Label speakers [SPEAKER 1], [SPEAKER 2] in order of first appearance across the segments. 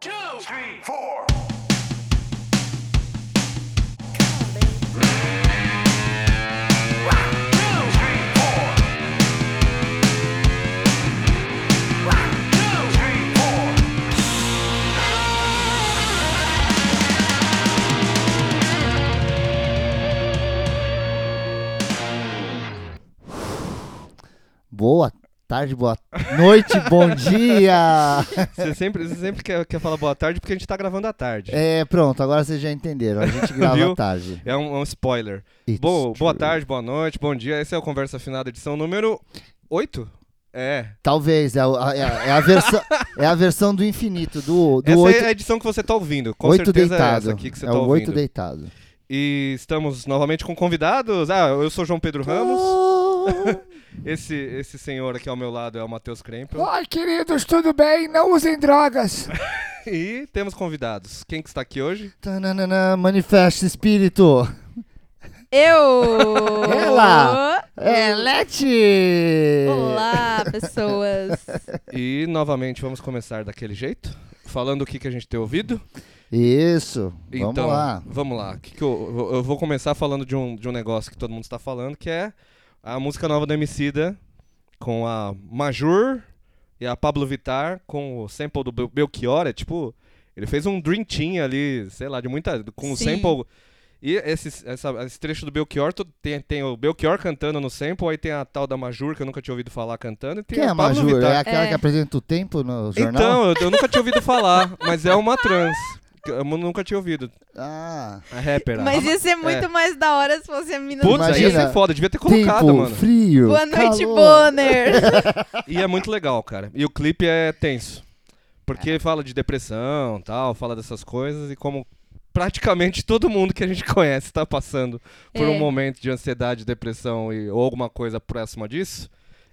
[SPEAKER 1] One, three, four.
[SPEAKER 2] Boa tarde, boa noite, bom dia!
[SPEAKER 3] Você sempre, você sempre quer, quer falar boa tarde porque a gente tá gravando à tarde. É,
[SPEAKER 2] É. É, pronto, agora vocês já entenderam. A gente grava à
[SPEAKER 3] Viu?
[SPEAKER 2] tarde.
[SPEAKER 3] um, é um spoiler.
[SPEAKER 2] It's
[SPEAKER 3] Bom, boa
[SPEAKER 2] true.
[SPEAKER 3] tarde, boa noite, bom dia. Esse é o Conversa Afinada, edição número 8? É.
[SPEAKER 2] Talvez, é a, é a- é a versão, é a versão do infinito, do, do
[SPEAKER 3] essa
[SPEAKER 2] oito,
[SPEAKER 3] é a edição que você tá ouvindo. Com
[SPEAKER 2] oito
[SPEAKER 3] certeza é
[SPEAKER 2] deitado.
[SPEAKER 3] essa aqui que você
[SPEAKER 2] é
[SPEAKER 3] tá
[SPEAKER 2] o oito
[SPEAKER 3] ouvindo.
[SPEAKER 2] deitado.
[SPEAKER 3] E estamos novamente com convidados. Ah, eu sou João Pedro
[SPEAKER 2] Ah.
[SPEAKER 3] Ramos. Esse, esse senhor aqui ao meu lado é o Matheus Krempel.
[SPEAKER 4] Oi, queridos, tudo bem? Não usem drogas.
[SPEAKER 2] Ah.
[SPEAKER 3] E temos convidados. Quem que está aqui hoje?
[SPEAKER 2] Tananana, manifesta espírito.
[SPEAKER 5] Eu!
[SPEAKER 2] Ela! É, Leti!
[SPEAKER 5] Olá,
[SPEAKER 3] É.
[SPEAKER 5] pessoas!
[SPEAKER 3] E novamente vamos começar daquele jeito, falando o que, que a gente tem ouvido.
[SPEAKER 2] Isso,
[SPEAKER 3] Então,
[SPEAKER 2] vamos lá.
[SPEAKER 3] Vamos lá. Que que eu, eu vou começar falando de um, de um negócio que todo mundo está falando, que é a música nova do Emicida, com a Majur e a Pablo Vittar, com o sample do Bel- Belchior. É tipo, ele fez um Dream Team ali, sei lá, de muita. Com o
[SPEAKER 5] Sim.
[SPEAKER 3] sample. E esse, essa- esse trecho do Belchior, tu- tem, tem o Belchior cantando no sample, aí tem a tal da Majur, que eu nunca tinha ouvido falar cantando, e tem
[SPEAKER 2] Quem é a
[SPEAKER 3] a Pablo
[SPEAKER 2] Majur?
[SPEAKER 3] Vittar.
[SPEAKER 2] É aquela
[SPEAKER 5] É.
[SPEAKER 2] que apresenta o tempo no jornal?
[SPEAKER 3] Então, eu, eu nunca tinha ouvido falar, mas é uma trans. que Eu nunca tinha ouvido.
[SPEAKER 2] Ah,
[SPEAKER 3] A rapper.
[SPEAKER 5] Mas
[SPEAKER 3] a,
[SPEAKER 5] ia ser muito
[SPEAKER 3] É.
[SPEAKER 5] mais da hora se fosse a mina
[SPEAKER 3] Putz,
[SPEAKER 5] do
[SPEAKER 3] aí
[SPEAKER 5] tempo.
[SPEAKER 3] ia
[SPEAKER 2] Imagina.
[SPEAKER 3] ser foda, devia ter colocado,
[SPEAKER 2] tempo,
[SPEAKER 3] mano.
[SPEAKER 2] Tipo, frio,
[SPEAKER 5] Boa noite,
[SPEAKER 2] calor.
[SPEAKER 5] Bonner!
[SPEAKER 3] E é muito legal, cara. E o clipe é tenso. Porque
[SPEAKER 2] É.
[SPEAKER 3] fala de depressão tal, fala dessas coisas e como praticamente todo mundo que a gente conhece tá passando por
[SPEAKER 5] É.
[SPEAKER 3] um momento de ansiedade, depressão e, ou alguma coisa próxima disso.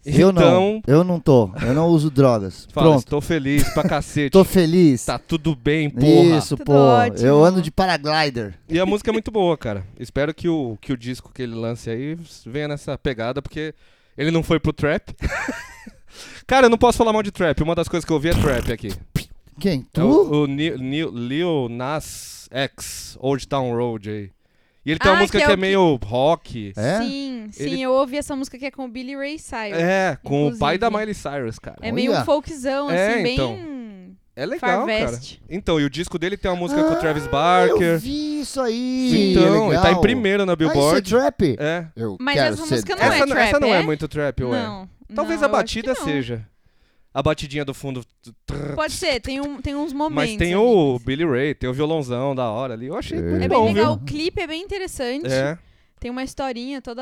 [SPEAKER 2] Eu
[SPEAKER 3] então,
[SPEAKER 2] não, eu não tô. Eu não uso drogas.
[SPEAKER 3] fala,
[SPEAKER 2] Pronto,
[SPEAKER 3] estou feliz pra cacete.
[SPEAKER 2] tô feliz.
[SPEAKER 3] Tá tudo bem, porra.
[SPEAKER 2] Isso,
[SPEAKER 5] Tudo
[SPEAKER 2] pô.
[SPEAKER 5] ótimo.
[SPEAKER 2] Eu ando de paraglider.
[SPEAKER 3] E a música é muito boa, cara. Espero que o, que o disco que ele lance aí venha nessa pegada, porque ele não foi pro trap. cara, eu não posso falar mal de trap. Uma das coisas que eu ouvi é trap aqui.
[SPEAKER 2] Quem? Tu?
[SPEAKER 3] É o, o Ni- Ni- Lil Nas X, Old Town Road aí. E ele tem uma
[SPEAKER 5] Ah,
[SPEAKER 3] música
[SPEAKER 5] que
[SPEAKER 3] que
[SPEAKER 5] é
[SPEAKER 3] é,
[SPEAKER 5] o que-
[SPEAKER 3] meio rock.
[SPEAKER 2] É?
[SPEAKER 5] Sim, sim,
[SPEAKER 3] Ele-
[SPEAKER 5] eu ouvi essa música que é com o Billy Ray Cyrus. É,
[SPEAKER 3] É, com o pai
[SPEAKER 5] Inclusive.
[SPEAKER 3] da Miley Cyrus, cara. É,
[SPEAKER 5] meio
[SPEAKER 2] Olha.
[SPEAKER 5] um folkzão,
[SPEAKER 3] É,
[SPEAKER 5] assim,
[SPEAKER 3] então.
[SPEAKER 5] bem...
[SPEAKER 3] legal, cara.
[SPEAKER 5] Farvest. Ah,
[SPEAKER 3] Então, e o disco dele tem uma música com o Travis
[SPEAKER 2] Ah, Eu
[SPEAKER 3] Barker.
[SPEAKER 2] vi isso aí.
[SPEAKER 3] Então, ele tá em
[SPEAKER 2] é legal.
[SPEAKER 3] primeiro na
[SPEAKER 2] Ah,
[SPEAKER 3] Billboard.
[SPEAKER 2] isso é trap?
[SPEAKER 3] é.
[SPEAKER 2] Eu
[SPEAKER 5] Mas
[SPEAKER 2] quero
[SPEAKER 5] essa
[SPEAKER 2] ser
[SPEAKER 5] música não
[SPEAKER 2] trap.
[SPEAKER 5] é
[SPEAKER 3] Essa, essa
[SPEAKER 5] trap,
[SPEAKER 3] não é?
[SPEAKER 5] é?
[SPEAKER 3] muito trap, ué.
[SPEAKER 5] Não,
[SPEAKER 3] Talvez
[SPEAKER 5] não,
[SPEAKER 3] a
[SPEAKER 5] eu acho que
[SPEAKER 3] batida
[SPEAKER 5] não.
[SPEAKER 3] seja. A batidinha do fundo.
[SPEAKER 5] Pode ser, tem, um, tem uns momentos.
[SPEAKER 3] Mas tem
[SPEAKER 5] ali.
[SPEAKER 3] o Billy Ray, tem o violãozão da hora ali. Eu achei
[SPEAKER 2] É.
[SPEAKER 3] muito
[SPEAKER 5] É bem
[SPEAKER 3] bom, viu?
[SPEAKER 5] legal, o clipe é bem interessante.
[SPEAKER 3] É.
[SPEAKER 5] Tem uma historinha toda,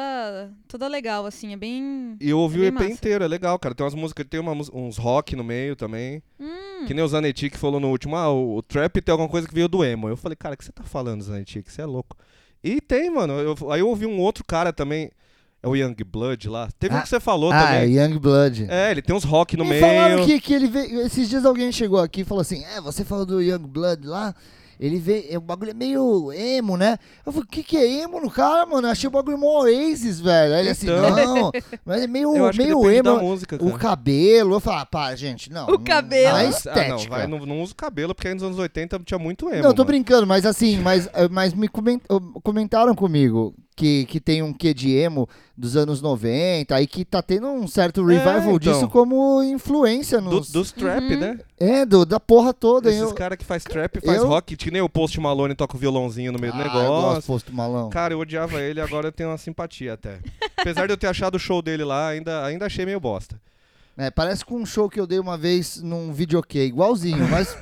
[SPEAKER 5] toda legal, assim, é bem...
[SPEAKER 3] E eu ouvi
[SPEAKER 5] É
[SPEAKER 3] o
[SPEAKER 5] bem
[SPEAKER 3] EP
[SPEAKER 5] massa.
[SPEAKER 3] inteiro, é legal, cara. Tem umas músicas, tem uma mus- uns rock no meio também.
[SPEAKER 5] Hum,
[SPEAKER 3] Que nem o Zanetti que falou no último, ah, o, o trap tem alguma coisa que veio do emo. Eu falei, cara, o que você tá falando, Zanetti? Que você é louco. E tem, mano. eu- aí eu ouvi um outro cara também, é o Young Blood lá. Teve um
[SPEAKER 2] Ah,
[SPEAKER 3] que você falou
[SPEAKER 2] Ah, é
[SPEAKER 3] também.
[SPEAKER 2] Young Blood.
[SPEAKER 3] É, ele tem uns rock no
[SPEAKER 2] Me falaram
[SPEAKER 3] meio.
[SPEAKER 2] que, que ele veio. Esses dias alguém chegou aqui e falou assim: É, você falou do Young Blood lá. Ele veio. O bagulho é meio emo, né? Eu falei: O que, que é emo no cara, mano? Eu achei o bagulho mó Oasis, velho. Aí ele assim:
[SPEAKER 3] Então.
[SPEAKER 2] Não, mas é meio,
[SPEAKER 3] Eu acho que
[SPEAKER 2] meio
[SPEAKER 3] depende da
[SPEAKER 2] emo.
[SPEAKER 3] música, cara.
[SPEAKER 2] O cabelo. Eu falo: ah, Pá, gente, não.
[SPEAKER 5] O
[SPEAKER 2] não-
[SPEAKER 5] cabelo.
[SPEAKER 2] não é
[SPEAKER 3] Ah,
[SPEAKER 2] estética.
[SPEAKER 3] não, vai, não, não usa o cabelo, porque aí nos anos 80 tinha muito emo.
[SPEAKER 2] Não, eu tô
[SPEAKER 3] mano.
[SPEAKER 2] brincando, mas assim, mas, eh, mas me comen- eh, comentaram comigo que, que tem um quê de emo dos anos 90 e que tá tendo um certo
[SPEAKER 3] É,
[SPEAKER 2] revival
[SPEAKER 3] então.
[SPEAKER 2] disso como influência
[SPEAKER 3] Do-
[SPEAKER 2] nos...
[SPEAKER 3] dos trap,
[SPEAKER 5] Uhum.
[SPEAKER 3] né?
[SPEAKER 2] É, do, da porra toda.
[SPEAKER 3] Esses
[SPEAKER 2] Eu...
[SPEAKER 3] caras que faz trap, faz
[SPEAKER 2] eu-
[SPEAKER 3] rock, que nem o Post Malone toca o violãozinho no meio do
[SPEAKER 2] Ah, eu gosto,
[SPEAKER 3] negócio.
[SPEAKER 2] posto malão.
[SPEAKER 3] Cara, eu odiava ele, agora eu tenho uma simpatia até. Apesar de eu ter achado o show dele lá, ainda, ainda achei meio bosta.
[SPEAKER 2] É, parece com um show que eu dei uma vez num videokê, igualzinho, mas...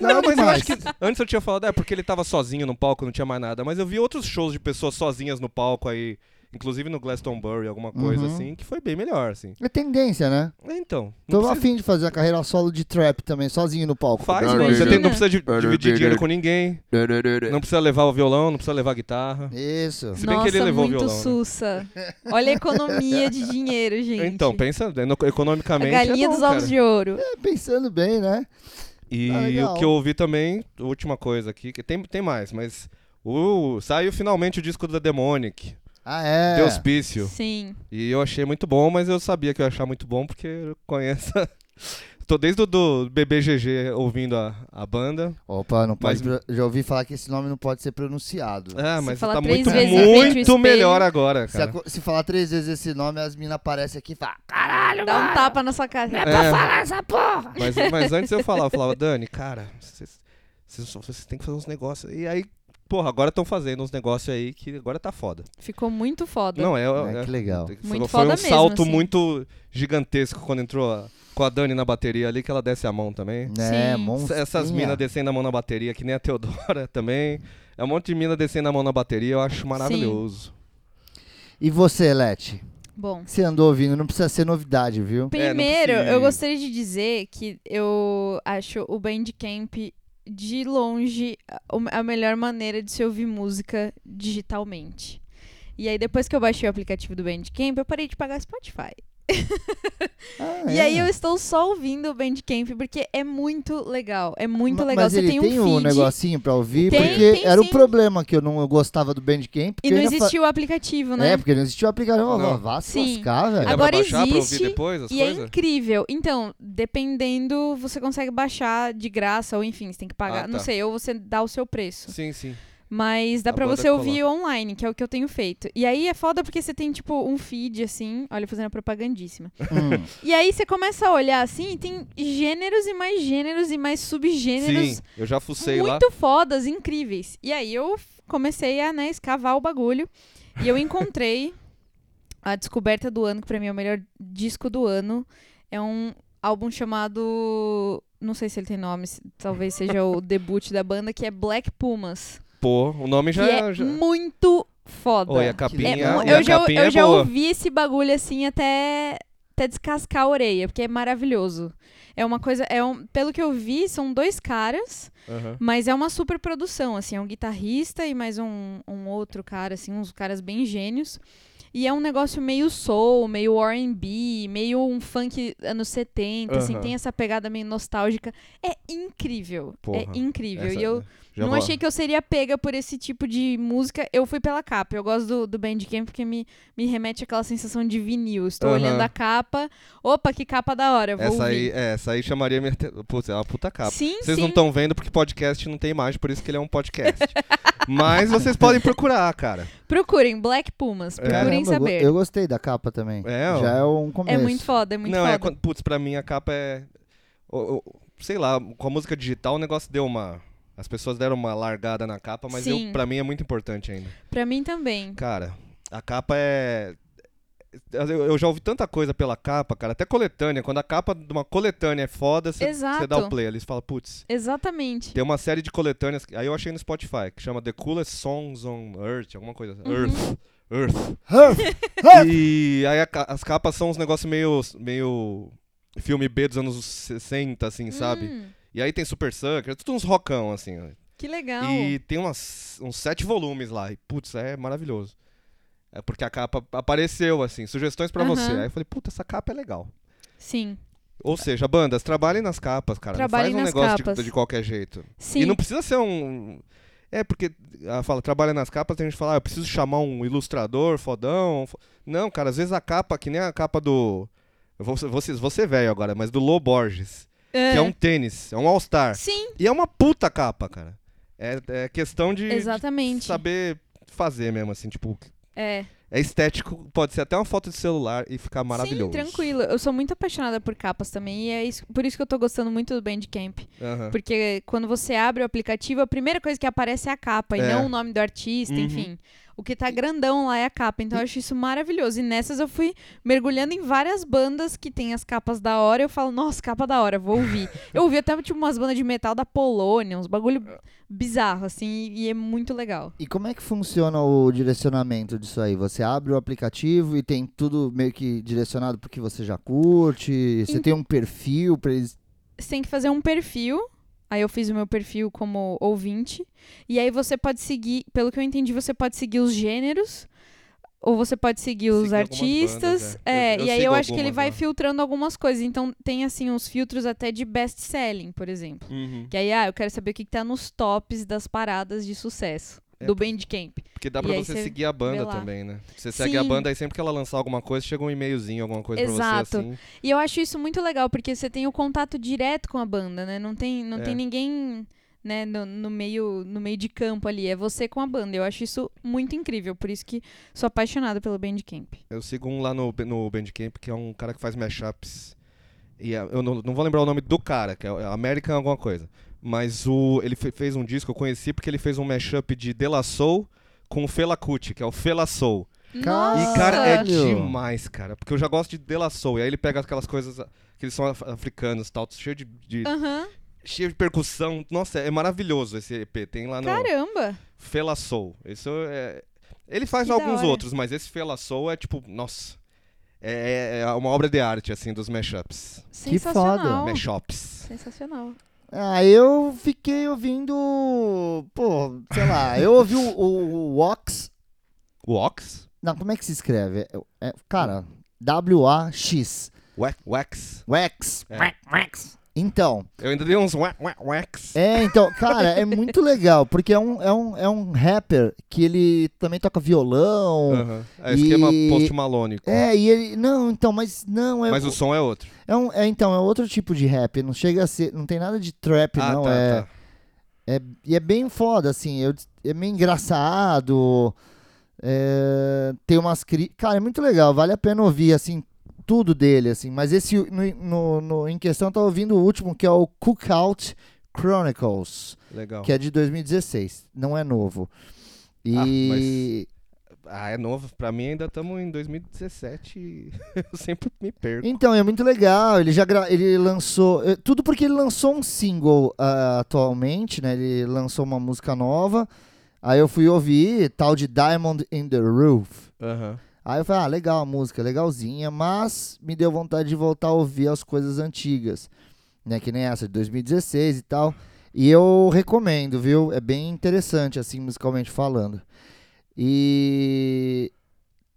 [SPEAKER 3] Não, mas eu
[SPEAKER 2] demais.
[SPEAKER 3] acho que antes eu tinha falado, é porque ele tava sozinho no palco, não tinha mais nada. Mas eu vi outros shows de pessoas sozinhas no palco aí, inclusive no Glastonbury, alguma coisa
[SPEAKER 2] Uhum.
[SPEAKER 3] assim, que foi bem melhor, assim.
[SPEAKER 2] É tendência, né?
[SPEAKER 3] Então, não
[SPEAKER 2] Tô
[SPEAKER 3] precisa-
[SPEAKER 2] afim de fazer a carreira solo de trap também, sozinho no palco.
[SPEAKER 3] faz,
[SPEAKER 6] Não,
[SPEAKER 3] mano. Você
[SPEAKER 6] não,
[SPEAKER 3] tem-
[SPEAKER 5] não.
[SPEAKER 3] não precisa de-
[SPEAKER 6] Não, não,
[SPEAKER 3] dividir
[SPEAKER 6] não,
[SPEAKER 3] dinheiro
[SPEAKER 6] não.
[SPEAKER 3] com ninguém,
[SPEAKER 6] Não
[SPEAKER 3] não precisa levar o violão, não precisa levar a guitarra.
[SPEAKER 2] Isso.
[SPEAKER 3] Se bem
[SPEAKER 5] Nossa,
[SPEAKER 3] que ele levou o
[SPEAKER 5] muito
[SPEAKER 3] violão, né?
[SPEAKER 5] sussa. Olha a economia de dinheiro, gente.
[SPEAKER 3] Então, pensa no-
[SPEAKER 5] A
[SPEAKER 3] economicamente.
[SPEAKER 5] galinha
[SPEAKER 3] é bom,
[SPEAKER 5] dos ovos
[SPEAKER 3] cara.
[SPEAKER 5] de ouro.
[SPEAKER 2] É, pensando bem, né?
[SPEAKER 3] E
[SPEAKER 2] Ah, legal.
[SPEAKER 3] o que eu ouvi também, última coisa aqui, que tem, tem mais, mas. Uh, saiu finalmente o disco da Demonic,
[SPEAKER 2] Ah, é.
[SPEAKER 3] The Auspício.
[SPEAKER 5] Sim.
[SPEAKER 3] E eu achei muito bom, mas eu sabia que eu ia achar muito bom porque eu conheço. tô desde o do BBGG ouvindo a, a banda.
[SPEAKER 2] Opa, não pode.
[SPEAKER 3] Mas-
[SPEAKER 2] pro- Já ouvi falar que esse nome não pode ser pronunciado.
[SPEAKER 3] Ah,
[SPEAKER 5] Se
[SPEAKER 3] mas
[SPEAKER 5] falar
[SPEAKER 3] tá
[SPEAKER 5] três
[SPEAKER 3] muito,
[SPEAKER 5] vezes em frente ao espelho.
[SPEAKER 3] muito melhor agora,
[SPEAKER 2] Se,
[SPEAKER 3] cara.
[SPEAKER 2] aco- se falar três vezes esse nome, as minas aparecem aqui e falam.
[SPEAKER 5] Dá um tapa na sua cara.
[SPEAKER 3] É.
[SPEAKER 4] essa porra!
[SPEAKER 3] Mas, mas antes eu falava, eu falava, Dani, cara, vocês vocês- vocês têm que fazer uns negócios. E aí, porra, agora estão fazendo uns negócios aí que agora tá foda.
[SPEAKER 5] Ficou muito foda.
[SPEAKER 3] Não, é,
[SPEAKER 2] Ah,
[SPEAKER 3] é,
[SPEAKER 2] que legal.
[SPEAKER 3] foi-
[SPEAKER 5] né, Muito
[SPEAKER 3] foi um
[SPEAKER 5] foda mesmo,
[SPEAKER 3] salto
[SPEAKER 5] assim.
[SPEAKER 3] muito gigantesco quando entrou a- com a Dani na bateria ali, que ela desce a mão também.
[SPEAKER 2] Né,
[SPEAKER 5] Sim.
[SPEAKER 2] monstrinha.
[SPEAKER 3] Essas minas descendo a mão na bateria, que nem a Teodora também. É um monte de mina descendo a mão na bateria, eu acho maravilhoso.
[SPEAKER 2] E você, Leti?
[SPEAKER 5] Bom.
[SPEAKER 2] O que Você andou ouvindo? Não precisa ser novidade, viu?
[SPEAKER 3] É, não
[SPEAKER 5] Primeiro,
[SPEAKER 3] É, precisa-
[SPEAKER 5] eu gostaria de dizer que eu acho o Bandcamp de longe a- a melhor maneira de se ouvir música digitalmente. E aí depois que eu baixei o aplicativo do Bandcamp, eu parei de pagar Spotify.
[SPEAKER 2] Ah,
[SPEAKER 5] E
[SPEAKER 2] é.
[SPEAKER 5] aí eu estou só ouvindo o Bandcamp porque é muito legal, é muito
[SPEAKER 2] Ma-
[SPEAKER 5] legal.
[SPEAKER 2] Mas
[SPEAKER 5] Você
[SPEAKER 2] ele
[SPEAKER 5] tem um
[SPEAKER 2] um,
[SPEAKER 5] feed
[SPEAKER 2] negocinho pra ouvir,
[SPEAKER 5] Tem,
[SPEAKER 2] porque
[SPEAKER 5] tem
[SPEAKER 2] era o
[SPEAKER 5] sim.
[SPEAKER 2] problema que eu não eu gostava do Bandcamp. porque
[SPEAKER 5] e não
[SPEAKER 2] eu ainda fa-
[SPEAKER 5] existia o aplicativo, né?
[SPEAKER 2] É, porque não existia o aplicativo. Eu falava,
[SPEAKER 3] Não.
[SPEAKER 2] Vá se
[SPEAKER 5] Sim.
[SPEAKER 2] lascar, velho.
[SPEAKER 3] Dá
[SPEAKER 5] Agora
[SPEAKER 3] pra baixar pra ouvir
[SPEAKER 5] existe
[SPEAKER 3] depois as
[SPEAKER 5] E é
[SPEAKER 3] coisas?
[SPEAKER 5] incrível. Então, dependendo, você consegue baixar de graça, ou enfim, você tem que pagar.
[SPEAKER 3] Ah,
[SPEAKER 5] Não
[SPEAKER 3] tá.
[SPEAKER 5] sei, ou você dá o seu preço.
[SPEAKER 3] Sim, sim.
[SPEAKER 5] Mas dá
[SPEAKER 3] A
[SPEAKER 5] pra
[SPEAKER 3] banda
[SPEAKER 5] você
[SPEAKER 3] colar.
[SPEAKER 5] ouvir online, que é o que eu tenho feito. E aí é foda porque você tem, tipo, um feed, assim, olha, fazendo a propagandíssima.
[SPEAKER 2] Hum.
[SPEAKER 5] E aí você começa a olhar assim e tem gêneros e mais gêneros e mais subgêneros
[SPEAKER 3] Sim, eu já fucei lá.
[SPEAKER 5] muito fodas, incríveis. E aí eu f- comecei a, né, escavar o bagulho. E eu encontrei a descoberta do ano, que pra mim é o melhor disco do ano. É um álbum chamado. Não sei se ele tem nome, se- talvez seja o debut da banda, que é Black Pumas.
[SPEAKER 3] Pô, o nome já.
[SPEAKER 5] que é
[SPEAKER 3] já...
[SPEAKER 5] muito foda.
[SPEAKER 3] Oi, a
[SPEAKER 5] É,
[SPEAKER 3] capinha.
[SPEAKER 2] Minha-
[SPEAKER 5] mu-
[SPEAKER 3] e
[SPEAKER 5] eu
[SPEAKER 3] a
[SPEAKER 5] já,
[SPEAKER 3] capinha
[SPEAKER 5] eu
[SPEAKER 3] é
[SPEAKER 5] já
[SPEAKER 3] boa.
[SPEAKER 5] ouvi esse bagulho assim até, até descascar a orelha, porque é maravilhoso. É uma coisa. É um, pelo que eu vi, são dois caras.
[SPEAKER 3] Aham.
[SPEAKER 5] Mas é uma super produção, assim, é um guitarrista e mais um, um outro cara, assim, uns caras bem gênios. E é um negócio meio soul, meio R&B, meio um funk anos 70, assim,
[SPEAKER 3] Aham.
[SPEAKER 5] tem essa pegada meio nostálgica. É incrível, é
[SPEAKER 3] Porra,
[SPEAKER 5] incrível.
[SPEAKER 3] Essa-
[SPEAKER 5] e eu
[SPEAKER 3] já é
[SPEAKER 5] não
[SPEAKER 3] vou-
[SPEAKER 5] achei que eu seria pega por esse tipo de música. Eu fui pela capa, eu gosto do, do Bandcamp porque me, me remete àquela sensação de vinil. Estou
[SPEAKER 3] Aham.
[SPEAKER 5] olhando a capa, opa, que capa da hora, eu vou
[SPEAKER 3] Essa aí,
[SPEAKER 5] ouvir.
[SPEAKER 3] é, essa aí chamaria minha. atenção. Putz, é uma puta capa.
[SPEAKER 5] Sim,
[SPEAKER 3] Vocês
[SPEAKER 5] sim.
[SPEAKER 3] não estão vendo porque podcast não tem imagem, por isso que ele é um podcast. Mas vocês podem procurar, cara.
[SPEAKER 5] Procurem Black Pumas, procurem
[SPEAKER 2] Caramba, eu go-
[SPEAKER 5] saber.
[SPEAKER 2] Eu gostei da capa também.
[SPEAKER 3] É, ó.
[SPEAKER 2] Já é um começo.
[SPEAKER 5] É muito foda, é muito
[SPEAKER 3] não,
[SPEAKER 5] foda.
[SPEAKER 3] é quando. Putz, pra mim a capa é. o- o- sei lá, com a música digital o negócio deu uma. As pessoas deram uma largada na capa, mas eu,
[SPEAKER 5] Sim.
[SPEAKER 3] pra mim é muito importante ainda.
[SPEAKER 5] Pra mim também.
[SPEAKER 3] Cara, a capa é. Eu, eu já ouvi tanta coisa pela capa, cara. Até coletânea. Quando a capa de uma coletânea é foda, você
[SPEAKER 5] Exato.
[SPEAKER 3] dá o play ali. Você fala, putz,
[SPEAKER 5] Exatamente.
[SPEAKER 3] tem uma série de coletâneas. que- Aí eu achei no Spotify, que chama The Coolest Songs on Earth, alguma coisa.
[SPEAKER 5] Uhum.
[SPEAKER 3] assim. Earth. Earth. E aí a ca- as capas são uns negócios meio, meio filme B dos anos 60, assim, sabe?
[SPEAKER 5] Hum,
[SPEAKER 3] E aí tem Super Sucker, tudo uns rockão, assim. ó.
[SPEAKER 5] que legal.
[SPEAKER 3] E tem umas- uns sete volumes lá. E, putz, é maravilhoso. É porque a capa apareceu, assim, sugestões pra
[SPEAKER 5] Aham.
[SPEAKER 3] você. Aí eu falei, puta, essa capa é legal.
[SPEAKER 5] Sim,
[SPEAKER 3] Ou seja, bandas, trabalhem nas capas, cara.
[SPEAKER 5] Trabalhem
[SPEAKER 3] não
[SPEAKER 5] nas
[SPEAKER 3] faz um negócio de-
[SPEAKER 5] capas.
[SPEAKER 3] De, qualquer jeito.
[SPEAKER 5] sim.
[SPEAKER 3] E não precisa ser um. É, porque ela fala, trabalha nas capas, tem gente que fala, ah, eu preciso chamar um ilustrador fodão. fo- Não, cara, às vezes a capa, que nem a capa do. Eu vou, ser- vou, ser- vou ser velho agora, mas do Lô Borges. Que é um tênis, é um All-Star.
[SPEAKER 5] Sim,
[SPEAKER 3] E é uma puta capa, cara. É, é questão de, de
[SPEAKER 5] exatamente.
[SPEAKER 3] saber fazer mesmo, assim, tipo,
[SPEAKER 5] É.
[SPEAKER 3] é estético, pode ser até uma foto de celular e ficar maravilhoso.
[SPEAKER 5] Sim, tranquilo. Eu sou muito apaixonada por capas também. E é isso, por isso que eu tô gostando muito do Bandcamp.
[SPEAKER 3] Aham.
[SPEAKER 5] Porque quando você abre o aplicativo, a primeira coisa que aparece é a capa e
[SPEAKER 3] É.
[SPEAKER 5] não o nome do artista,
[SPEAKER 3] Uhum.
[SPEAKER 5] enfim. O que tá grandão lá é a capa, então eu acho isso maravilhoso. E nessas eu fui mergulhando em várias bandas que tem as capas da hora. Eu falo, nossa, capa da hora, vou ouvir. eu ouvi até tipo umas bandas de metal da Polônia, uns bagulho
[SPEAKER 3] Ah.
[SPEAKER 5] bizarro, assim, e é muito legal.
[SPEAKER 2] E como é que funciona o direcionamento disso aí? Você abre o aplicativo e tem tudo meio que direcionado pro que você já curte? Você
[SPEAKER 5] Em-
[SPEAKER 2] tem um perfil pra eles.
[SPEAKER 5] Você tem que fazer um perfil. Aí eu fiz o meu perfil como ouvinte. E aí você pode seguir, pelo que eu entendi, você pode seguir os gêneros. Ou você pode seguir os
[SPEAKER 3] Seguir algumas
[SPEAKER 5] artistas.
[SPEAKER 3] bandas, é.
[SPEAKER 5] é.
[SPEAKER 3] Eu- eu
[SPEAKER 5] e aí
[SPEAKER 3] sigo
[SPEAKER 5] eu acho que ele
[SPEAKER 3] algumas né?
[SPEAKER 5] vai
[SPEAKER 3] lá.
[SPEAKER 5] filtrando algumas coisas. Então tem assim uns filtros até de best selling, por exemplo.
[SPEAKER 3] Uhum.
[SPEAKER 5] Que aí, ah, eu quero saber o que, que tá nos tops das paradas de sucesso.
[SPEAKER 3] É,
[SPEAKER 5] do Bandcamp.
[SPEAKER 3] Porque dá
[SPEAKER 5] E
[SPEAKER 3] pra
[SPEAKER 5] aí
[SPEAKER 3] você
[SPEAKER 5] você
[SPEAKER 3] seguir a banda
[SPEAKER 5] vê lá.
[SPEAKER 3] também, né? Você segue a
[SPEAKER 5] Sim.
[SPEAKER 3] banda, aí sempre que ela lançar alguma coisa, chega um e-mailzinho, alguma coisa pra você,
[SPEAKER 5] Exato.
[SPEAKER 3] assim.
[SPEAKER 5] E eu acho isso muito legal, porque você tem o contato direto com a banda, né? Não tem, não
[SPEAKER 3] É.
[SPEAKER 5] tem ninguém né, no, no meio, no meio de campo ali. É você com a banda. Eu acho isso muito incrível. Por isso que sou apaixonada pelo Bandcamp.
[SPEAKER 3] Eu sigo um lá no, no Bandcamp, que é um cara que faz mashups. E a- eu não, não vou lembrar o nome do cara, que é o- é American alguma coisa. Mas o, ele fe- fez um disco, eu conheci porque ele fez um mashup de De La Soul com o Fela Kuti, que é o Fela Soul.
[SPEAKER 5] Nossa!
[SPEAKER 3] E, cara, é
[SPEAKER 2] Caralho!
[SPEAKER 3] demais, cara. Porque eu já gosto de De La Soul. E aí ele pega aquelas coisas, aqueles são af- africanos e tal, cheio de, de-
[SPEAKER 5] Aham.
[SPEAKER 3] cheio de percussão. Nossa, é maravilhoso esse EP. Tem lá no
[SPEAKER 5] Caramba!
[SPEAKER 3] Fela Soul. Isso é... Ele faz
[SPEAKER 5] Que da
[SPEAKER 3] alguns
[SPEAKER 5] hora.
[SPEAKER 3] outros, mas esse Fela Soul é tipo, nossa. É, é uma obra de arte, assim, dos mashups.
[SPEAKER 2] Oh.
[SPEAKER 5] Sensacional.
[SPEAKER 3] Mashups.
[SPEAKER 5] Sensacional.
[SPEAKER 2] Ah, eu fiquei ouvindo. Pô, sei lá, eu ouvi o, o, o Wax.
[SPEAKER 3] Wax?
[SPEAKER 2] Não, como é que se escreve? É- é- cara,
[SPEAKER 3] Hum.
[SPEAKER 2] W-A-X.
[SPEAKER 3] Wax? Wax.
[SPEAKER 2] Wax.
[SPEAKER 3] É.
[SPEAKER 2] Então,
[SPEAKER 3] Eu ainda dei uns wa- wa- wax.
[SPEAKER 2] É, então, cara, é muito legal, porque é um, é, um, é um rapper que ele também toca violão.
[SPEAKER 3] Aham. É esquema
[SPEAKER 2] E-
[SPEAKER 3] post malônico.
[SPEAKER 2] É, e ele. Não, então, mas não, é.
[SPEAKER 3] Mas o som é outro.
[SPEAKER 2] é, um, é então, é outro tipo de rap. Não chega a ser. Não tem nada de trap,
[SPEAKER 3] ah,
[SPEAKER 2] não.
[SPEAKER 3] tá,
[SPEAKER 2] é,
[SPEAKER 3] tá.
[SPEAKER 2] é- E é bem foda, assim. eu- é meio engraçado. é, tem umas cri... Cara, é muito legal, vale a pena ouvir, assim, tudo dele, assim. Mas esse no, no- no- em questão tá ouvindo o último, que é o Cookout Chronicles.
[SPEAKER 3] Legal.
[SPEAKER 2] que é de 2016, não é novo. E
[SPEAKER 3] Ah, é novo. Pra mim ainda estamos em 2017 e eu sempre me perco.
[SPEAKER 2] então é muito legal. Ele já gra- ele lançou eh, tudo porque ele lançou um single ah, atualmente, né? Ele lançou uma música nova. Aí eu fui ouvir tal de Diamond in the Roof.
[SPEAKER 3] Aham.
[SPEAKER 2] Aí eu falei, ah, legal a música, legalzinha, mas me deu vontade de voltar a ouvir as coisas antigas, né? Que nem essa de 2016 e tal. E eu recomendo, viu? É bem interessante, assim, musicalmente falando. E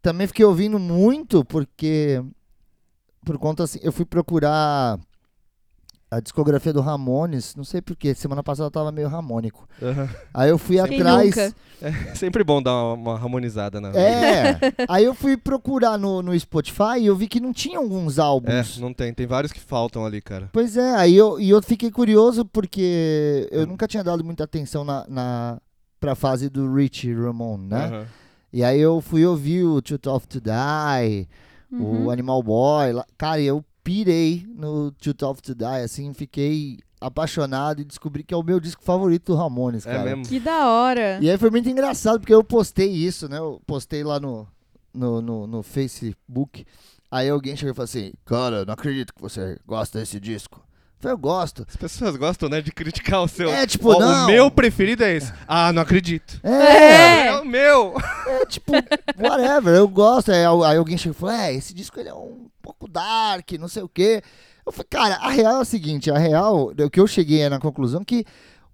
[SPEAKER 2] também fiquei ouvindo muito, porque por conta assim, eu fui procurar a discografia do Ramones, não sei porquê, semana passada eu tava meio ramônico.
[SPEAKER 3] Aham.
[SPEAKER 2] Aí eu fui
[SPEAKER 5] Quem
[SPEAKER 2] atrás.
[SPEAKER 5] nunca?
[SPEAKER 3] Sempre bom dar uma, uma harmonizada na
[SPEAKER 2] É. Aí eu fui procurar no, no Spotify e eu vi que não tinha alguns álbuns.
[SPEAKER 3] É, não tem. Tem vários que faltam ali, cara.
[SPEAKER 2] Pois é, aí eu, e eu fiquei curioso porque
[SPEAKER 3] É.
[SPEAKER 2] eu nunca tinha dado muita atenção na, na, pra fase do Rich Ramon, né?
[SPEAKER 3] Aham.
[SPEAKER 2] E aí eu fui ouvir o Too Tough to Die,
[SPEAKER 5] Uhum.
[SPEAKER 2] o Animal Boy. lá- Cara, eu pirei no Too Tough to Die, assim, fiquei apaixonado e descobri que é o meu disco favorito do Ramones, cara.
[SPEAKER 3] É mesmo.
[SPEAKER 5] Que da hora.
[SPEAKER 2] E aí foi muito engraçado, porque eu postei isso, né? Eu postei lá no, no, no, no Facebook. Aí alguém chegou e falou assim, cara, eu não acredito que você gosta desse disco. Eu falei, eu gosto.
[SPEAKER 3] As pessoas gostam, né, de criticar o seu.
[SPEAKER 2] É, tipo,
[SPEAKER 3] Ó,
[SPEAKER 2] não.
[SPEAKER 3] O meu preferido é esse. Ah, não acredito.
[SPEAKER 2] É,
[SPEAKER 5] É.
[SPEAKER 3] o meu.
[SPEAKER 2] é, tipo, whatever, eu gosto. Aí, al- aí alguém chegou e falou, é, esse disco ele é um pouco dark, não sei o quê. Eu falei, cara, a real é o seguinte, a real, o que eu cheguei é na conclusão que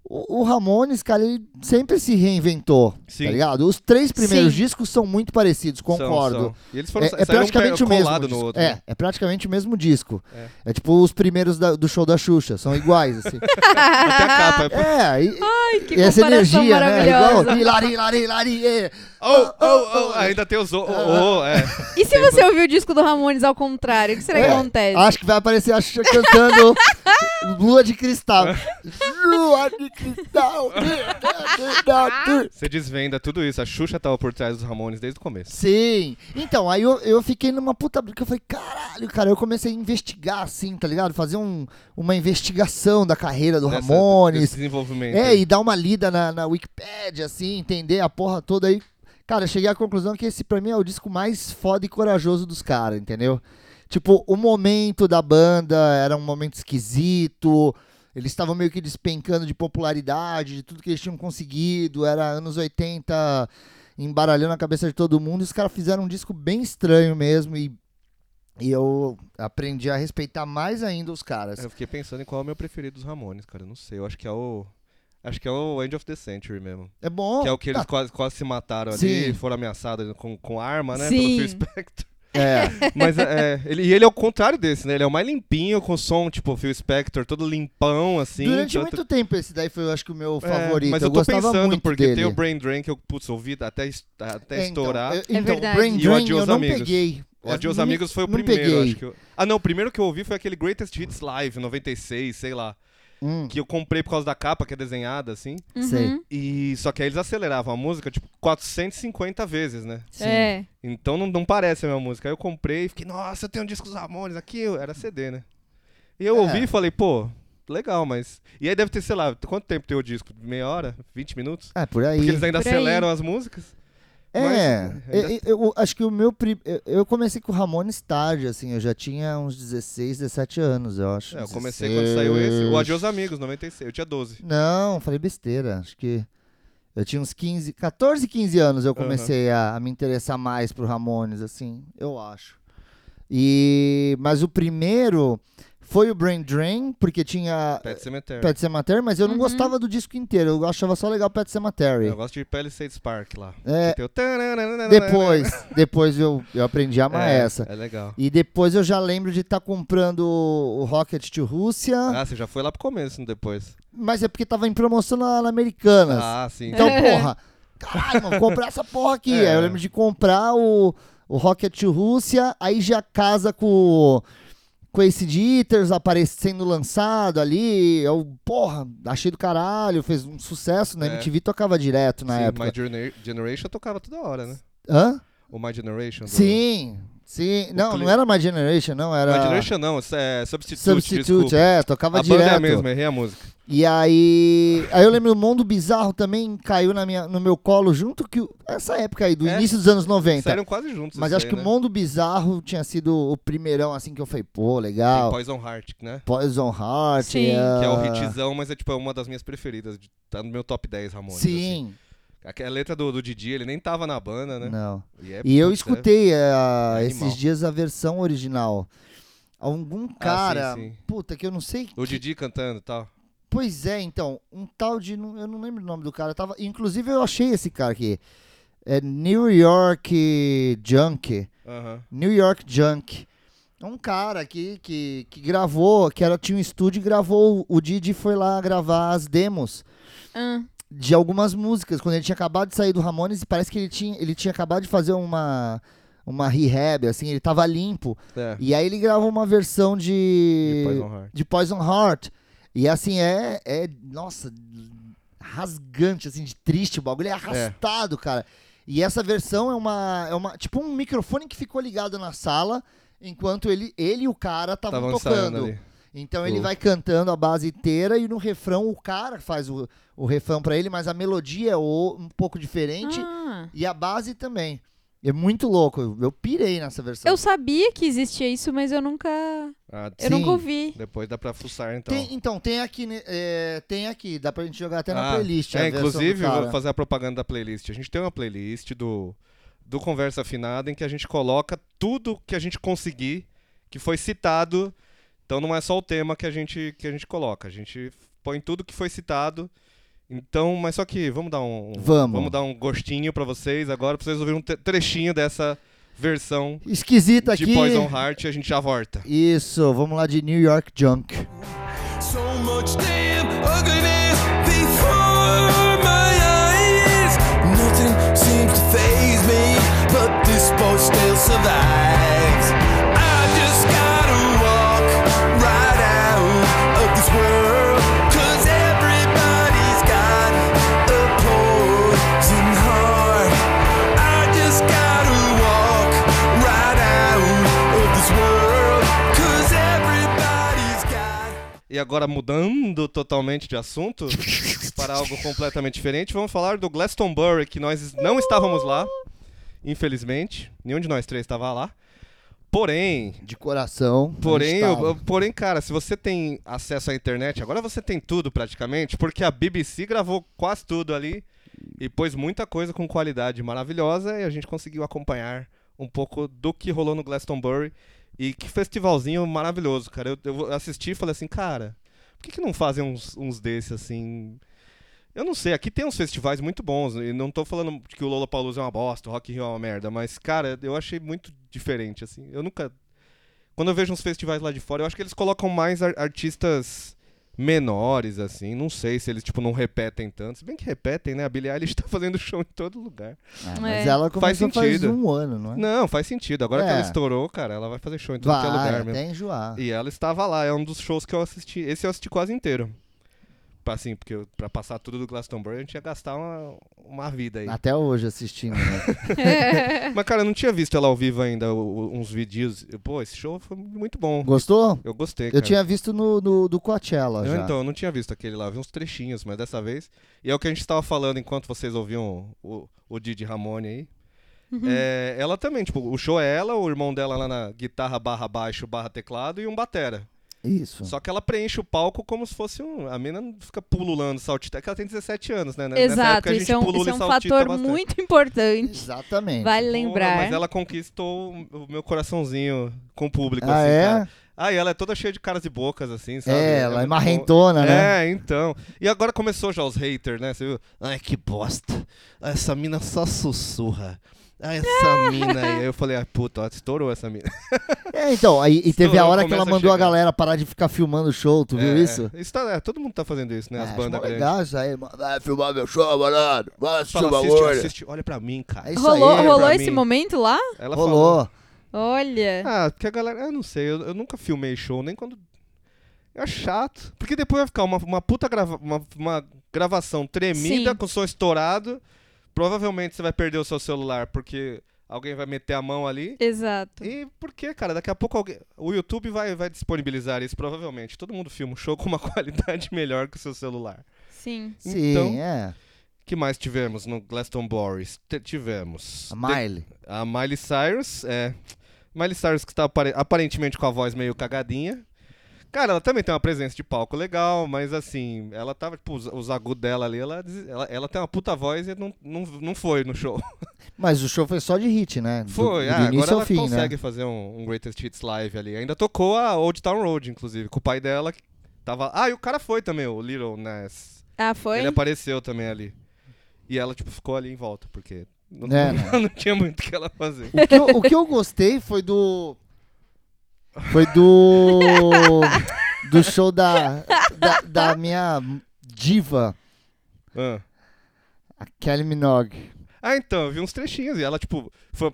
[SPEAKER 2] o, o Ramones, cara, ele sempre se reinventou,
[SPEAKER 3] Sim.
[SPEAKER 2] tá ligado? Os três primeiros
[SPEAKER 5] Sim.
[SPEAKER 2] discos são muito parecidos,
[SPEAKER 3] São,
[SPEAKER 2] concordo.
[SPEAKER 3] são. E eles foram
[SPEAKER 2] É-
[SPEAKER 3] sa-
[SPEAKER 2] é,
[SPEAKER 3] saíram um
[SPEAKER 2] praticamente
[SPEAKER 3] pe-
[SPEAKER 2] o mesmo.
[SPEAKER 3] colado no
[SPEAKER 2] disco.
[SPEAKER 3] outro.
[SPEAKER 2] É,
[SPEAKER 3] né?
[SPEAKER 2] é praticamente o mesmo disco.
[SPEAKER 3] É.
[SPEAKER 2] É, tipo os primeiros da- do show da Xuxa, são iguais, assim.
[SPEAKER 3] Até a capa. É...
[SPEAKER 2] é, e,
[SPEAKER 5] Ai, Ah, que
[SPEAKER 2] e essa
[SPEAKER 5] comparação
[SPEAKER 2] energia, né?
[SPEAKER 5] maravilhosa.
[SPEAKER 2] Igual, lari, lari, lari, é.
[SPEAKER 3] Oh, oh, oh, ainda tem os oh, oh, oh, é.
[SPEAKER 5] E se você ouvir o disco do Ramones ao contrário, o que será que
[SPEAKER 2] É,
[SPEAKER 5] acontece?
[SPEAKER 2] Acho que vai aparecer a Xuxa cantando Lua de Cristal. Lua de Cristal.
[SPEAKER 3] Você desvenda tudo isso. A Xuxa tava por trás dos Ramones desde o começo.
[SPEAKER 2] Sim. Então, aí eu, eu fiquei numa puta briga. Eu falei, caralho, cara, eu comecei a investigar, assim, tá ligado? Fazer um- uma investigação da carreira do
[SPEAKER 3] Dessa-
[SPEAKER 2] Ramones.
[SPEAKER 3] desse desenvolvimento.
[SPEAKER 2] É,
[SPEAKER 3] aí.
[SPEAKER 2] e dar uma lida na, na Wikipédia, assim, entender a porra toda aí. Cara, eu cheguei à conclusão que esse pra mim é o disco mais foda e corajoso dos caras, entendeu? Tipo, o momento da banda era um momento esquisito. Eles estavam meio que despencando de popularidade, de tudo que eles tinham conseguido. Era anos 80 embaralhando a cabeça de todo mundo. E os caras fizeram um disco bem estranho mesmo. E, e eu aprendi a respeitar mais ainda os caras.
[SPEAKER 3] Eu fiquei pensando em qual é o meu preferido dos Ramones, cara. Eu não sei. Eu acho que é o. Acho que é o End of the Century mesmo.
[SPEAKER 2] É bom.
[SPEAKER 3] Que é o que eles
[SPEAKER 2] Ah,
[SPEAKER 3] quase, quase se mataram ali,
[SPEAKER 2] Sim.
[SPEAKER 3] foram ameaçados com, com arma, né?
[SPEAKER 5] Sim.
[SPEAKER 3] Pelo Phil Spector.
[SPEAKER 2] É.
[SPEAKER 3] Mas é, ele, e ele é o contrário desse, né? Ele é o mais limpinho, com som, tipo, Phil Spector, todo limpão, assim.
[SPEAKER 2] Durante
[SPEAKER 3] tanto-
[SPEAKER 2] muito tempo esse daí foi, eu acho que o meu
[SPEAKER 3] É,
[SPEAKER 2] favorito.
[SPEAKER 3] Mas
[SPEAKER 2] eu,
[SPEAKER 3] eu, tô
[SPEAKER 2] gostava
[SPEAKER 3] pensando,
[SPEAKER 2] muito
[SPEAKER 3] porque
[SPEAKER 2] dele.
[SPEAKER 3] tem o Brain Drain que eu, putz, ouvi até, es- até
[SPEAKER 2] É, então,
[SPEAKER 3] estourar.
[SPEAKER 2] eu-
[SPEAKER 5] É
[SPEAKER 2] Então,
[SPEAKER 5] verdade.
[SPEAKER 2] Brain
[SPEAKER 3] E o
[SPEAKER 2] Drain eu
[SPEAKER 3] Adios
[SPEAKER 2] não
[SPEAKER 3] Amigos.
[SPEAKER 2] peguei.
[SPEAKER 3] O
[SPEAKER 2] Eu
[SPEAKER 3] Adios
[SPEAKER 2] não-
[SPEAKER 3] Amigos foi o
[SPEAKER 2] não
[SPEAKER 3] primeiro,
[SPEAKER 2] peguei.
[SPEAKER 3] acho que eu... Ah, não, o primeiro que eu ouvi foi aquele Greatest Hits Live, 96, sei lá.
[SPEAKER 2] Hum,
[SPEAKER 3] Que eu comprei por causa da capa, que é desenhada, assim.
[SPEAKER 5] Uhum.
[SPEAKER 2] Sei.
[SPEAKER 3] E só que aí eles aceleravam a música, tipo, 450 vezes, né?
[SPEAKER 2] sim.
[SPEAKER 5] É.
[SPEAKER 3] Então não, não parece a minha música. Aí eu comprei e fiquei, nossa, eu tenho um disco dos Ramones aqui, era CD, né? E eu
[SPEAKER 2] É.
[SPEAKER 3] ouvi e falei, pô, legal, mas. E aí deve ter, sei lá, quanto tempo tem o disco? Meia hora? 20 minutos?
[SPEAKER 2] É, por aí.
[SPEAKER 3] Porque eles ainda
[SPEAKER 5] Por aí.
[SPEAKER 3] aceleram as músicas.
[SPEAKER 2] É,
[SPEAKER 3] Mas,
[SPEAKER 2] eu, eu- eu acho que o meu. pri- eu- Eu comecei com o Ramones tarde, assim, eu já tinha uns 16, 17 anos, eu acho.
[SPEAKER 3] É, eu comecei quando saiu esse. O Adios Amigos, 96. Eu tinha 12.
[SPEAKER 2] Não, falei besteira. Acho que eu tinha uns 15, 14, 15 anos eu
[SPEAKER 3] Aham.
[SPEAKER 2] comecei a, a me interessar mais pro Ramones, assim, eu acho. E mas o primeiro foi o Brain Drain, porque tinha
[SPEAKER 3] Pet Cemetery.
[SPEAKER 2] Pet Sematary, mas eu não
[SPEAKER 5] Uhum.
[SPEAKER 2] gostava do disco inteiro, eu achava só legal Pet Sematary.
[SPEAKER 3] Eu gosto de Palisades Park lá.
[SPEAKER 2] É,
[SPEAKER 3] Que tem o tananana-
[SPEAKER 2] depois, depois eu, eu aprendi a amar
[SPEAKER 3] né? é,
[SPEAKER 2] essa.
[SPEAKER 3] É legal.
[SPEAKER 2] E depois eu já lembro de estar comprando o Rocket to Rússia,
[SPEAKER 3] Ah, você já foi lá pro começo, depois.
[SPEAKER 2] mas é porque tava em promoção na, na Americanas.
[SPEAKER 3] Ah, sim.
[SPEAKER 2] Então, porra, caralho, mano, comprar essa porra aqui.
[SPEAKER 3] É.
[SPEAKER 2] Aí eu lembro de comprar o, o Rocket to Rússia, aí já casa com, com esse Dieters aparecendo lançado ali. Eu, porra, achei do caralho, fez um sucesso, né?
[SPEAKER 3] É.
[SPEAKER 2] MTV tocava direto na
[SPEAKER 3] Sim,
[SPEAKER 2] época.
[SPEAKER 3] My Genera- Generation eu tocava toda hora, né?
[SPEAKER 2] Hã?
[SPEAKER 3] O My Generation. do-
[SPEAKER 2] Sim, sim. Não,
[SPEAKER 3] clipe.
[SPEAKER 2] não era My Generation, não, era...
[SPEAKER 3] My Generation não, isso é Substitute.
[SPEAKER 2] Substitute,
[SPEAKER 3] desculpa.
[SPEAKER 2] é, tocava
[SPEAKER 3] A
[SPEAKER 2] direto.
[SPEAKER 3] banda é a mesma, errei a música.
[SPEAKER 2] E aí. Aí eu lembro o Mundo Bizarro também caiu na minha, no meu colo junto que. o- Essa época aí, do
[SPEAKER 3] É.
[SPEAKER 2] início dos anos 90.
[SPEAKER 3] Saíram quase juntos.
[SPEAKER 2] tá- Mas
[SPEAKER 3] isso
[SPEAKER 2] acho
[SPEAKER 3] aí,
[SPEAKER 2] que
[SPEAKER 3] né?
[SPEAKER 2] o Mundo Bizarro tinha sido o primeirão, assim, que eu falei, pô,
[SPEAKER 3] Tem
[SPEAKER 2] legal.
[SPEAKER 3] Poison Heart, né?
[SPEAKER 2] Poison Heart.
[SPEAKER 5] Sim.
[SPEAKER 3] Que é
[SPEAKER 2] Ah.
[SPEAKER 3] o hitzão, mas é tipo é uma das minhas preferidas. de- Tá no meu top 10, Ramon. assim.
[SPEAKER 2] Sim,
[SPEAKER 3] A letra do, do Didi, ele nem tava na banda, né?
[SPEAKER 2] não.
[SPEAKER 3] E, é-
[SPEAKER 2] E eu
[SPEAKER 3] putz, é-
[SPEAKER 2] escutei ah,
[SPEAKER 3] É animal. Ah,
[SPEAKER 2] esses dias a versão original. Algum cara,
[SPEAKER 3] sim, sim.
[SPEAKER 2] puta, que eu não sei.
[SPEAKER 3] O
[SPEAKER 2] que-
[SPEAKER 3] Didi cantando e tal.
[SPEAKER 2] Pois é, então, um tal de. não- Eu não lembro o nome do cara. Tava, inclusive, eu achei esse cara aqui. É New York Junk.
[SPEAKER 3] Aham.
[SPEAKER 2] New York Junk. É um cara aqui que, que gravou, que era, tinha um estúdio e gravou. O Didi foi lá gravar as demos
[SPEAKER 5] Ah,
[SPEAKER 2] de algumas músicas. Quando ele tinha acabado de sair do Ramones, e parece que ele tinha, ele tinha acabado de fazer uma. Uma rehab, assim, ele tava limpo.
[SPEAKER 3] É.
[SPEAKER 2] E aí ele gravou uma versão de.
[SPEAKER 3] De Poison Heart.
[SPEAKER 2] de Poison Heart. E assim, é, é. Nossa, rasgante, assim, de triste o bagulho. É arrastado, cara. E essa versão é uma, é uma. Tipo um microfone que ficou ligado na sala. Enquanto ele, ele e o cara estavam
[SPEAKER 3] Estavam ensaiando
[SPEAKER 2] tocando.
[SPEAKER 3] ali.
[SPEAKER 2] Então ele
[SPEAKER 3] Louco.
[SPEAKER 2] vai cantando a base inteira e no refrão o cara faz o, o refrão pra ele, mas a melodia é o- um pouco diferente
[SPEAKER 5] ah.
[SPEAKER 2] e a base também. É muito louco. Eu, eu pirei nessa versão.
[SPEAKER 5] Eu sabia que existia isso, mas eu nunca.
[SPEAKER 3] Ah,
[SPEAKER 5] Eu
[SPEAKER 2] Sim.
[SPEAKER 5] nunca ouvi.
[SPEAKER 3] depois dá pra fuçar, então.
[SPEAKER 2] É. Tem, então, tem aqui, né, é, tem aqui, dá pra gente jogar até na
[SPEAKER 3] Ah,
[SPEAKER 2] playlist. a
[SPEAKER 3] É,
[SPEAKER 2] versão do
[SPEAKER 3] inclusive,
[SPEAKER 2] cara.
[SPEAKER 3] vou fazer a propaganda da playlist. A gente tem uma playlist do, do Conversa Afinada em que a gente coloca tudo que a gente conseguir que foi citado. Então não é só o tema que a gente, que a gente coloca. A gente põe tudo que foi citado. Então, mas só que vamos dar um. um-
[SPEAKER 2] Vamos.
[SPEAKER 3] dar um gostinho pra vocês agora, pra vocês ouvirem um te- trechinho dessa versão
[SPEAKER 2] Esquisita
[SPEAKER 3] de
[SPEAKER 2] aqui.
[SPEAKER 3] Poison Heart e a gente já volta.
[SPEAKER 2] Isso, vamos lá de New York Junk.
[SPEAKER 1] So much damn ugliness before my eyes. Nothing seems to faze me, but this boat still survives. I just gotta walk right out of this world, cause everybody's got a poison heart. I just gotta walk right out of this world, cause everybody's got.
[SPEAKER 3] E agora, mudando totalmente de assunto, para algo completamente diferente, vamos falar do Glastonbury, que nós não estávamos lá, infelizmente. Nenhum de nós três estava lá. Porém,
[SPEAKER 2] De coração.
[SPEAKER 3] porém,
[SPEAKER 2] onde estava.
[SPEAKER 3] eu- porém, cara, se você tem acesso à internet, agora você tem tudo praticamente, porque a BBC gravou quase tudo ali e pôs muita coisa com qualidade maravilhosa e a gente conseguiu acompanhar um pouco do que rolou no Glastonbury. E que festivalzinho maravilhoso, cara. Eu, eu assisti e falei assim, cara, por que, que não fazem uns, uns desses assim? Eu não sei, aqui tem uns festivais muito bons, e não tô falando de que o Lollapalooza é uma bosta, o Rock in Rio é uma merda, mas, cara, eu achei muito diferente, assim. Eu nunca... Quando eu vejo uns festivais lá de fora, eu acho que eles colocam mais ar- artistas menores, assim. Não sei se eles, tipo, não repetem tanto. Se bem que repetem, né? A Billie Eilish tá fazendo show em todo lugar.
[SPEAKER 2] Ah, mas
[SPEAKER 5] É.
[SPEAKER 2] ela
[SPEAKER 3] Faz
[SPEAKER 2] começou faz,
[SPEAKER 3] sentido.
[SPEAKER 2] um ano, não é?
[SPEAKER 3] Não, faz sentido. Agora que
[SPEAKER 2] É.
[SPEAKER 3] ela estourou, cara, ela vai fazer show em todo que é
[SPEAKER 2] Vai,
[SPEAKER 3] lugar mesmo.
[SPEAKER 2] até enjoar.
[SPEAKER 3] E ela estava lá, é um dos shows que eu assisti. Esse eu assisti quase inteiro. Pra, Assim, porque eu- pra passar tudo do Glastonbury, a gente ia gastar uma, uma vida aí.
[SPEAKER 2] Até hoje assistindo, né?
[SPEAKER 3] Mas, cara, eu não tinha visto ela ao vivo ainda, o- o- uns vídeos. Eu, Pô, esse show foi muito bom.
[SPEAKER 2] Gostou?
[SPEAKER 3] Eu gostei,
[SPEAKER 2] Eu
[SPEAKER 3] cara.
[SPEAKER 2] tinha visto no, no- do Coachella
[SPEAKER 3] Eu,
[SPEAKER 2] Ah, já.
[SPEAKER 3] então, eu não tinha visto aquele lá, eu vi uns trechinhos, mas dessa vez. E é o que a gente estava falando enquanto vocês ouviam o, o Didi Ramone aí.
[SPEAKER 5] Uhum.
[SPEAKER 3] É, ela também, tipo, o show é ela, o irmão dela lá na guitarra barra baixo, barra teclado e um batera.
[SPEAKER 2] Isso.
[SPEAKER 3] Só que ela preenche o palco como se fosse um. A mina não fica pululando, saltita. É que ela tem 17 anos, né? Nessa época
[SPEAKER 5] Exato,
[SPEAKER 3] a gente
[SPEAKER 5] isso é um,
[SPEAKER 3] pulula
[SPEAKER 5] isso é
[SPEAKER 3] e
[SPEAKER 5] um
[SPEAKER 3] saltita
[SPEAKER 5] fator
[SPEAKER 3] bastante.
[SPEAKER 5] muito importante.
[SPEAKER 2] Exatamente.
[SPEAKER 5] Vale
[SPEAKER 3] Porra,
[SPEAKER 5] lembrar. é.
[SPEAKER 3] Mas ela conquistou o meu coraçãozinho com o público,
[SPEAKER 2] ah,
[SPEAKER 3] assim, cara.
[SPEAKER 2] é?
[SPEAKER 3] Ah, e ela é toda cheia de caras e bocas, assim, sabe?
[SPEAKER 2] É, ela é
[SPEAKER 3] muito
[SPEAKER 2] marrentona,
[SPEAKER 3] bom.
[SPEAKER 2] né?
[SPEAKER 3] É, então. E agora começou já os haters, né? Você viu? Ai, que bosta. Ah, Essa mina só sussurra. Ah, essa mina aí. Aí eu falei, ah, puta, ó, estourou essa mina.
[SPEAKER 2] É, então, aí, e teve a
[SPEAKER 3] Estourou,
[SPEAKER 2] hora que ela
[SPEAKER 3] começa a
[SPEAKER 2] mandou a
[SPEAKER 3] chegar.
[SPEAKER 2] galera parar de ficar filmando o show, tu viu
[SPEAKER 3] É,
[SPEAKER 2] isso?
[SPEAKER 3] isso tá, é, todo mundo tá fazendo isso, né?
[SPEAKER 2] É,
[SPEAKER 3] As
[SPEAKER 2] acho
[SPEAKER 3] bandas
[SPEAKER 2] mó
[SPEAKER 3] grandes.
[SPEAKER 2] legal isso aí, mano. Vai filmar meu show, mano. Vai assistir o
[SPEAKER 3] Fala, assiste,
[SPEAKER 2] bagulho.
[SPEAKER 3] assiste, olha pra mim, cara.
[SPEAKER 2] É isso
[SPEAKER 5] Rolou,
[SPEAKER 2] aí,
[SPEAKER 5] rolou
[SPEAKER 3] né, pra
[SPEAKER 5] esse
[SPEAKER 3] mim.
[SPEAKER 5] momento lá?
[SPEAKER 3] Ela falou.
[SPEAKER 2] Rolou.
[SPEAKER 5] Olha.
[SPEAKER 3] Ah, porque a galera. Eu não sei, eu, eu nunca filmei show, nem quando. É chato. Porque depois vai ficar uma, uma puta grava, uma, uma gravação tremida,
[SPEAKER 5] Sim.
[SPEAKER 3] com som estourado. Provavelmente você vai perder o seu celular, porque alguém vai meter a mão ali.
[SPEAKER 5] Exato.
[SPEAKER 3] E por quê, cara? Daqui a pouco alguém... o YouTube vai, vai disponibilizar isso, provavelmente. Todo mundo filma um show com uma qualidade melhor que o seu celular.
[SPEAKER 5] Sim.
[SPEAKER 2] Sim,
[SPEAKER 3] Então-
[SPEAKER 2] é.
[SPEAKER 3] que mais tivemos no Glastonbury? T- tivemos.
[SPEAKER 2] A Miley.
[SPEAKER 3] A Miley Cyrus, é. Miley Cyrus que está apare- aparentemente com a voz meio cagadinha. Cara, ela também tem uma presença de palco legal, mas assim, ela tava, tipo, os, os agudos dela ali, ela, des- ela, ela tem uma puta voz e não, não, não foi no show.
[SPEAKER 2] Mas o show foi só de hit, né? Do-
[SPEAKER 3] Foi,
[SPEAKER 2] do,
[SPEAKER 3] ah, agora
[SPEAKER 2] início
[SPEAKER 3] ela
[SPEAKER 2] ao fim,
[SPEAKER 3] consegue
[SPEAKER 2] né?
[SPEAKER 3] fazer um, um Greatest Hits live ali. Ainda tocou a Old Town Road, inclusive, com o pai dela. que Tava... Ah, e o cara foi também, o Little Ness.
[SPEAKER 5] Ah, foi?
[SPEAKER 3] Ele apareceu também ali. E ela, tipo, ficou ali em volta, porque não,
[SPEAKER 2] É, né?
[SPEAKER 3] não tinha muito o que ela fazer.
[SPEAKER 2] O que, eu, o que eu gostei foi do. Foi do. do show da, da, da minha diva,
[SPEAKER 3] Ah.
[SPEAKER 2] a Kelly Minogue.
[SPEAKER 3] Ah, então, eu vi uns trechinhos e ela, tipo, foi,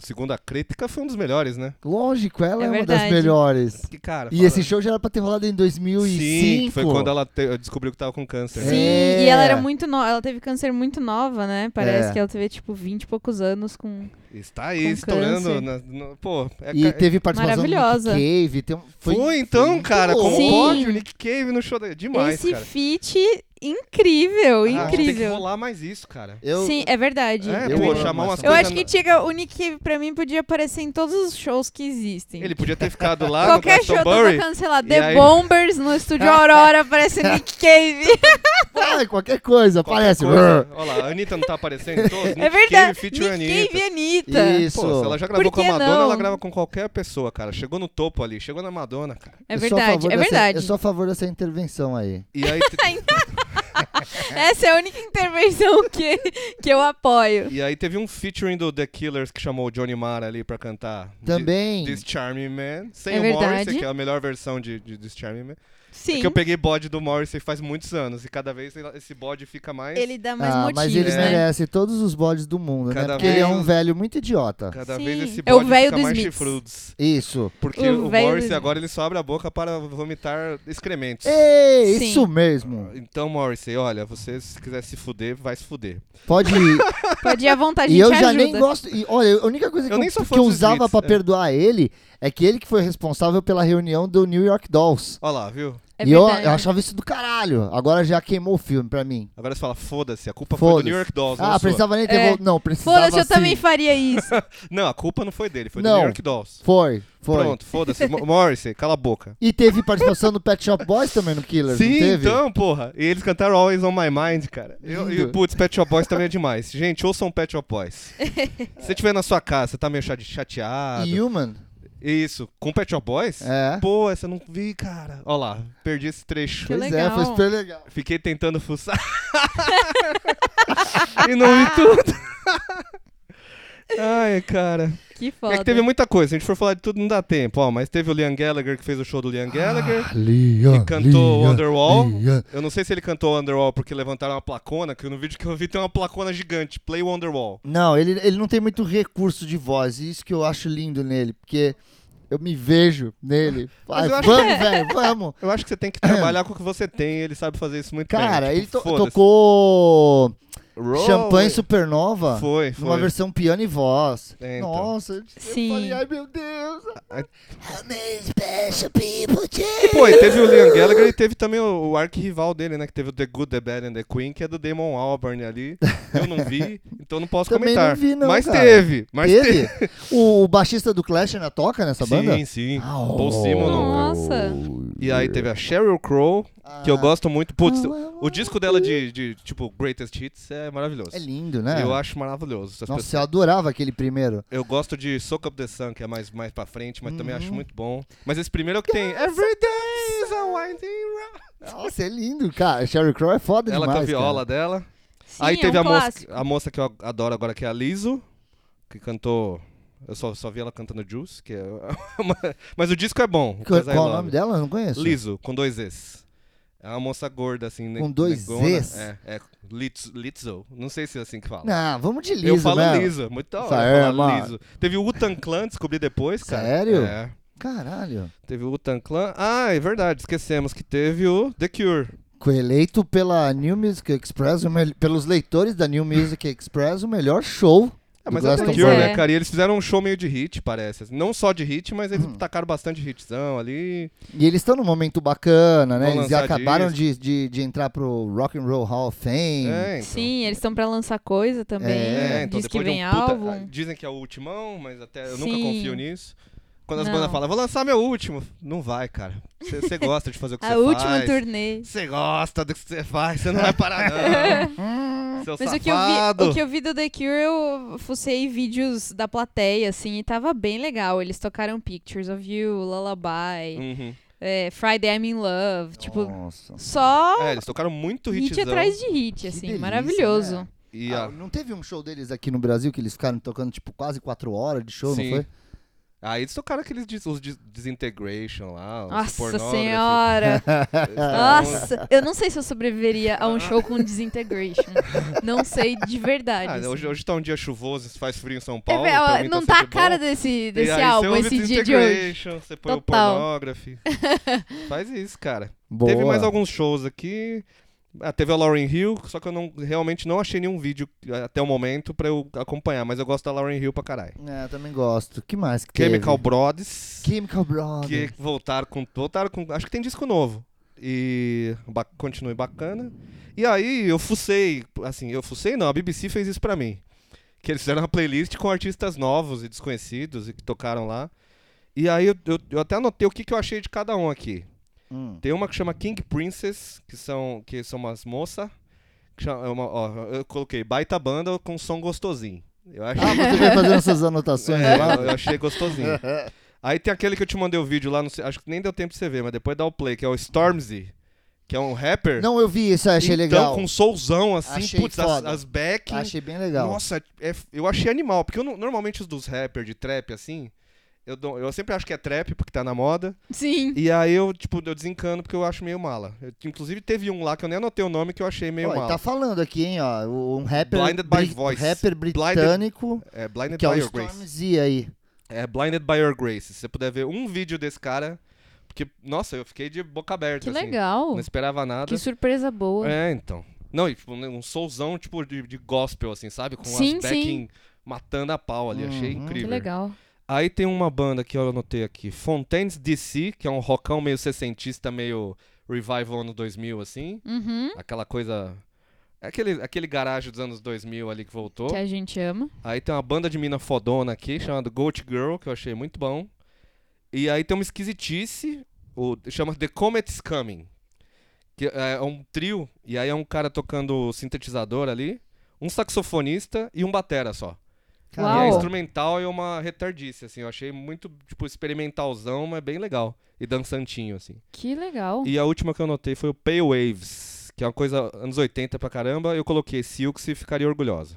[SPEAKER 3] segundo a crítica, foi um dos melhores, né?
[SPEAKER 2] Lógico, ela é,
[SPEAKER 5] É
[SPEAKER 2] uma das
[SPEAKER 5] verdade.
[SPEAKER 2] melhores.
[SPEAKER 3] Que cara.
[SPEAKER 2] E
[SPEAKER 3] fala-
[SPEAKER 2] esse show já era pra ter rolado em 2005.
[SPEAKER 3] Sim, que foi quando ela te- descobriu que tava com câncer.
[SPEAKER 5] Sim,
[SPEAKER 3] né?
[SPEAKER 2] É.
[SPEAKER 5] e ela era muito nova. Ela teve câncer muito nova, né? Parece
[SPEAKER 2] É.
[SPEAKER 5] que ela teve, tipo, 20 e poucos anos com.
[SPEAKER 3] Está aí,
[SPEAKER 5] Com
[SPEAKER 3] estourando.
[SPEAKER 5] câncer.
[SPEAKER 3] na- no- pô, é
[SPEAKER 2] E
[SPEAKER 3] ca-
[SPEAKER 2] teve participação do Nick
[SPEAKER 5] Maravilhosa.
[SPEAKER 2] Cave. tem um-
[SPEAKER 3] foi,
[SPEAKER 2] foi,
[SPEAKER 3] então,
[SPEAKER 2] muito
[SPEAKER 3] cara. Como
[SPEAKER 2] louco.
[SPEAKER 5] Sim.
[SPEAKER 3] pode o Nick Cave no show? da- Demais,
[SPEAKER 5] Esse
[SPEAKER 3] cara.
[SPEAKER 5] feat incrível,
[SPEAKER 3] Ah, Tem que
[SPEAKER 5] incrível.
[SPEAKER 3] rolar mais isso, cara.
[SPEAKER 2] Eu,
[SPEAKER 5] Sim, é verdade.
[SPEAKER 3] É,
[SPEAKER 2] eu
[SPEAKER 3] pô,
[SPEAKER 2] amo
[SPEAKER 3] chamar umas
[SPEAKER 2] essa
[SPEAKER 5] Eu
[SPEAKER 3] coisas
[SPEAKER 5] acho que
[SPEAKER 3] na-
[SPEAKER 5] tinha, o Nick Cave pra mim podia aparecer em todos os shows que existem.
[SPEAKER 3] Ele podia ter ficado lá
[SPEAKER 5] Qualquer
[SPEAKER 3] no
[SPEAKER 5] show
[SPEAKER 3] Glastonbury.
[SPEAKER 5] tava cancelado.
[SPEAKER 3] E
[SPEAKER 5] The
[SPEAKER 3] aí-
[SPEAKER 5] Bombers no estúdio Aurora aparece Nick Cave.
[SPEAKER 2] Ai, qualquer coisa,
[SPEAKER 3] Qualquer
[SPEAKER 2] parece. né?
[SPEAKER 3] coisa. Olha lá, a Anitta não tá aparecendo em todos?
[SPEAKER 5] é
[SPEAKER 3] Nick
[SPEAKER 5] verdade.
[SPEAKER 3] Cave featuring
[SPEAKER 5] Nick
[SPEAKER 3] Anitta.
[SPEAKER 5] Cave e Anitta.
[SPEAKER 2] Isso.
[SPEAKER 3] Pô, se ela já gravou
[SPEAKER 5] Por
[SPEAKER 3] com a
[SPEAKER 5] que
[SPEAKER 3] Madonna,
[SPEAKER 5] não?
[SPEAKER 3] ela grava com qualquer pessoa, cara. Chegou no topo ali, chegou na Madonna, cara.
[SPEAKER 5] É
[SPEAKER 2] Eu sou a
[SPEAKER 5] verdade,
[SPEAKER 2] favor
[SPEAKER 5] é
[SPEAKER 2] dessa-
[SPEAKER 5] verdade.
[SPEAKER 2] Eu sou a favor dessa intervenção aí.
[SPEAKER 3] E aí, te-
[SPEAKER 5] Essa é a única intervenção que, que eu apoio.
[SPEAKER 3] e aí teve um featuring do The Killers que chamou o Johnny Mara ali pra cantar. Thi-
[SPEAKER 2] Também.
[SPEAKER 3] This Charming Man. Sem
[SPEAKER 5] É
[SPEAKER 3] o Morrissey,
[SPEAKER 5] verdade.
[SPEAKER 3] que é a melhor versão de, de This Charming Man.
[SPEAKER 5] Sim.
[SPEAKER 3] É que eu peguei bode do Morrissey faz muitos anos. E cada vez ele- esse bode fica mais.
[SPEAKER 5] Ele dá mais
[SPEAKER 2] Ah,
[SPEAKER 5] motivos,
[SPEAKER 2] mas ele
[SPEAKER 5] né?
[SPEAKER 2] merece todos os bodes do mundo, né?
[SPEAKER 3] Cada
[SPEAKER 2] Porque ele é
[SPEAKER 3] vez-
[SPEAKER 2] um velho muito idiota.
[SPEAKER 3] Cada
[SPEAKER 5] Sim.
[SPEAKER 3] vez esse
[SPEAKER 5] É o
[SPEAKER 3] bode
[SPEAKER 5] velho
[SPEAKER 3] fica
[SPEAKER 5] do
[SPEAKER 3] mais
[SPEAKER 5] Smiths.
[SPEAKER 3] chifrudos.
[SPEAKER 2] Isso.
[SPEAKER 3] Porque
[SPEAKER 5] O
[SPEAKER 3] o,
[SPEAKER 5] velho do
[SPEAKER 3] Morrissey
[SPEAKER 5] Smiths. É.
[SPEAKER 3] agora ele só abre a boca para vomitar excrementos.
[SPEAKER 2] Ei,
[SPEAKER 5] Sim.
[SPEAKER 2] isso mesmo.
[SPEAKER 3] Então, Morrissey, olha, você se quiser se fuder, vai se fuder.
[SPEAKER 2] Pode ir.
[SPEAKER 5] Pode ir à vontade, a
[SPEAKER 2] e
[SPEAKER 5] gente
[SPEAKER 2] eu já
[SPEAKER 5] ajuda.
[SPEAKER 2] nem gosto. E, olha, a única coisa
[SPEAKER 3] Eu
[SPEAKER 2] que eu,
[SPEAKER 3] nem sou
[SPEAKER 2] que
[SPEAKER 3] fã
[SPEAKER 2] eu
[SPEAKER 3] dos
[SPEAKER 2] usava
[SPEAKER 3] Smiths,
[SPEAKER 2] pra
[SPEAKER 3] é.
[SPEAKER 2] perdoar ele é que ele que foi responsável pela reunião do New York Dolls.
[SPEAKER 3] Olha lá, viu?
[SPEAKER 5] É
[SPEAKER 2] e eu,
[SPEAKER 5] verdade.
[SPEAKER 2] eu achava isso do caralho. Agora já queimou o filme pra mim.
[SPEAKER 3] Agora você fala, foda-se, a culpa foi do
[SPEAKER 2] Foda-se.
[SPEAKER 3] New York Dolls. não
[SPEAKER 2] Ah,
[SPEAKER 3] sua.
[SPEAKER 2] precisava nem ter.
[SPEAKER 5] É.
[SPEAKER 2] vol- Não, precisava.
[SPEAKER 5] Foda-se, eu
[SPEAKER 2] sim.
[SPEAKER 5] também faria isso.
[SPEAKER 3] Não, a culpa não foi dele, foi do
[SPEAKER 2] Não.
[SPEAKER 3] New York Dolls.
[SPEAKER 2] Foi, foi.
[SPEAKER 3] Pronto, foda-se. Mo- Morrissey, cala a boca.
[SPEAKER 2] E teve participação do Pet Shop Boys também no Killer, não
[SPEAKER 3] Sim,
[SPEAKER 2] teve?
[SPEAKER 3] então, porra. E eles cantaram Always on My Mind, cara. Eu, e,
[SPEAKER 2] Lindo.
[SPEAKER 3] putz, Pet Shop Boys também é demais. Gente, ouçam Pet Shop Boys. Se você estiver na sua casa, você tá meio chate- chateado.
[SPEAKER 2] E Human?
[SPEAKER 3] Isso, com Pet Shop Boys?
[SPEAKER 2] É.
[SPEAKER 3] Pô, essa eu não vi, cara. Ó lá, perdi esse trecho.
[SPEAKER 5] Que
[SPEAKER 2] pois é,
[SPEAKER 5] legal.
[SPEAKER 2] foi super legal.
[SPEAKER 3] Fiquei tentando fuçar. e não vi tudo. Ai, cara.
[SPEAKER 5] Que foda.
[SPEAKER 3] É que teve muita coisa. Se a gente for falar de tudo, não dá tempo. Ó, mas teve o Liam Gallagher que fez o show do Liam Gallagher.
[SPEAKER 2] Ah, Liam,
[SPEAKER 3] que cantou
[SPEAKER 2] Liam,
[SPEAKER 3] Wonderwall.
[SPEAKER 2] Liam.
[SPEAKER 3] Eu não sei se ele cantou Underwall porque levantaram uma placona, que no vídeo que eu vi tem uma placona gigante. Play Wonderwall.
[SPEAKER 2] Não, ele, ele não tem muito recurso de voz, e isso que eu acho lindo nele, porque eu me vejo nele. Vai,
[SPEAKER 3] eu acho- é.
[SPEAKER 2] vamos, velho, vamos.
[SPEAKER 3] Eu acho que você tem que trabalhar com o que você tem. Ele sabe fazer isso muito
[SPEAKER 2] É. Cara,
[SPEAKER 3] bem.
[SPEAKER 2] ele
[SPEAKER 3] Tipo,
[SPEAKER 2] to-
[SPEAKER 3] foda-se.
[SPEAKER 2] tocou
[SPEAKER 3] Roll.
[SPEAKER 2] Champanhe Supernova
[SPEAKER 3] Foi, foi.
[SPEAKER 2] numa versão piano e voz.
[SPEAKER 3] É, então.
[SPEAKER 2] Nossa, eu
[SPEAKER 5] Sim.
[SPEAKER 2] falei, ai meu Deus.
[SPEAKER 3] Ai.
[SPEAKER 2] How many special people do-
[SPEAKER 3] Pô, e teve o Liam Gallagher e teve também o, o arquirrival dele, né? Que teve o The Good, The Bad and The Queen, que é do Damon Albarn ali. Eu não vi, então não posso
[SPEAKER 2] Também não
[SPEAKER 3] comentar.
[SPEAKER 2] vi, não,
[SPEAKER 3] mas
[SPEAKER 2] cara.
[SPEAKER 3] teve, mas teve.
[SPEAKER 2] Teve? o, o baixista do Clash ainda toca nessa banda?
[SPEAKER 3] Sim, sim.
[SPEAKER 2] Ah,
[SPEAKER 3] Paul
[SPEAKER 2] oh.
[SPEAKER 3] Simon. não.
[SPEAKER 5] Nossa.
[SPEAKER 3] E aí teve a Sheryl Crow, que eu
[SPEAKER 2] Ah.
[SPEAKER 3] gosto muito. Pputz,
[SPEAKER 2] Ah, ah,
[SPEAKER 3] o disco dela de, de, tipo, Greatest Hits é maravilhoso.
[SPEAKER 2] É lindo, né?
[SPEAKER 3] Eu acho maravilhoso. essas pessoas.
[SPEAKER 2] Nossa, eu adorava aquele primeiro.
[SPEAKER 3] Eu gosto de Soak Up The Sun, que é mais, mais pra frente, mas também
[SPEAKER 2] Uhum.
[SPEAKER 3] acho muito bom. Mas esse primeiro é o que tem... Every day is a winding road.
[SPEAKER 2] Nossa, é lindo, cara. Sherry Crow é foda
[SPEAKER 3] Ela
[SPEAKER 2] demais.
[SPEAKER 3] com a
[SPEAKER 2] cara.
[SPEAKER 3] viola dela.
[SPEAKER 5] Sim,
[SPEAKER 3] Aí
[SPEAKER 5] é
[SPEAKER 3] teve
[SPEAKER 5] um
[SPEAKER 3] a, moça,
[SPEAKER 5] clássico.
[SPEAKER 3] a moça que eu adoro agora, que é a Liso, que cantou. Eu só, só vi ela cantando Juice, que é. uma- Mas o disco é bom.
[SPEAKER 2] Qual,
[SPEAKER 3] Because I
[SPEAKER 2] qual o
[SPEAKER 3] Love
[SPEAKER 2] nome
[SPEAKER 3] It.
[SPEAKER 2] dela? Eu não conheço.
[SPEAKER 3] Liso, com dois Zs. É uma moça gorda, assim, ne-
[SPEAKER 2] Com dois
[SPEAKER 3] negona.
[SPEAKER 2] Zs?
[SPEAKER 3] É, é Litz- Litzo. Não sei se é assim que fala.
[SPEAKER 2] Não, vamos de liso,
[SPEAKER 3] eu falo
[SPEAKER 2] né?
[SPEAKER 3] Liso, é muito da
[SPEAKER 2] Isso
[SPEAKER 3] hora
[SPEAKER 2] aí,
[SPEAKER 3] falar
[SPEAKER 2] mano.
[SPEAKER 3] Liso. Teve o Utan Clan, descobri depois, cara.
[SPEAKER 2] Sério?
[SPEAKER 3] É.
[SPEAKER 2] Caralho.
[SPEAKER 3] Teve o Utan Clan. Ah, é verdade, esquecemos que teve o The Cure.
[SPEAKER 2] Foi eleito pela New Music Express, o mel- pelos leitores da New Music Express, o melhor show.
[SPEAKER 3] É,
[SPEAKER 2] do
[SPEAKER 3] mas é o The
[SPEAKER 2] Glastonbury.
[SPEAKER 3] Cure,
[SPEAKER 5] Glastonbury.
[SPEAKER 3] né, cara? E eles fizeram um show meio de hit, parece. assim. Não só de hit, mas eles tacaram bastante hitzão ali.
[SPEAKER 2] E eles estão num momento bacana, né?
[SPEAKER 3] é. Vão
[SPEAKER 2] Eles
[SPEAKER 3] lançar
[SPEAKER 2] acabaram de, de, de entrar pro Rock and Roll Hall of Fame.
[SPEAKER 3] É, então.
[SPEAKER 5] Sim, eles estão pra lançar coisa também.
[SPEAKER 2] É,
[SPEAKER 3] É, então
[SPEAKER 5] Diz que
[SPEAKER 3] depois de
[SPEAKER 5] vem
[SPEAKER 3] um puta... ah,
[SPEAKER 5] álbum.
[SPEAKER 3] Dizem que é o ultimão, mas até eu
[SPEAKER 5] Sim.
[SPEAKER 3] nunca confio nisso. Quando as
[SPEAKER 5] Não.
[SPEAKER 3] bandas falam, vou lançar meu último. Não vai, cara. Você gosta de fazer o que você
[SPEAKER 5] A
[SPEAKER 3] faz.
[SPEAKER 5] última turnê.
[SPEAKER 3] Você gosta do que você faz, você não vai parar, não. Seu
[SPEAKER 5] Mas o que, eu
[SPEAKER 3] safado.
[SPEAKER 5] vi, o que eu vi do The Cure, eu fucei vídeos da plateia, assim, e tava bem legal. Eles tocaram Pictures of You, Lullaby,
[SPEAKER 3] Uhum.
[SPEAKER 5] é, Friday I'm in Love. Tipo,
[SPEAKER 2] Nossa.
[SPEAKER 5] só
[SPEAKER 3] É, eles tocaram muito
[SPEAKER 5] hit
[SPEAKER 3] hitzão.
[SPEAKER 5] atrás de hit, assim,
[SPEAKER 2] delícia,
[SPEAKER 5] maravilhoso.
[SPEAKER 2] né?
[SPEAKER 3] E
[SPEAKER 2] Ah,
[SPEAKER 3] a...
[SPEAKER 2] não teve um show deles aqui no Brasil que eles ficaram tocando, tipo, quase quatro horas de show, não
[SPEAKER 3] Sim.
[SPEAKER 2] foi?
[SPEAKER 3] Aí eles tocaram aqueles dis- os dis- disintegration lá, os
[SPEAKER 5] Nossa
[SPEAKER 3] pornography.
[SPEAKER 5] senhora!
[SPEAKER 3] Eles estavam-
[SPEAKER 5] Nossa! Eu não sei se eu sobreviveria a um show com Disintegration. Não sei de verdade.
[SPEAKER 3] Ah,
[SPEAKER 5] assim.
[SPEAKER 3] hoje, hoje tá um dia chuvoso, faz frio em São
[SPEAKER 5] É,
[SPEAKER 3] Paulo.
[SPEAKER 5] velho,
[SPEAKER 3] pra mim
[SPEAKER 5] não
[SPEAKER 3] tá,
[SPEAKER 5] tá a
[SPEAKER 3] sempre
[SPEAKER 5] cara
[SPEAKER 3] bom.
[SPEAKER 5] desse,
[SPEAKER 3] E
[SPEAKER 5] desse
[SPEAKER 3] aí você
[SPEAKER 5] álbum,
[SPEAKER 3] ouve
[SPEAKER 5] esse dia de hoje.
[SPEAKER 3] Disintegration, Você põe
[SPEAKER 5] Total.
[SPEAKER 3] o pornography. faz isso, cara.
[SPEAKER 2] Boa.
[SPEAKER 3] Teve mais alguns shows aqui. Ah, teve a Lauren Hill, só que eu não, realmente não achei nenhum vídeo eh, até o momento pra eu acompanhar, mas eu gosto da Lauren Hill pra caralho.
[SPEAKER 2] É, eu também gosto. que mais que teve?
[SPEAKER 3] Chemical Brothers,
[SPEAKER 2] Chemical Brothers.
[SPEAKER 3] que voltaram com, voltaram com... Acho que tem disco novo. E ba- continue bacana. E aí eu fucei, assim, eu fucei não, a BBC fez isso pra mim. Que eles fizeram uma playlist com artistas novos e desconhecidos e que tocaram lá. E aí eu, eu- eu até anotei o que, que eu achei de cada um aqui.
[SPEAKER 2] Hum.
[SPEAKER 3] Tem uma que chama King Princess, que são, que são umas moças. é eu coloquei baita banda com som gostosinho. Eu achei,
[SPEAKER 2] Ah, você vai fazendo essas anotações
[SPEAKER 3] É,
[SPEAKER 2] lá?
[SPEAKER 3] eu- eu achei gostosinho. Aí tem aquele que eu te mandei o vídeo lá, não sei- acho que nem deu tempo de você ver, mas depois dá o play, que é o Stormzy, que é um rapper.
[SPEAKER 2] Não, eu vi isso, eu achei
[SPEAKER 3] então,
[SPEAKER 2] legal.
[SPEAKER 3] com soulzão, assim,
[SPEAKER 2] Achei
[SPEAKER 3] putz, as,
[SPEAKER 2] foda.
[SPEAKER 3] as back.
[SPEAKER 2] Achei bem legal.
[SPEAKER 3] Nossa, é- eu achei animal, porque eu não- normalmente os dos rappers de trap, assim, eu, dou- eu sempre acho que é trap, porque tá na moda.
[SPEAKER 5] Sim.
[SPEAKER 3] E aí eu, tipo, eu desencano porque eu acho meio mala. Eu- inclusive teve um lá que eu nem anotei o nome que eu achei meio
[SPEAKER 2] Ó, e
[SPEAKER 3] mala.
[SPEAKER 2] tá falando aqui, hein, ó. Um rapper,
[SPEAKER 3] Blinded by
[SPEAKER 2] bri-
[SPEAKER 3] Voice.
[SPEAKER 2] rapper britânico,
[SPEAKER 3] É Blinded
[SPEAKER 2] que é o
[SPEAKER 3] by Your Grace.
[SPEAKER 2] Stormzy aí.
[SPEAKER 3] É Blinded by Your Grace. Se você puder ver um vídeo desse cara, porque, nossa, eu fiquei de boca aberta.
[SPEAKER 5] Que
[SPEAKER 3] assim.
[SPEAKER 5] legal.
[SPEAKER 3] Não esperava nada.
[SPEAKER 5] Que surpresa boa.
[SPEAKER 3] É, então. Não, e tipo, um soulzão, tipo, de, de gospel, assim, sabe? Com
[SPEAKER 5] Sim,
[SPEAKER 3] as backing matando a pau ali. Achei
[SPEAKER 2] Uhum.
[SPEAKER 3] incrível.
[SPEAKER 5] que legal.
[SPEAKER 3] Aí tem uma banda que eu anotei aqui, Fontaines DC, que é um rockão meio sessentista, meio revival ano 2000, assim.
[SPEAKER 5] Uhum.
[SPEAKER 3] Aquela coisa. é Aquele, aquele garagem dos anos 2000 ali que voltou.
[SPEAKER 5] Que a gente ama.
[SPEAKER 3] Aí tem uma banda de mina fodona aqui, chamada Goat Girl, que eu achei muito bom. E aí tem uma esquisitice, o, chama The Comet's Coming. Que é um trio, e aí é um cara tocando sintetizador ali, um saxofonista e um batera só. E
[SPEAKER 5] Uau.
[SPEAKER 3] a instrumental é uma retardice, assim. Eu achei muito, tipo, experimentalzão, mas bem legal. E dançantinho, assim.
[SPEAKER 5] Que legal.
[SPEAKER 3] E a última que eu anotei foi o Pay Waves, que é uma coisa anos 80 pra caramba. Eu coloquei Silks e ficaria orgulhosa.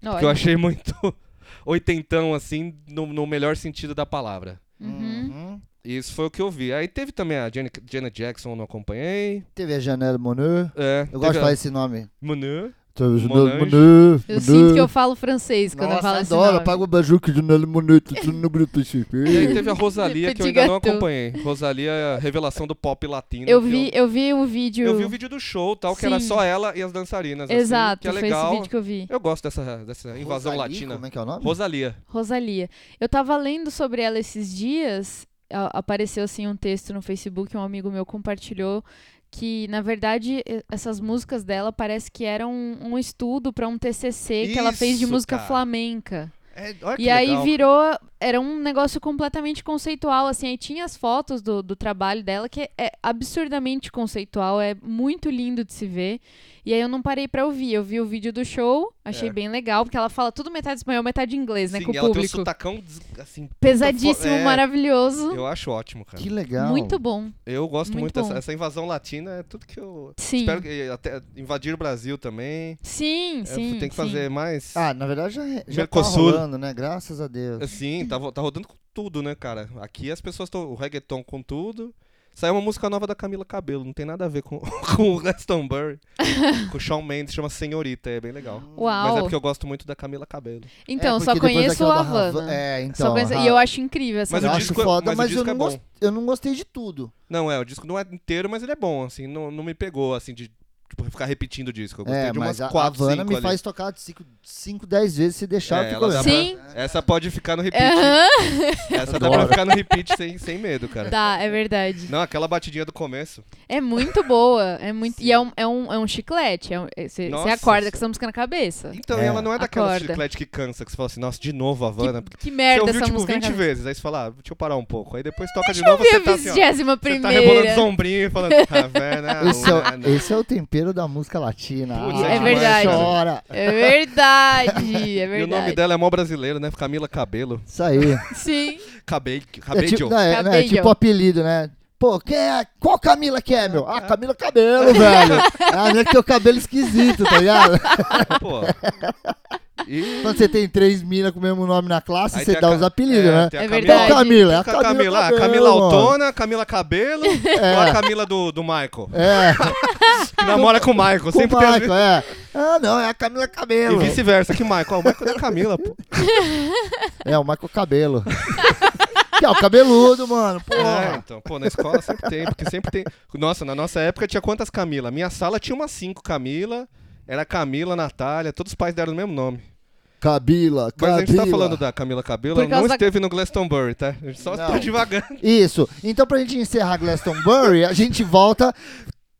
[SPEAKER 3] Porque eu
[SPEAKER 5] Olha.
[SPEAKER 3] achei muito oitentão, assim, no, no melhor sentido da palavra.
[SPEAKER 5] Uhum.
[SPEAKER 2] Uhum.
[SPEAKER 3] E Isso foi o que eu vi. Aí teve também a Janet, Janet Jackson, eu não acompanhei.
[SPEAKER 2] Teve a Janelle Monáe.
[SPEAKER 3] É,
[SPEAKER 2] Eu
[SPEAKER 3] teve
[SPEAKER 2] gosto de
[SPEAKER 3] a
[SPEAKER 2] falar esse nome.
[SPEAKER 3] Monet.
[SPEAKER 2] Teve
[SPEAKER 3] Janelle Monáe. Uhum.
[SPEAKER 5] Eu sinto que eu falo francês quando eu
[SPEAKER 2] Nossa,
[SPEAKER 5] falo esse
[SPEAKER 2] adoro.
[SPEAKER 5] nome.
[SPEAKER 2] Pago o bajuque de Janelle Monáe. Tudo no grupo.
[SPEAKER 3] E aí teve a Rosalia, que eu ainda não
[SPEAKER 5] Petit gâteau.
[SPEAKER 3] acompanhei. Rosalia é a revelação do pop latino.
[SPEAKER 5] Eu
[SPEAKER 3] que
[SPEAKER 5] vi, eu vi um vídeo.
[SPEAKER 3] né, Eu vi o vídeo do show, tal, que era
[SPEAKER 5] Sim.
[SPEAKER 3] só ela e as dançarinas. assim,
[SPEAKER 5] Exato,
[SPEAKER 3] que é
[SPEAKER 5] foi esse
[SPEAKER 3] legal.
[SPEAKER 5] vídeo que eu vi.
[SPEAKER 3] Eu gosto dessa, dessa invasão
[SPEAKER 2] Rosalie,
[SPEAKER 3] latina.
[SPEAKER 2] Como é que é o nome?
[SPEAKER 3] Rosalia.
[SPEAKER 5] Rosalia. Eu tava lendo sobre ela esses dias. a- Apareceu assim um texto no Facebook, um amigo meu compartilhou que na verdade e- essas músicas dela parece que eram um, um estudo pra um TCC que ela fez de
[SPEAKER 3] Isso,
[SPEAKER 5] música
[SPEAKER 3] cara.
[SPEAKER 5] flamenca.
[SPEAKER 3] É, olha
[SPEAKER 5] E aí virou. Era um negócio completamente conceitual, assim. Aí tinha as fotos do, do trabalho dela, que é absurdamente conceitual, é muito lindo de se ver. E aí eu não parei pra ouvir. Eu vi o vídeo do show, achei
[SPEAKER 3] É.
[SPEAKER 5] bem legal, porque ela fala tudo metade espanhol, metade inglês, né?
[SPEAKER 3] Sim,
[SPEAKER 5] Com o
[SPEAKER 3] ela tem um
[SPEAKER 5] público.
[SPEAKER 3] sotacão, des- assim,
[SPEAKER 5] Pesadíssimo,
[SPEAKER 3] É.
[SPEAKER 5] maravilhoso.
[SPEAKER 3] eu acho ótimo, cara.
[SPEAKER 2] Que legal.
[SPEAKER 5] Muito bom.
[SPEAKER 3] Eu gosto
[SPEAKER 5] Muito
[SPEAKER 3] muito, dessa
[SPEAKER 5] bom.
[SPEAKER 3] essa invasão latina, é tudo que eu...
[SPEAKER 5] Sim.
[SPEAKER 3] Espero que até invadir o Brasil também.
[SPEAKER 5] Sim,
[SPEAKER 3] É,
[SPEAKER 5] sim.
[SPEAKER 3] tem que
[SPEAKER 5] sim.
[SPEAKER 3] fazer mais...
[SPEAKER 2] Ah, na verdade já, já tá
[SPEAKER 3] Mercosul.
[SPEAKER 2] rolando, né? Graças a Deus.
[SPEAKER 3] Sim, tá, vo- tá rodando com tudo, né, cara? Aqui as pessoas estão... O reggaeton com tudo. Saiu uma música nova da Camila Cabelo, não tem nada a ver com, com o Glastonbury. com o Shawn Mendes, chama Senhorita, é bem legal. Mas é
[SPEAKER 5] Uau.
[SPEAKER 3] porque eu gosto muito da Camila Cabelo.
[SPEAKER 5] Então,
[SPEAKER 2] É,
[SPEAKER 5] só
[SPEAKER 2] porque depois
[SPEAKER 5] conheço o
[SPEAKER 2] daquela da Havana-
[SPEAKER 5] Havana.
[SPEAKER 2] É, então.
[SPEAKER 5] Só conheço- E
[SPEAKER 2] Havana-
[SPEAKER 5] eu acho incrível essa
[SPEAKER 3] Mas
[SPEAKER 2] eu
[SPEAKER 3] o
[SPEAKER 5] música.
[SPEAKER 2] acho
[SPEAKER 3] disco é-
[SPEAKER 2] foda,
[SPEAKER 3] mas o
[SPEAKER 2] mas, eu,
[SPEAKER 3] disco
[SPEAKER 2] não
[SPEAKER 3] é bom.
[SPEAKER 2] gost- eu não gostei de tudo.
[SPEAKER 3] Não, é, o disco não é inteiro, mas ele é bom, assim, não, não me pegou, assim, de tipo, ficar repetindo o disco. Eu gostei
[SPEAKER 2] É,
[SPEAKER 3] de umas
[SPEAKER 2] mas a
[SPEAKER 3] quatro,
[SPEAKER 2] Havana
[SPEAKER 3] cinco
[SPEAKER 2] me
[SPEAKER 3] ali.
[SPEAKER 2] faz tocar 5, 10 vezes se deixar,
[SPEAKER 3] É,
[SPEAKER 2] eu fico
[SPEAKER 3] ela dá
[SPEAKER 2] olhando.
[SPEAKER 3] pra-
[SPEAKER 5] Sim.
[SPEAKER 3] Essa pode ficar no repeat.
[SPEAKER 5] Aham.
[SPEAKER 3] Essa dá pra
[SPEAKER 2] Adoro.
[SPEAKER 3] ficar no repeat sem, sem medo, cara.
[SPEAKER 5] Dá, é verdade.
[SPEAKER 3] Não, aquela batidinha do começo.
[SPEAKER 5] É muito boa. É muito, e é um, é um, é um chiclete. Você
[SPEAKER 3] Nossa,
[SPEAKER 5] acorda
[SPEAKER 3] cê-
[SPEAKER 5] com essa música na cabeça.
[SPEAKER 3] Então,
[SPEAKER 2] É.
[SPEAKER 3] ela não é daquela
[SPEAKER 5] Acorda.
[SPEAKER 3] chiclete que cansa, que você fala assim, nossa, de novo a Havana.
[SPEAKER 5] Que, que
[SPEAKER 3] Você
[SPEAKER 5] merda
[SPEAKER 3] ouviu,
[SPEAKER 5] essa
[SPEAKER 3] tipo,
[SPEAKER 5] música na
[SPEAKER 3] 20
[SPEAKER 5] cabeça.
[SPEAKER 3] vezes, aí você fala, ah, deixa eu parar um pouco. Aí depois toca de
[SPEAKER 5] Deixa eu
[SPEAKER 3] novo, você
[SPEAKER 5] ver
[SPEAKER 3] tá
[SPEAKER 5] a
[SPEAKER 3] assim, ó.
[SPEAKER 5] vigésima
[SPEAKER 3] Você tá rebolando
[SPEAKER 5] primeira.
[SPEAKER 3] sombrinho e falando, Havana,
[SPEAKER 2] Esse é,
[SPEAKER 3] Havana.
[SPEAKER 2] o, esse é o tempero da música latina. Ah,
[SPEAKER 3] Putz,
[SPEAKER 5] é verdade.
[SPEAKER 2] Chora.
[SPEAKER 5] É verdade, é
[SPEAKER 3] E o
[SPEAKER 5] verdade.
[SPEAKER 3] nome dela é mó brasileiro, né? Camila Cabelo.
[SPEAKER 2] Isso aí.
[SPEAKER 5] Sim.
[SPEAKER 3] Cabello.
[SPEAKER 2] É tipo, não, é, não, é
[SPEAKER 5] Cabello.
[SPEAKER 2] tipo apelido, né? Pô, quem é? Qual Camila que é, meu? Ah, Camila Cabelo, velho. É a minha que tem o cabelo esquisito, tá ligado?
[SPEAKER 3] Pô. E...
[SPEAKER 2] Quando você tem três minas com o mesmo nome na classe,
[SPEAKER 3] Aí
[SPEAKER 2] você
[SPEAKER 3] tem a
[SPEAKER 2] dá
[SPEAKER 3] Ca-
[SPEAKER 2] os apelidos,
[SPEAKER 3] é,
[SPEAKER 2] né?
[SPEAKER 3] tem a
[SPEAKER 5] É
[SPEAKER 3] Camila-
[SPEAKER 2] Qual
[SPEAKER 5] verdade.
[SPEAKER 2] Camila? É a
[SPEAKER 3] tem a
[SPEAKER 2] Camila,
[SPEAKER 3] Camila, a
[SPEAKER 2] Cabello,
[SPEAKER 3] Camila
[SPEAKER 2] mano.
[SPEAKER 3] Altona, a Camila Cabelo ou a Camila do, do Michael?
[SPEAKER 2] É,
[SPEAKER 3] Que namora com o Michael.
[SPEAKER 2] com o
[SPEAKER 3] sempre tem a
[SPEAKER 2] Michael, é. Ah, não, é a Camila
[SPEAKER 3] ver- E
[SPEAKER 2] Cabelo.
[SPEAKER 3] vice-versa, que Michael? Ah, O Michael é a Camila, pô.
[SPEAKER 2] É, o Michael Cabelo. que é o cabeludo, mano.
[SPEAKER 3] É,
[SPEAKER 2] Porra.
[SPEAKER 3] então, pô, na escola sempre tem, porque sempre tem. Nossa, na nossa época tinha quantas Camila? Minha sala tinha umas cinco Camila. Era Camila, Natália, todos os pais deram o mesmo nome.
[SPEAKER 2] Cabila,
[SPEAKER 3] Mas
[SPEAKER 2] Cabila.
[SPEAKER 3] a gente tá falando da Camila Cabelo,
[SPEAKER 5] Por
[SPEAKER 3] ela não
[SPEAKER 5] causa da-
[SPEAKER 3] esteve no Glastonbury, tá? A gente só
[SPEAKER 2] Não.
[SPEAKER 3] tá devagando.
[SPEAKER 2] Isso. Então, pra gente encerrar Glastonbury, a gente volta.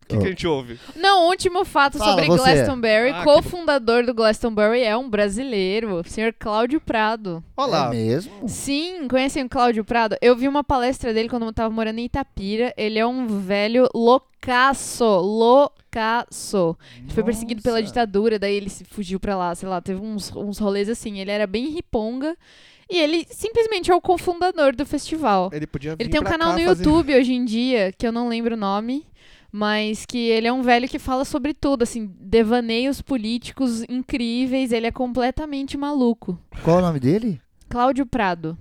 [SPEAKER 3] O que, que a gente ouve?
[SPEAKER 5] Não, último fato
[SPEAKER 2] Fala,
[SPEAKER 5] sobre
[SPEAKER 2] você.
[SPEAKER 5] Glastonbury.
[SPEAKER 3] Ah, que
[SPEAKER 5] cofundador do Glastonbury é um brasileiro, o senhor Cláudio Prado.
[SPEAKER 3] Olha lá.
[SPEAKER 2] É mesmo?
[SPEAKER 5] Sim, conhecem o Cláudio Prado? Eu vi uma palestra dele quando eu tava morando em Itapira. Ele é um velho loucaço, loucaço. Ele Foi perseguido pela
[SPEAKER 2] Nossa.
[SPEAKER 5] ditadura, daí ele se fugiu pra lá, sei lá, teve uns, uns rolês assim. Ele era bem riponga e ele simplesmente é o cofundador do festival.
[SPEAKER 3] Ele podia vir
[SPEAKER 5] Ele tem um
[SPEAKER 3] pra
[SPEAKER 5] canal
[SPEAKER 3] cá
[SPEAKER 5] no
[SPEAKER 3] fazer-
[SPEAKER 5] YouTube hoje em dia, que eu não lembro o nome, mas que ele é um velho que fala sobre tudo, assim, devaneios políticos incríveis, ele é completamente maluco.
[SPEAKER 2] Qual é o nome dele?
[SPEAKER 5] Cláudio Prado.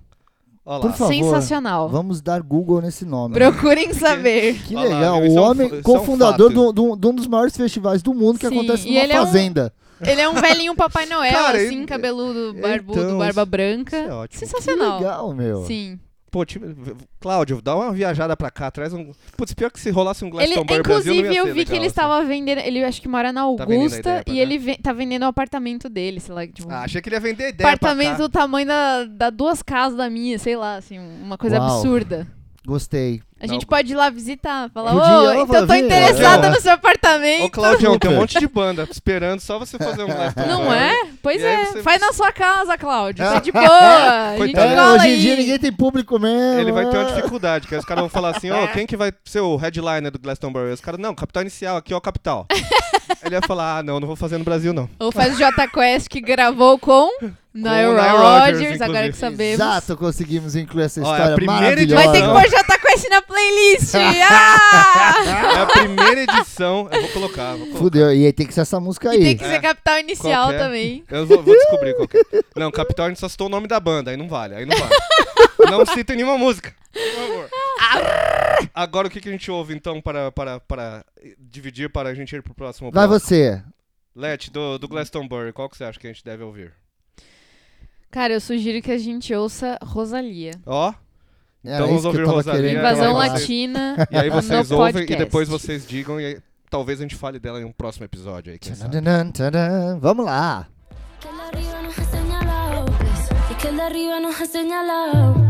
[SPEAKER 3] Olha lá.
[SPEAKER 2] Por favor.
[SPEAKER 5] Sensacional.
[SPEAKER 2] Vamos dar Google nesse nome.
[SPEAKER 5] Procurem saber.
[SPEAKER 2] Que
[SPEAKER 3] Olha lá,
[SPEAKER 2] legal.
[SPEAKER 3] isso
[SPEAKER 2] o
[SPEAKER 3] é um
[SPEAKER 2] homem,
[SPEAKER 3] fa- isso é um
[SPEAKER 2] cofundador
[SPEAKER 3] fato.
[SPEAKER 2] de um- de um- de um dos maiores festivais do mundo que
[SPEAKER 5] Sim,
[SPEAKER 2] acontece
[SPEAKER 5] e
[SPEAKER 2] numa
[SPEAKER 5] ele é um-
[SPEAKER 2] fazenda.
[SPEAKER 5] Ele é um velhinho Papai Noel,
[SPEAKER 3] Cara,
[SPEAKER 5] assim,
[SPEAKER 3] ele-
[SPEAKER 5] cabeludo, barbudo,
[SPEAKER 3] então,
[SPEAKER 5] barba
[SPEAKER 3] isso-
[SPEAKER 5] branca.
[SPEAKER 3] isso é ótimo.
[SPEAKER 5] Sensacional.
[SPEAKER 2] Legal, meu.
[SPEAKER 5] Sim.
[SPEAKER 3] Pô, tipo, v- v- Cláudio, dá uma viajada pra cá, traz um. Putz, pior que se rolasse um
[SPEAKER 5] Ele,
[SPEAKER 3] Glastonbury Brasil, não
[SPEAKER 5] inclusive,
[SPEAKER 3] ia ser
[SPEAKER 5] eu vi
[SPEAKER 3] legal,
[SPEAKER 5] que ele
[SPEAKER 3] assim. Tá
[SPEAKER 5] estava vendendo. Ele acho que mora na
[SPEAKER 3] vendendo a
[SPEAKER 5] Augusta
[SPEAKER 3] ideia pra
[SPEAKER 5] e
[SPEAKER 3] cá?
[SPEAKER 5] ele ve- tá vendendo o apartamento dele, sei lá, tipo,
[SPEAKER 3] Ah, achei que ele ia vender ideia
[SPEAKER 5] apartamento
[SPEAKER 3] pra cá.
[SPEAKER 5] do tamanho da, da duas casas da minha, sei lá, assim, uma coisa
[SPEAKER 2] Uau.
[SPEAKER 5] absurda.
[SPEAKER 2] Gostei.
[SPEAKER 5] A
[SPEAKER 3] Não.
[SPEAKER 5] gente pode ir lá visitar, falar, ô,
[SPEAKER 2] Podia, ó,
[SPEAKER 5] então eu tô
[SPEAKER 2] Flavinha.
[SPEAKER 5] interessada
[SPEAKER 3] É.
[SPEAKER 5] no seu apartamento.
[SPEAKER 3] Ô, Claudião, tem um
[SPEAKER 2] Super.
[SPEAKER 3] monte de banda esperando só você fazer um Glastonbury.
[SPEAKER 5] Não é? Pois
[SPEAKER 3] E aí
[SPEAKER 5] é,
[SPEAKER 3] você-
[SPEAKER 5] faz na sua casa, Cláudio. Tá de boa. A gente
[SPEAKER 3] Coitado.
[SPEAKER 2] É,
[SPEAKER 5] Então cola
[SPEAKER 2] hoje
[SPEAKER 5] aí.
[SPEAKER 2] em dia ninguém tem público mesmo.
[SPEAKER 3] Ele vai ter uma
[SPEAKER 2] Ah.
[SPEAKER 3] dificuldade, que aí os caras vão falar assim,
[SPEAKER 5] É.
[SPEAKER 3] ó, quem que vai ser o headliner do Glastonbury? Os caras, não, capital inicial, aqui ó, capital. ele ia falar, ah, não, não vou fazer no Brasil, não.
[SPEAKER 5] Ou faz o Jota Quest que gravou com Nile
[SPEAKER 3] Nile
[SPEAKER 5] Rodgers,
[SPEAKER 3] Rodgers,
[SPEAKER 5] agora
[SPEAKER 3] inclusive.
[SPEAKER 5] que sabemos.
[SPEAKER 2] Exato, conseguimos incluir essa
[SPEAKER 3] Ó, é a
[SPEAKER 2] história
[SPEAKER 3] primeira edição.
[SPEAKER 2] maravilhosa.
[SPEAKER 5] Vai ter que pôr Jota Quest na playlist! Ah!
[SPEAKER 3] É a primeira edição. Eu vou colocar. Vou colocar.
[SPEAKER 2] Fudeu, e aí tem que ser essa música aí.
[SPEAKER 5] E tem que
[SPEAKER 3] É.
[SPEAKER 5] ser capital inicial
[SPEAKER 3] Qualquer.
[SPEAKER 5] também.
[SPEAKER 3] Eu vou, vou descobrir qual que é. Não, Capital a gente só citou o nome da banda, aí não vale, aí não vale. não cita nenhuma música, por favor.
[SPEAKER 5] Ah.
[SPEAKER 3] Agora o que, que a gente ouve então para, para, para dividir para a gente ir pro próximo
[SPEAKER 2] Vai
[SPEAKER 3] bloco?
[SPEAKER 2] você.
[SPEAKER 3] Let, do, do Glastonbury, qual que você acha que a gente deve ouvir?
[SPEAKER 5] Cara, eu sugiro que a gente ouça Rosalia.
[SPEAKER 3] Ó,
[SPEAKER 2] Era
[SPEAKER 3] Então vamos
[SPEAKER 2] É isso que eu
[SPEAKER 3] ouvir
[SPEAKER 2] tava
[SPEAKER 3] Rosalia.
[SPEAKER 2] querendo
[SPEAKER 5] Invasão
[SPEAKER 2] falar.
[SPEAKER 5] Latina.
[SPEAKER 3] então, e aí vocês
[SPEAKER 5] No
[SPEAKER 3] ouvem e
[SPEAKER 5] podcast.
[SPEAKER 3] depois vocês digam e aí, talvez a gente fale dela em um próximo episódio aí, quem sabe.
[SPEAKER 2] Tadadã, tadã. Vamos lá.
[SPEAKER 6] Que la arriba nos ha señalado. Y que la arriba nos ha señalado.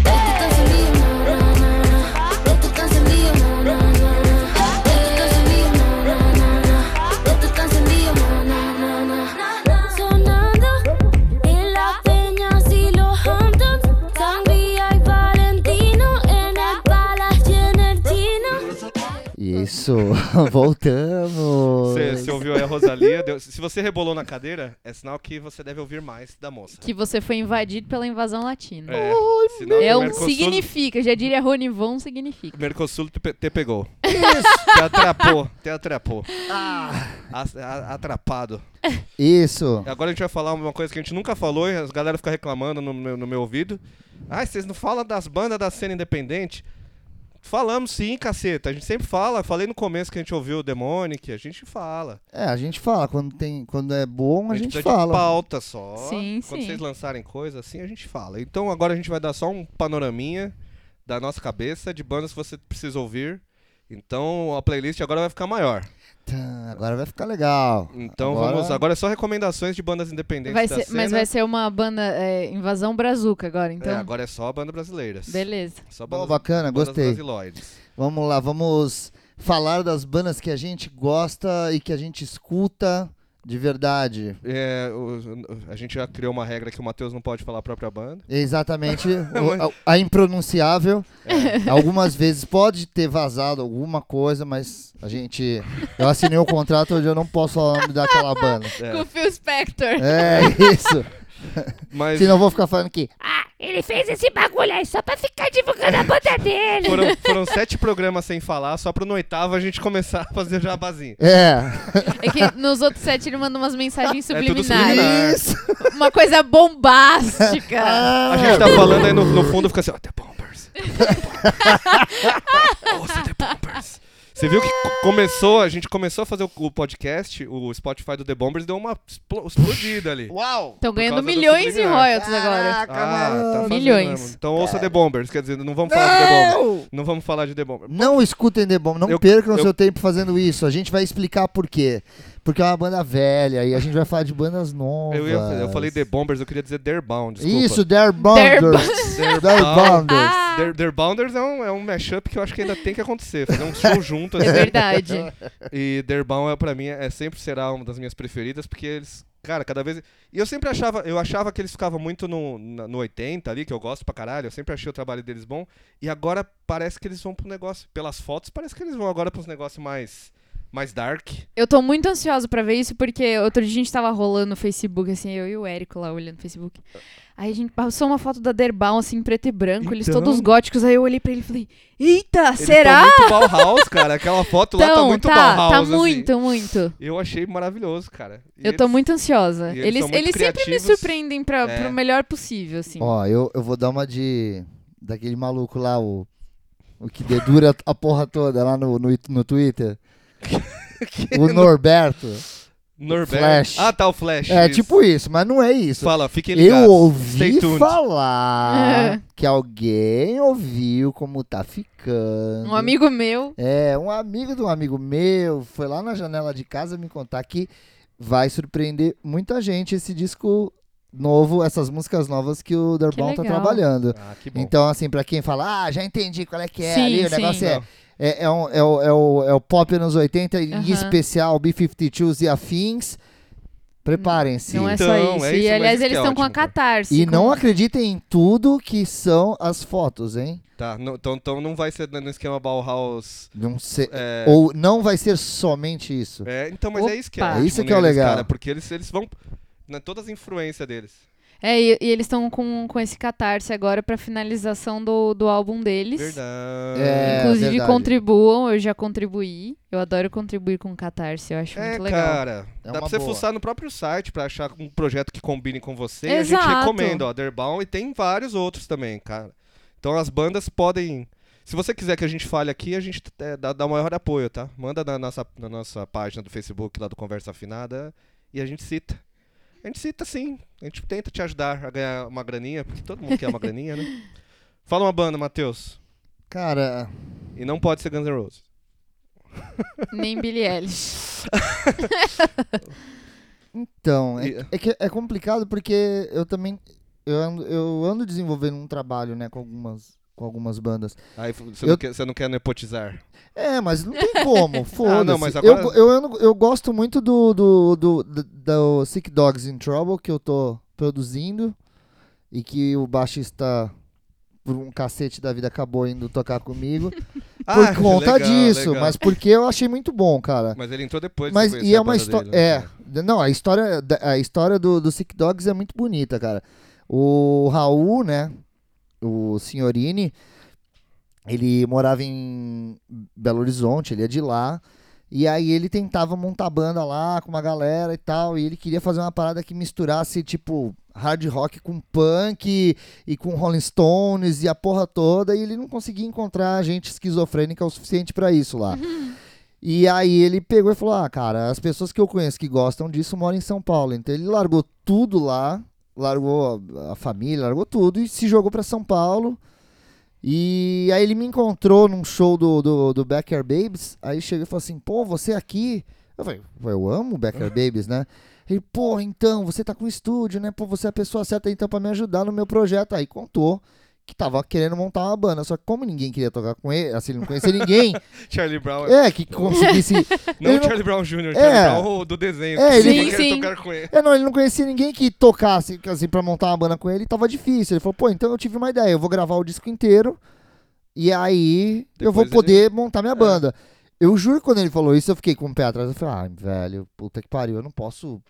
[SPEAKER 6] Esto está encendido, na, na, na, na. Esto está encendido, na, na, na, na. Esto está encendido, na, na, na, na. Esto está encendido, na, na, na, na. Sonando en la peña, si los Hamptons. Sangría y Valentino en el Palace y en el Chino.
[SPEAKER 2] Isso, voltamos.
[SPEAKER 3] Você, você ouviu aí a Rosalia? deu- se você rebolou na cadeira, é sinal que você deve ouvir mais da moça.
[SPEAKER 5] Que você foi invadido pela invasão latina.
[SPEAKER 3] É, sinal que
[SPEAKER 5] É
[SPEAKER 3] o
[SPEAKER 5] um
[SPEAKER 3] Mercosul-
[SPEAKER 5] significa, já diria Ronivon, significa.
[SPEAKER 3] Mercosul te, pe- te pegou. Te atrapou, te atrapou. As- a- atrapado.
[SPEAKER 2] Isso.
[SPEAKER 3] Agora a gente vai falar uma coisa que a gente nunca falou e as galera fica reclamando no, meu- no meu ouvido. Ai, vocês não falam das bandas da cena independente? Falamos sim, caceta. A gente sempre fala. Falei no começo que a gente ouviu o Demonic, a gente fala.
[SPEAKER 2] É, a gente fala. Quando, tem, quando é bom, a, gente,
[SPEAKER 3] precisa de
[SPEAKER 2] fala.
[SPEAKER 3] pauta só.
[SPEAKER 5] Sim,
[SPEAKER 3] Quando
[SPEAKER 5] sim.
[SPEAKER 3] vocês lançarem coisa assim, a gente fala. Então agora a gente vai dar só um panoraminha da nossa cabeça de bandas que você precisa ouvir. Então a playlist agora vai ficar maior.
[SPEAKER 2] Tá, agora vai ficar legal.
[SPEAKER 3] Então
[SPEAKER 2] Agora-
[SPEAKER 3] vamos. Agora é só recomendações de bandas independentes
[SPEAKER 5] Vai
[SPEAKER 3] da
[SPEAKER 5] ser-
[SPEAKER 3] cena.
[SPEAKER 5] mas vai ser uma banda é, invasão brazuca agora, então.
[SPEAKER 3] É, agora é só banda brasileiras.
[SPEAKER 5] Beleza.
[SPEAKER 3] Só
[SPEAKER 2] Bom,
[SPEAKER 3] bandas,
[SPEAKER 2] bacana,
[SPEAKER 3] bandas
[SPEAKER 2] gostei.
[SPEAKER 3] brasiloides.
[SPEAKER 2] Vamos lá, vamos falar das bandas que a gente gosta e que a gente escuta de verdade.
[SPEAKER 3] É, o- a gente já criou uma regra que o Matheus não pode falar a própria banda.
[SPEAKER 2] É Exatamente. o- a, a impronunciável.
[SPEAKER 3] É.
[SPEAKER 2] Algumas vezes pode ter vazado alguma coisa, mas a gente. Eu assinei um contrato onde eu não posso falar o nome daquela banda.
[SPEAKER 3] É.
[SPEAKER 5] Com o Phil Spector.
[SPEAKER 2] É isso.
[SPEAKER 3] Mas
[SPEAKER 2] Senão eu vou ficar falando que.
[SPEAKER 6] Ele fez esse bagulho aí só pra ficar divulgando a banda dele.
[SPEAKER 3] foram, foram sete programas sem falar, só pra no oitavo a gente começar a fazer jabazinho.
[SPEAKER 2] É.
[SPEAKER 5] É que nos outros sete ele manda umas mensagens
[SPEAKER 3] É tudo
[SPEAKER 5] subliminares.
[SPEAKER 3] subliminar.
[SPEAKER 2] Isso.
[SPEAKER 5] Uma coisa bombástica.
[SPEAKER 3] A
[SPEAKER 2] É.
[SPEAKER 3] gente tá falando aí no, no fundo, fica assim, ó, The Bombers. The Bombers. Ouça The Bombers. Você viu que co- começou, a gente começou a fazer o, o podcast, o Spotify do The Bombers deu uma explo- explodida ali.
[SPEAKER 2] Uau!
[SPEAKER 5] Estão ganhando
[SPEAKER 3] causa do
[SPEAKER 5] milhões em
[SPEAKER 3] subliminar.
[SPEAKER 5] royalties
[SPEAKER 2] né?
[SPEAKER 5] agora.
[SPEAKER 3] tá fazendo,
[SPEAKER 5] Milhões.
[SPEAKER 3] né, mano? Então ouça The Bombers, quer dizer, não vamos falar de The Bombers. Não vamos falar de The Bombers.
[SPEAKER 2] Não escutem The Bomb, não
[SPEAKER 3] Eu-
[SPEAKER 2] percam
[SPEAKER 3] eu-
[SPEAKER 2] seu tempo fazendo isso. A gente vai explicar por quê. Porque é uma banda velha e a gente vai falar de bandas novas.
[SPEAKER 3] Eu, ia- eu falei The Bombers, eu queria dizer The Bound, desculpa.
[SPEAKER 2] Isso, Dare Bounders.
[SPEAKER 3] They're
[SPEAKER 2] Dare
[SPEAKER 3] Bound.
[SPEAKER 5] Ah.
[SPEAKER 2] Bounders.
[SPEAKER 3] The, The Bounders é um, é um mashup que eu acho que ainda tem que acontecer, fazer um show junto.
[SPEAKER 5] É
[SPEAKER 3] assim.
[SPEAKER 5] verdade.
[SPEAKER 3] E Derbaum é pra mim é sempre será uma das minhas preferidas porque eles, cara, cada vez e eu sempre achava, eu achava que eles ficavam muito no, na- no 80 ali, que eu gosto pra caralho, eu sempre achei o trabalho deles bom, e agora parece que eles vão pro negócio, pelas fotos, parece que eles vão agora pros negócios mais mais dark.
[SPEAKER 5] Eu tô muito ansiosa pra ver isso, porque outro dia a gente tava rolando no Facebook, assim, eu e o Érico lá olhando no Facebook. Aí a gente passou uma foto da Derbaum, assim, em preto e branco, eles
[SPEAKER 3] Então.
[SPEAKER 5] todos góticos. Aí eu olhei pra ele e falei, eita,
[SPEAKER 3] Eles
[SPEAKER 5] será?
[SPEAKER 3] tão muito Bauhaus, cara, aquela foto lá tá muito
[SPEAKER 5] tá,
[SPEAKER 3] Bauhaus.
[SPEAKER 5] tá
[SPEAKER 3] assim.
[SPEAKER 5] muito, muito.
[SPEAKER 3] Eu achei maravilhoso, cara. E
[SPEAKER 5] Eu tô
[SPEAKER 3] eles-
[SPEAKER 5] muito ansiosa.
[SPEAKER 3] e
[SPEAKER 5] Eles,
[SPEAKER 3] eles
[SPEAKER 5] eles,
[SPEAKER 3] são muito
[SPEAKER 5] sempre me
[SPEAKER 3] criativos.
[SPEAKER 5] surpreendem pra,
[SPEAKER 3] É.
[SPEAKER 5] pro melhor possível, assim.
[SPEAKER 2] Ó, eu, eu vou dar uma de. Daquele maluco lá, o. O que dedura a porra toda lá no, no, no Twitter. o Norberto.
[SPEAKER 3] Norberto.
[SPEAKER 2] Flash.
[SPEAKER 3] Ah, tá o Flash.
[SPEAKER 2] É
[SPEAKER 3] isso.
[SPEAKER 2] tipo isso, mas não é isso.
[SPEAKER 3] Fala, fiquem ligados.
[SPEAKER 2] eu
[SPEAKER 3] Stay
[SPEAKER 2] ouvi
[SPEAKER 3] tuned.
[SPEAKER 2] falar
[SPEAKER 5] É.
[SPEAKER 2] que alguém ouviu como tá ficando.
[SPEAKER 5] Um amigo meu.
[SPEAKER 2] É, um amigo de um amigo meu foi lá na janela de casa me contar que vai surpreender muita gente esse disco novo, essas músicas novas que o Derbon tá
[SPEAKER 5] legal.
[SPEAKER 2] trabalhando.
[SPEAKER 3] Ah, que bom.
[SPEAKER 2] Então, assim, pra quem fala, ah, já entendi qual é que é
[SPEAKER 5] Sim,
[SPEAKER 2] ali, o
[SPEAKER 5] sim.
[SPEAKER 2] negócio é,
[SPEAKER 3] Não.
[SPEAKER 2] é, é, um- é o, é, o, é o pop anos 80, e em
[SPEAKER 5] Aham.
[SPEAKER 2] especial B-52s e afins, preparem-se.
[SPEAKER 5] Não é né? só
[SPEAKER 3] Então,
[SPEAKER 5] isso.
[SPEAKER 3] é isso,
[SPEAKER 5] e
[SPEAKER 3] mas
[SPEAKER 5] aliás,
[SPEAKER 3] isso que
[SPEAKER 5] eles
[SPEAKER 3] é
[SPEAKER 5] estão com a
[SPEAKER 3] ótimo, cara.
[SPEAKER 5] catarse.
[SPEAKER 2] E
[SPEAKER 5] com-
[SPEAKER 2] não é- acreditem em tudo que são as fotos, hein?
[SPEAKER 3] Tá, não- então, então não vai ser no esquema Bauhaus.
[SPEAKER 2] Não sei,
[SPEAKER 3] É,
[SPEAKER 2] Ou não vai ser somente isso.
[SPEAKER 3] é, então, mas é isso que é.
[SPEAKER 5] Opa.
[SPEAKER 2] É isso
[SPEAKER 3] ótimo
[SPEAKER 2] que é o
[SPEAKER 3] neles,
[SPEAKER 2] legal.
[SPEAKER 3] Cara, porque eles, eles vão. né, todas as influências deles.
[SPEAKER 5] É, e, e eles estão com, com esse catarse agora pra finalização do, do álbum deles.
[SPEAKER 3] Verdade.
[SPEAKER 2] É,
[SPEAKER 5] Inclusive,
[SPEAKER 2] verdade.
[SPEAKER 5] contribuam, eu já contribuí. Eu adoro contribuir com catarse, eu acho
[SPEAKER 3] É,
[SPEAKER 5] muito legal.
[SPEAKER 3] cara.
[SPEAKER 2] É
[SPEAKER 3] dá
[SPEAKER 2] uma
[SPEAKER 3] pra você
[SPEAKER 2] boa.
[SPEAKER 3] fuçar no próprio site pra achar um projeto que combine com você. E a gente
[SPEAKER 5] Exato.
[SPEAKER 3] recomenda, ó, Derbaum. E tem vários outros também, cara. Então as bandas podem. Se você quiser que a gente fale aqui, a gente é, dá, dá o maior apoio, tá? Manda na nossa, na nossa página do Facebook, lá do Conversa Afinada, e a gente cita. A gente cita sim. A gente tenta te ajudar a ganhar uma graninha, porque todo mundo quer uma graninha, né? Fala uma banda, Matheus.
[SPEAKER 2] Cara,
[SPEAKER 3] E não pode ser Guns N' Roses.
[SPEAKER 5] Nem Billie Eilish.
[SPEAKER 2] então, é,
[SPEAKER 3] E-
[SPEAKER 2] é que é complicado porque eu também. Eu ando, eu ando desenvolvendo um trabalho, né, com algumas, com algumas bandas.
[SPEAKER 3] Aí você,
[SPEAKER 2] Eu-
[SPEAKER 3] não quer, você não quer nepotizar.
[SPEAKER 2] É, mas não tem como, foda-se.
[SPEAKER 3] Ah, não, mas
[SPEAKER 2] eu,
[SPEAKER 3] agora-
[SPEAKER 2] eu, ando- eu gosto muito do, do, do, do, do Sick Dogs in Trouble, que eu tô produzindo, e que o baixista, por um cacete da vida, acabou indo tocar comigo,
[SPEAKER 3] Ah,
[SPEAKER 2] por conta
[SPEAKER 3] legal,
[SPEAKER 2] disso,
[SPEAKER 3] legal.
[SPEAKER 2] mas porque eu achei muito bom, cara.
[SPEAKER 3] Mas ele entrou depois. de
[SPEAKER 2] Mas
[SPEAKER 3] você
[SPEAKER 2] e
[SPEAKER 3] conhecer
[SPEAKER 2] é
[SPEAKER 3] a
[SPEAKER 2] uma
[SPEAKER 3] banda
[SPEAKER 2] história.
[SPEAKER 3] dele, né,
[SPEAKER 2] É,
[SPEAKER 3] cara?
[SPEAKER 2] não, a história, da- a história do, do Sick Dogs é muito bonita, cara. O Raul, né? O Signorini, ele morava em Belo Horizonte, ele é de lá. E aí ele tentava montar banda lá com uma galera e tal. E ele queria fazer uma parada que misturasse, tipo, hard rock com punk e com Rolling Stones e a porra toda. E ele não conseguia encontrar gente esquizofrênica o suficiente pra isso lá. E aí ele pegou e falou: Ah, cara, as pessoas que eu conheço que gostam disso moram em São Paulo. Então ele largou tudo lá, largou a- a família, largou tudo e se jogou pra São Paulo. E aí ele me encontrou num show do, do, do Backyard Babies. Aí chegou e falou assim: Pô, você aqui? Eu falei: "Pô, Eu amo o Backyard Babies, né? Ele, pô, então, você tá com estúdio, né? Pô, você é a pessoa certa então pra me ajudar no meu projeto. Aí contou que tava querendo montar uma banda. Só que como ninguém queria tocar com ele, assim, ele não conhecia ninguém,
[SPEAKER 3] Charlie Brown.
[SPEAKER 2] é, que conseguisse.
[SPEAKER 3] Não
[SPEAKER 2] ele
[SPEAKER 3] o
[SPEAKER 2] não-
[SPEAKER 3] Charlie Brown Jr.,
[SPEAKER 2] É.
[SPEAKER 3] Charlie Brown do desenho.
[SPEAKER 2] É,
[SPEAKER 3] que
[SPEAKER 2] ele-
[SPEAKER 3] eu
[SPEAKER 5] Sim,
[SPEAKER 3] quero
[SPEAKER 5] sim.
[SPEAKER 3] tocar com ele.
[SPEAKER 2] É, não, ele não conhecia ninguém que tocasse assim, pra montar uma banda com ele, tava difícil. Ele falou, pô, então eu tive uma ideia, eu vou gravar o disco inteiro e aí eu
[SPEAKER 3] Depois
[SPEAKER 2] vou
[SPEAKER 3] ele- É.
[SPEAKER 2] poder montar minha banda. Eu juro que quando ele falou isso, eu fiquei com o pé atrás. Eu falei, ah, velho, puta que pariu, eu não posso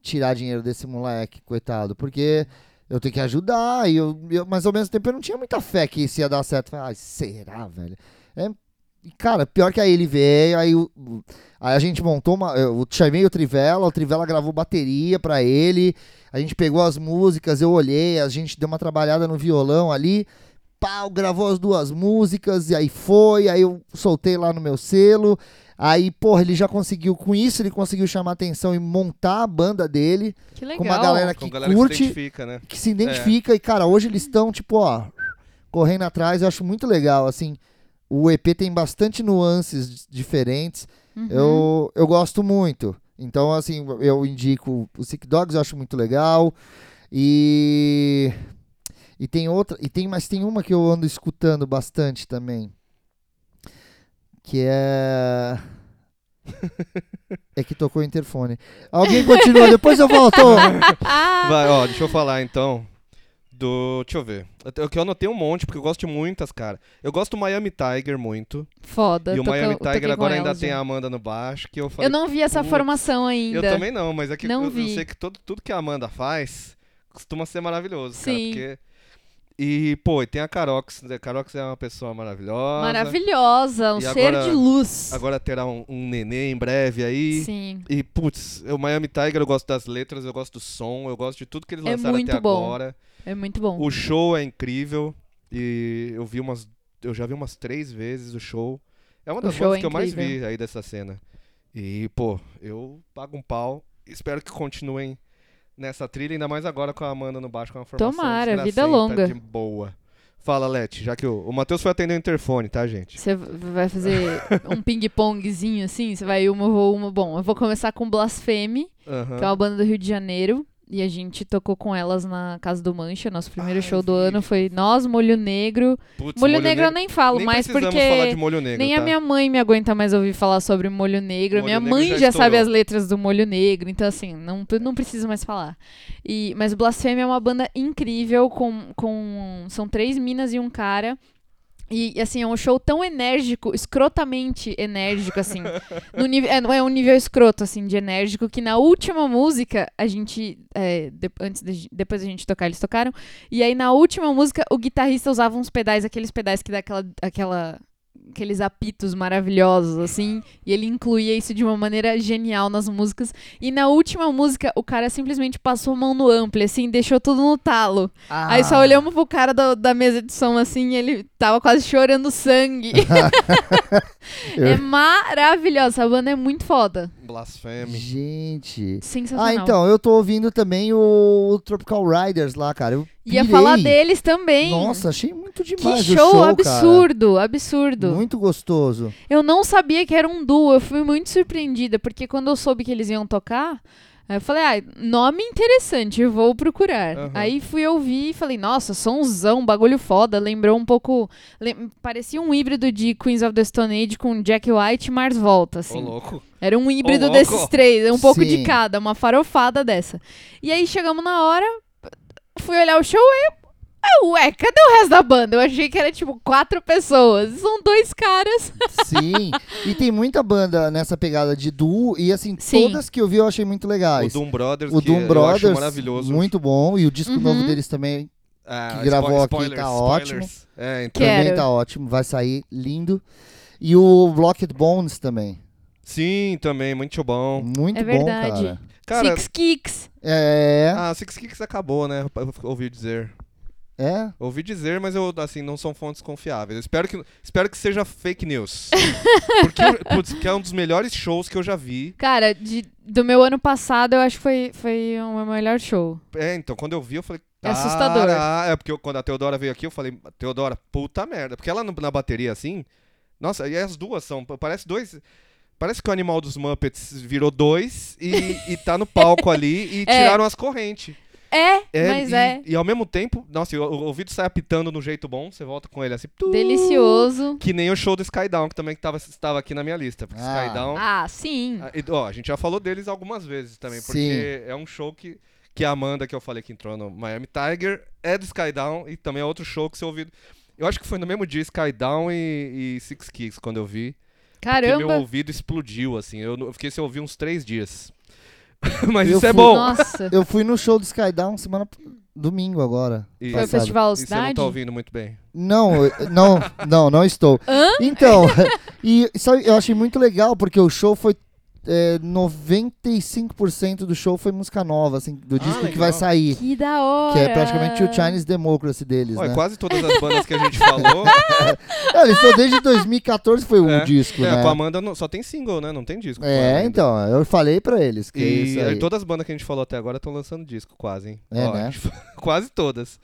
[SPEAKER 2] tirar dinheiro desse moleque, coitado, porque eu tenho que ajudar. E eu, eu- mas ao mesmo tempo eu não tinha muita fé que isso ia dar certo. Eu Falei, ah, será, velho? É, e, cara, pior que aí ele veio, aí o, o- Aí a gente montou uma. Eu chamei o Trivela, o Trivela gravou bateria pra ele. A gente pegou as músicas, eu olhei, a gente deu uma trabalhada no violão ali. Pau, gravou as duas músicas, e aí foi, aí eu soltei lá no meu selo. Aí, porra, ele já conseguiu, com isso, ele conseguiu chamar atenção e montar a banda dele,
[SPEAKER 5] Que legal.
[SPEAKER 2] com uma galera
[SPEAKER 3] Com
[SPEAKER 2] que
[SPEAKER 3] a galera que se
[SPEAKER 2] curte,
[SPEAKER 3] identifica, né?
[SPEAKER 2] que se identifica. E, cara, hoje eles estão, tipo, ó, correndo atrás. Eu acho muito legal, assim. O EP tem bastante nuances diferentes.
[SPEAKER 5] Uhum.
[SPEAKER 2] Eu, eu gosto muito. Então, assim, eu indico o Sick Dogs, eu acho muito legal. E. E tem outra. E tem, mas tem uma que eu ando escutando bastante também. Que é. É que tocou o interfone. Alguém continua, depois eu volto.
[SPEAKER 5] Ah,
[SPEAKER 3] Vai, ó, deixa eu falar então. Do. Deixa eu ver. Eu te- Eu, que eu anotei um monte, porque eu gosto de muitas, cara. Eu gosto do Miami Tiger muito.
[SPEAKER 5] Foda.
[SPEAKER 3] e o
[SPEAKER 5] toca-
[SPEAKER 3] Miami
[SPEAKER 5] toquei
[SPEAKER 3] Tiger
[SPEAKER 5] com
[SPEAKER 3] agora
[SPEAKER 5] elas,
[SPEAKER 3] ainda tem
[SPEAKER 5] né?
[SPEAKER 3] a Amanda no baixo, que eu falei.
[SPEAKER 5] Eu não vi essa
[SPEAKER 3] Putz,
[SPEAKER 5] formação ainda.
[SPEAKER 3] Eu também não, mas é que
[SPEAKER 5] Não
[SPEAKER 3] eu, eu
[SPEAKER 5] vi.
[SPEAKER 3] sei que todo, tudo que a Amanda faz costuma ser maravilhoso,
[SPEAKER 5] Sim.
[SPEAKER 3] cara. Porque. E, pô, e tem a Carox. né? A Carox é uma pessoa maravilhosa.
[SPEAKER 5] Maravilhosa, um
[SPEAKER 3] E
[SPEAKER 5] ser
[SPEAKER 3] agora-
[SPEAKER 5] de luz.
[SPEAKER 3] Agora terá um, um nenê em breve aí.
[SPEAKER 5] Sim.
[SPEAKER 3] E, putz, o Miami Tiger, eu gosto das letras, eu gosto do som, eu gosto de tudo que eles
[SPEAKER 5] É
[SPEAKER 3] lançaram
[SPEAKER 5] muito
[SPEAKER 3] até
[SPEAKER 5] bom.
[SPEAKER 3] agora.
[SPEAKER 5] É muito bom.
[SPEAKER 3] O show é incrível. E eu vi umas. Eu já vi umas três vezes o show. É uma
[SPEAKER 5] O
[SPEAKER 3] das
[SPEAKER 5] show
[SPEAKER 3] coisas
[SPEAKER 5] é
[SPEAKER 3] que eu mais vi
[SPEAKER 5] incrível.
[SPEAKER 3] aí dessa cena. E, pô, eu pago um pau. Espero que continuem nessa trilha, ainda mais agora com a Amanda no baixo, com uma formação
[SPEAKER 5] Tomara, vida
[SPEAKER 3] desgracenta
[SPEAKER 5] longa.
[SPEAKER 3] de boa. Fala, Leti, já que o, o Matheus foi atender o interfone, tá, gente?
[SPEAKER 5] Você v- vai fazer um ping-pongzinho assim? Você vai uma, eu vou uma. Bom, eu vou começar com Blasfeme,
[SPEAKER 3] Aham.
[SPEAKER 5] que é uma banda do Rio de Janeiro. E a gente tocou com elas na Casa do Mancha. Nosso
[SPEAKER 3] Ah,
[SPEAKER 5] primeiro
[SPEAKER 3] eu
[SPEAKER 5] show do
[SPEAKER 3] vi.
[SPEAKER 5] ano foi nós, Molho Negro.
[SPEAKER 3] Putz,
[SPEAKER 5] molho, Negro eu nem falo
[SPEAKER 3] nem
[SPEAKER 5] mais
[SPEAKER 3] precisamos
[SPEAKER 5] porque
[SPEAKER 3] falar de molho negro,
[SPEAKER 5] nem
[SPEAKER 3] tá?
[SPEAKER 5] a minha mãe me aguenta mais ouvir falar sobre Molho Negro.
[SPEAKER 3] Molho
[SPEAKER 5] minha
[SPEAKER 3] Negro
[SPEAKER 5] mãe
[SPEAKER 3] já
[SPEAKER 5] já, sabe
[SPEAKER 3] estourou.
[SPEAKER 5] as letras do Molho Negro, então assim, não, não preciso mais falar. E, mas Blasfêmia é uma banda incrível, com, com são três minas e um cara. E, assim, é um show tão enérgico, escrotamente enérgico, assim. no nível, é, não é um nível escroto, assim, de enérgico, que na última música, a gente. é, de- antes da gen- depois da gente tocar, eles tocaram. E aí, na última música, o guitarrista usava uns pedais, aqueles pedais que dá aquela. aquela aqueles apitos maravilhosos, assim. E ele incluía isso de uma maneira genial nas músicas. E na última música, o cara simplesmente passou a mão no ampli, assim, deixou tudo no talo. Ah. Aí
[SPEAKER 2] Ah.
[SPEAKER 5] só olhamos pro cara da, da mesa de som assim, e ele tava quase chorando sangue. é maravilhosa, a banda é muito foda.
[SPEAKER 3] Blasfeme.
[SPEAKER 2] Gente. Ah,
[SPEAKER 5] Sensacional.
[SPEAKER 2] então, eu tô ouvindo também o, Tropical Riders lá, cara. Eu
[SPEAKER 5] Ia
[SPEAKER 2] pirei.
[SPEAKER 5] falar deles também.
[SPEAKER 2] Nossa, achei muito demais
[SPEAKER 5] que
[SPEAKER 2] o
[SPEAKER 5] show,
[SPEAKER 2] show cara.
[SPEAKER 5] absurdo, absurdo.
[SPEAKER 2] Muito gostoso.
[SPEAKER 5] Eu não sabia que era um duo, eu fui muito surpreendida, porque quando eu soube que eles iam tocar, aí eu falei, ah, nome interessante, eu vou procurar.
[SPEAKER 3] Aham.
[SPEAKER 5] Aí fui ouvir e falei, nossa, sonzão, bagulho foda, lembrou um pouco, lem- parecia um híbrido de Queens of the Stone Age com Jack White e Mars Volta,
[SPEAKER 3] Ô,
[SPEAKER 5] assim.
[SPEAKER 3] louco.
[SPEAKER 5] Era um híbrido
[SPEAKER 3] louco!
[SPEAKER 5] desses três, um pouco
[SPEAKER 2] Sim.
[SPEAKER 5] de cada, uma farofada dessa. E aí chegamos na hora, fui olhar o show e. ah, Ué, cadê o resto da banda? Eu achei que era tipo quatro pessoas. São dois caras.
[SPEAKER 2] Sim. e tem muita banda nessa pegada de duo. E assim,
[SPEAKER 5] Sim.
[SPEAKER 2] todas que eu vi eu achei muito
[SPEAKER 3] O
[SPEAKER 2] legais.
[SPEAKER 3] Doom Brothers,
[SPEAKER 2] O
[SPEAKER 3] que
[SPEAKER 2] Doom
[SPEAKER 3] eu
[SPEAKER 2] Brothers,
[SPEAKER 3] acho maravilhoso.
[SPEAKER 2] muito bom. E o disco
[SPEAKER 5] Uhum.
[SPEAKER 2] novo deles também,
[SPEAKER 3] Ah,
[SPEAKER 2] que gravou aqui,
[SPEAKER 3] spoilers,
[SPEAKER 2] tá
[SPEAKER 3] spoilers. É, então.
[SPEAKER 5] Quero.
[SPEAKER 2] também tá ótimo. Vai sair lindo. E o Blocked Bones também.
[SPEAKER 3] Sim, também, muito bom.
[SPEAKER 2] Muito
[SPEAKER 5] É
[SPEAKER 2] bom,
[SPEAKER 5] verdade.
[SPEAKER 2] cara.
[SPEAKER 3] Cara,
[SPEAKER 5] Six Kicks.
[SPEAKER 2] É,
[SPEAKER 3] ah, Six Kicks acabou, né? Eu Ouvi dizer.
[SPEAKER 2] é.
[SPEAKER 3] Ouvi dizer, mas eu, assim, não são fontes confiáveis. Eu espero que, espero que seja fake news. Porque, putz, que é um dos melhores shows que eu já vi.
[SPEAKER 5] Cara, de- do meu ano passado, eu acho que foi, foi o meu melhor show.
[SPEAKER 3] É, então, quando eu vi, eu falei.
[SPEAKER 5] É assustador.
[SPEAKER 3] "Cara", É, porque eu- quando a Teodora veio aqui, eu falei, Teodora, puta merda. Porque ela no- na bateria, assim. Nossa, e as duas são. pa- Parece dois. Parece que o animal dos Muppets virou dois e, e tá no palco ali e
[SPEAKER 5] É.
[SPEAKER 3] tiraram as correntes.
[SPEAKER 5] É,
[SPEAKER 3] É,
[SPEAKER 5] mas
[SPEAKER 3] e,
[SPEAKER 5] é
[SPEAKER 3] E ao mesmo tempo, nossa, e o, o ouvido sai apitando no jeito bom, você volta com ele assim. tu,
[SPEAKER 5] delicioso.
[SPEAKER 3] Que nem o show do Skydown, que também tava, estava aqui na minha lista. Porque
[SPEAKER 2] Ah.
[SPEAKER 3] Skydown.
[SPEAKER 5] Ah, sim.
[SPEAKER 3] Então, Ah, e, ó, a gente já falou deles algumas vezes também, porque
[SPEAKER 2] Sim.
[SPEAKER 3] é um show que, que a Amanda, que eu falei que entrou no Miami Tiger, é do Skydown e também é outro show que você ouviu. Eu acho que foi no mesmo dia Skydown e, e Six Kicks quando eu vi. Que meu
[SPEAKER 5] Caramba.
[SPEAKER 3] ouvido explodiu, assim. Eu, não- eu fiquei sem ouvir uns três dias. Mas
[SPEAKER 2] Eu
[SPEAKER 3] isso é
[SPEAKER 2] fui-
[SPEAKER 3] bom.
[SPEAKER 5] Nossa.
[SPEAKER 2] Eu fui no show do Skydown semana. Domingo agora.
[SPEAKER 3] E,
[SPEAKER 5] Foi o
[SPEAKER 2] Passado.
[SPEAKER 5] Festival
[SPEAKER 3] e você não
[SPEAKER 5] Cidade?
[SPEAKER 3] tá ouvindo muito bem.
[SPEAKER 2] Não, eu- não, não, não estou.
[SPEAKER 5] Hã?
[SPEAKER 2] Então, e sabe, eu achei muito legal, porque o show foi. é, 95% do show foi música nova, assim, do disco que
[SPEAKER 3] Ah, legal.
[SPEAKER 2] vai sair.
[SPEAKER 5] Que da hora.
[SPEAKER 2] Que é praticamente o Chinese Democracy deles,
[SPEAKER 3] Olha,
[SPEAKER 2] né?
[SPEAKER 3] quase todas as bandas que a gente falou.
[SPEAKER 2] Não, eles estão desde 2014 foi um
[SPEAKER 3] É.
[SPEAKER 2] disco,
[SPEAKER 3] é,
[SPEAKER 2] né?
[SPEAKER 3] com a Amanda não- só tem single, né? Não tem disco. com ela
[SPEAKER 2] É,
[SPEAKER 3] ainda.
[SPEAKER 2] então, eu falei pra eles que é
[SPEAKER 3] E
[SPEAKER 2] isso aí.
[SPEAKER 3] todas as bandas que a gente falou até agora estão lançando disco, quase, hein?
[SPEAKER 2] É, né?
[SPEAKER 3] a gente- quase todas.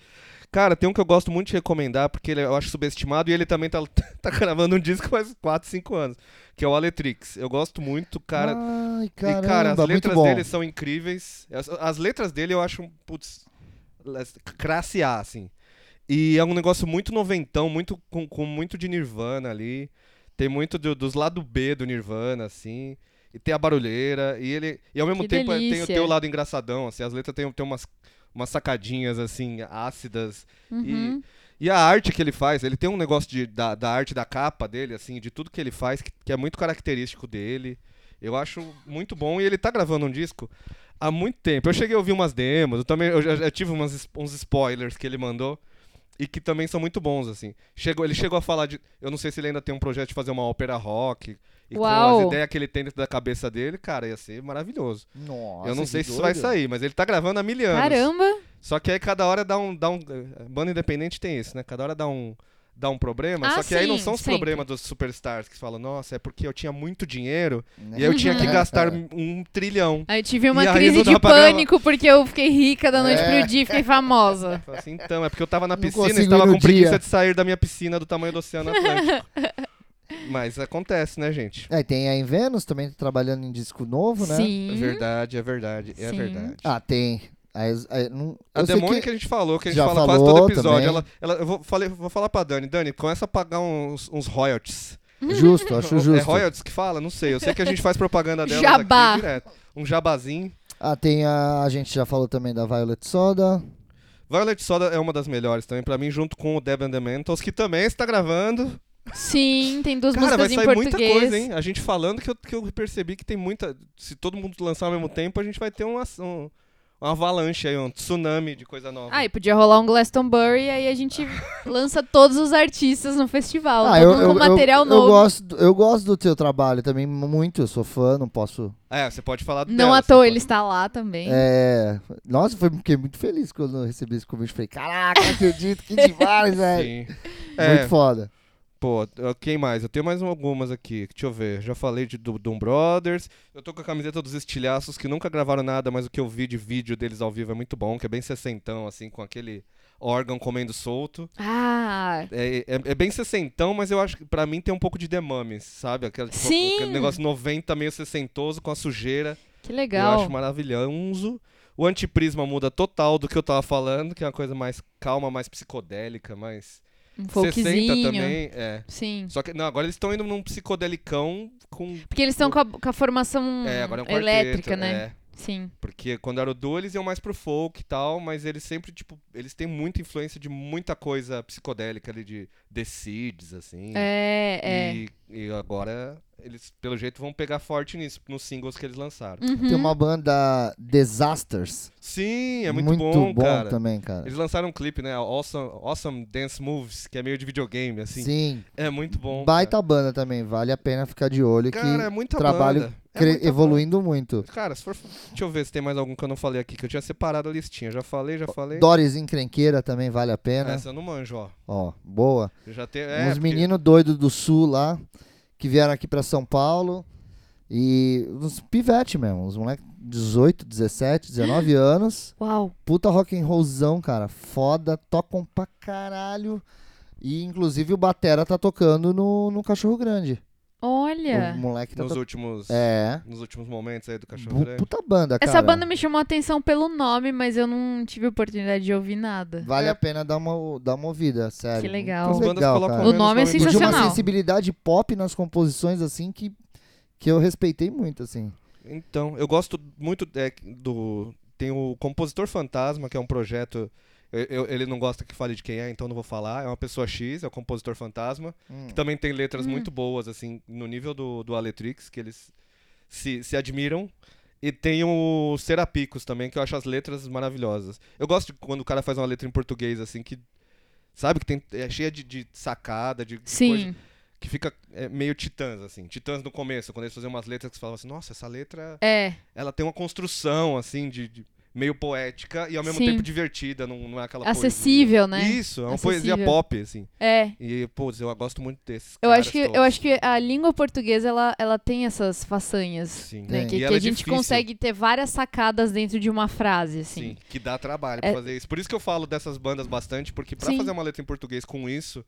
[SPEAKER 3] Cara, tem um que eu gosto muito de recomendar, porque ele, é, eu acho subestimado, e ele também tá, tá gravando um disco faz 4, 5 anos, que é o Aletrix. Eu gosto muito, cara.
[SPEAKER 2] Ai,
[SPEAKER 3] e, cara, as
[SPEAKER 2] caramba, muito
[SPEAKER 3] letras
[SPEAKER 2] bom.
[SPEAKER 3] dele são incríveis. As, as letras dele eu acho, um, putz, las- classe A, assim. E é um negócio muito noventão, muito, com, com muito de Nirvana ali. Tem muito do- dos lado B do Nirvana, assim. E tem a barulheira. E ele. E ao mesmo
[SPEAKER 5] Que
[SPEAKER 3] tempo ele tem o
[SPEAKER 5] delícia.
[SPEAKER 3] teu lado engraçadão, assim. As letras tem, tem umas, umas sacadinhas, assim, ácidas.
[SPEAKER 5] Uhum.
[SPEAKER 3] E a arte que ele faz, ele tem um negócio de, da, da arte da capa dele, assim, de tudo que ele faz, que, que é muito característico dele. Eu acho muito bom. E ele tá gravando um disco há muito tempo. Eu cheguei a ouvir umas demos, eu também eu já, já tive umas es- uns spoilers que ele mandou. E que também são muito bons, assim. Chegou, ele chegou a falar de. Eu não sei se ele ainda tem um projeto de fazer uma ópera rock. E com as
[SPEAKER 5] Uau.
[SPEAKER 3] ideias que ele tem dentro da cabeça dele, cara, ia ser maravilhoso.
[SPEAKER 2] Nossa,
[SPEAKER 3] eu não
[SPEAKER 2] que
[SPEAKER 3] sei se isso vai
[SPEAKER 2] doido.
[SPEAKER 3] sair, mas ele tá gravando há mil anos.
[SPEAKER 5] Caramba.
[SPEAKER 3] Só que aí cada hora dá um. Dá um banda independente tem isso, né? Cada hora dá um, dá um problema.
[SPEAKER 5] Ah,
[SPEAKER 3] só que aí não
[SPEAKER 5] sim,
[SPEAKER 3] são os
[SPEAKER 5] sempre.
[SPEAKER 3] problemas dos superstars que falam, nossa, é porque eu tinha muito dinheiro
[SPEAKER 2] Né?
[SPEAKER 3] e aí eu tinha que
[SPEAKER 2] Uhum.
[SPEAKER 3] gastar um trilhão.
[SPEAKER 5] Aí eu tive uma
[SPEAKER 3] E tá aí
[SPEAKER 5] crise
[SPEAKER 3] não dá
[SPEAKER 5] de
[SPEAKER 3] pra gravar.
[SPEAKER 5] pânico porque eu fiquei rica da
[SPEAKER 2] É.
[SPEAKER 5] noite pro dia, e fiquei famosa.
[SPEAKER 3] Fala assim, então, é porque eu tava na
[SPEAKER 2] Não
[SPEAKER 3] piscina
[SPEAKER 2] consigo
[SPEAKER 3] e estava
[SPEAKER 2] ir no
[SPEAKER 3] com preguiça
[SPEAKER 2] dia.
[SPEAKER 3] de sair da minha piscina do tamanho do Oceano Atlântico. Mas acontece, né, gente?
[SPEAKER 2] É, tem a em Vênus também tá trabalhando em disco novo, né?
[SPEAKER 3] É
[SPEAKER 5] Sim.
[SPEAKER 3] verdade, é verdade, é
[SPEAKER 5] Uhum. Sim.
[SPEAKER 3] verdade.
[SPEAKER 2] Ah, tem. Aí, aí, não,
[SPEAKER 3] A
[SPEAKER 2] eu sei
[SPEAKER 3] demônio que...
[SPEAKER 2] que-
[SPEAKER 3] a gente falou, que a gente
[SPEAKER 2] Já
[SPEAKER 3] fala quase
[SPEAKER 2] falou
[SPEAKER 3] todo episódio.
[SPEAKER 2] também.
[SPEAKER 3] Ela, ela, eu vou, falei, vou falar pra Dani. Dani, começa a pagar uns, uns royalties.
[SPEAKER 2] Justo, acho
[SPEAKER 3] É
[SPEAKER 2] justo.
[SPEAKER 3] royalties que fala? Não sei. Eu sei que a gente faz propaganda dela
[SPEAKER 5] Jabá.
[SPEAKER 3] aqui direto. Um jabazinho.
[SPEAKER 2] Ah, tem a. A gente já falou também da Violet Soda.
[SPEAKER 3] Violet Soda é uma das melhores também, pra mim, junto com o Deb and the Mentals, que também está gravando.
[SPEAKER 5] Sim, tem duas
[SPEAKER 3] Cara, vai
[SPEAKER 5] músicas em
[SPEAKER 3] sair muita
[SPEAKER 5] português.
[SPEAKER 3] coisa, hein? A gente falando que eu, que eu percebi que tem muita. Se todo mundo lançar ao mesmo tempo, a gente vai ter uma, um, uma avalanche aí, um tsunami de coisa nova.
[SPEAKER 5] Ah, e podia rolar um Glastonbury e aí a gente lança todos os artistas no festival.
[SPEAKER 2] Ah,
[SPEAKER 5] todo mundo com material
[SPEAKER 2] eu,
[SPEAKER 5] novo.
[SPEAKER 2] Eu gosto, do- eu gosto do teu trabalho também muito, eu sou fã, não posso.
[SPEAKER 3] É, você pode falar do
[SPEAKER 5] Não
[SPEAKER 3] dela,
[SPEAKER 5] à
[SPEAKER 3] você
[SPEAKER 5] toa
[SPEAKER 3] pode-
[SPEAKER 5] ele está lá também.
[SPEAKER 2] É, nossa, foi, fiquei muito feliz quando eu recebi esse convite. Falei, caraca, não acredito, que demais, velho.
[SPEAKER 3] Sim.
[SPEAKER 2] Muito
[SPEAKER 3] É,
[SPEAKER 2] foda.
[SPEAKER 3] pô, eu- quem mais? Eu tenho mais um- algumas aqui. Deixa eu ver. Já falei de do- Doom Brothers. Eu tô com a camiseta dos estilhaços que nunca gravaram nada, mas o que eu vi de vídeo deles ao vivo é muito bom, que é bem sessentão, assim, com aquele órgão comendo solto.
[SPEAKER 5] Ah,
[SPEAKER 3] É, é, é bem sessentão, mas eu acho que pra mim tem um pouco de demames, sabe? Aquela, tipo,
[SPEAKER 5] Sim!
[SPEAKER 3] aquele negócio 90 meio sessentoso com a sujeira.
[SPEAKER 5] que
[SPEAKER 3] Eu
[SPEAKER 5] legal.
[SPEAKER 3] acho maravilhoso. O antiprisma muda total do que eu tava falando, que é uma coisa mais calma, mais psicodélica, mais.
[SPEAKER 5] Um
[SPEAKER 3] 60
[SPEAKER 5] folkzinho.
[SPEAKER 3] também, é.
[SPEAKER 5] Sim.
[SPEAKER 3] Só que, não, agora eles estão indo num psicodelicão com...
[SPEAKER 5] Porque eles estão com, a- com a formação
[SPEAKER 3] É, agora é um quarteto,
[SPEAKER 5] Hum, elétrica, né?
[SPEAKER 3] é.
[SPEAKER 5] Sim.
[SPEAKER 3] Porque quando era o duo, eles iam mais pro folk e tal, mas eles sempre, tipo, eles têm muita influência de muita coisa psicodélica ali, de The Seeds, assim.
[SPEAKER 5] É, é.
[SPEAKER 3] E, e agora eles, pelo jeito, vão pegar forte nisso, nos singles que eles lançaram.
[SPEAKER 5] Uhum.
[SPEAKER 2] Tem uma banda Disasters.
[SPEAKER 3] Sim, é muito, bom, cara.
[SPEAKER 2] também, cara.
[SPEAKER 3] Eles lançaram um clipe, né? Awesome, awesome Dance Moves, que é meio de videogame, assim.
[SPEAKER 2] Sim.
[SPEAKER 3] É muito bom.
[SPEAKER 2] Baita banda também, vale a pena ficar de olho
[SPEAKER 3] cara. Cara, é
[SPEAKER 2] que
[SPEAKER 3] muita
[SPEAKER 2] trabalho
[SPEAKER 3] banda. É
[SPEAKER 2] cre-
[SPEAKER 3] muita banda.
[SPEAKER 2] evoluindo muito.
[SPEAKER 3] Cara, se for. Deixa eu ver se tem mais algum que eu não falei aqui, que eu tinha separado a listinha. Já falei, já falei.
[SPEAKER 2] Doris Encrenqueira também vale a pena.
[SPEAKER 3] Essa eu não manjo, ó.
[SPEAKER 2] Ó, boa.
[SPEAKER 3] Eu Já tem. É,
[SPEAKER 2] Uns
[SPEAKER 3] porque-
[SPEAKER 2] né? meninos doidos do sul lá, que vieram aqui pra São Paulo. E uns pivete mesmo, uns moleques 18, 17, 19 anos.
[SPEAKER 5] Uau.
[SPEAKER 2] Puta rock and rollzão, cara. Foda, tocam pra caralho. E inclusive o Batera tá tocando no, no Cachorro Grande.
[SPEAKER 5] Olha.
[SPEAKER 2] O moleque tá
[SPEAKER 3] Nos
[SPEAKER 2] tocando.
[SPEAKER 3] últimos.
[SPEAKER 2] É.
[SPEAKER 3] Nos últimos momentos aí do Cachorro
[SPEAKER 2] Bu-
[SPEAKER 3] Grande.
[SPEAKER 2] Puta banda, cara.
[SPEAKER 5] Essa banda é me chamou a atenção pelo nome, mas eu não tive oportunidade de ouvir nada.
[SPEAKER 2] Vale a pena dar uma, dar uma ouvida, sério.
[SPEAKER 5] Que legal.
[SPEAKER 3] As
[SPEAKER 2] Muito
[SPEAKER 3] bandas
[SPEAKER 2] legal,
[SPEAKER 3] colocam
[SPEAKER 2] cara.
[SPEAKER 5] O nome é
[SPEAKER 3] menos
[SPEAKER 2] E de uma
[SPEAKER 5] Sensacional.
[SPEAKER 2] sensibilidade pop nas composições, assim, que, que eu respeitei muito, assim.
[SPEAKER 3] Então, eu gosto muito é, do. Tem o Compositor Fantasma, que é um projeto. eu- eu- ele não gosta que fale de quem é, então não vou falar. É uma pessoa X, é o Compositor Fantasma. Que também tem letras muito boas, assim, no nível do, do Aletrix, que eles se, se admiram. E tem o Serapicos também, que eu acho as letras maravilhosas. Eu gosto de quando o cara faz uma letra em português, assim, que. Sabe, que tem, é cheia de, de sacada, de, de coisa
[SPEAKER 5] Sim.
[SPEAKER 3] que fica é, meio titãs, assim. Titãs no começo, quando eles faziam umas letras que você falava assim, nossa, essa letra
[SPEAKER 5] É.
[SPEAKER 3] ela tem uma construção, assim, de, de- meio poética e ao mesmo
[SPEAKER 5] Sim.
[SPEAKER 3] tempo divertida, não, não é aquela
[SPEAKER 5] Acessível,
[SPEAKER 3] poesia.
[SPEAKER 5] né?
[SPEAKER 3] Isso, é uma
[SPEAKER 5] Acessível.
[SPEAKER 3] poesia pop, assim.
[SPEAKER 5] É.
[SPEAKER 3] E, pô, eu gosto muito desses.
[SPEAKER 5] Eu
[SPEAKER 3] caras
[SPEAKER 5] acho, que, eu
[SPEAKER 3] todos.
[SPEAKER 5] acho que a língua portuguesa ela, ela tem essas façanhas.
[SPEAKER 3] Sim.
[SPEAKER 5] né?
[SPEAKER 2] Tem.
[SPEAKER 5] Que,
[SPEAKER 3] E
[SPEAKER 5] que
[SPEAKER 3] ela
[SPEAKER 5] a
[SPEAKER 3] é
[SPEAKER 5] gente
[SPEAKER 3] difícil.
[SPEAKER 5] consegue ter várias sacadas dentro de uma frase, assim.
[SPEAKER 3] Sim, que dá trabalho
[SPEAKER 5] É-
[SPEAKER 3] pra fazer isso. Por isso que eu falo dessas bandas bastante, porque pra
[SPEAKER 5] Sim.
[SPEAKER 3] fazer uma letra em português com isso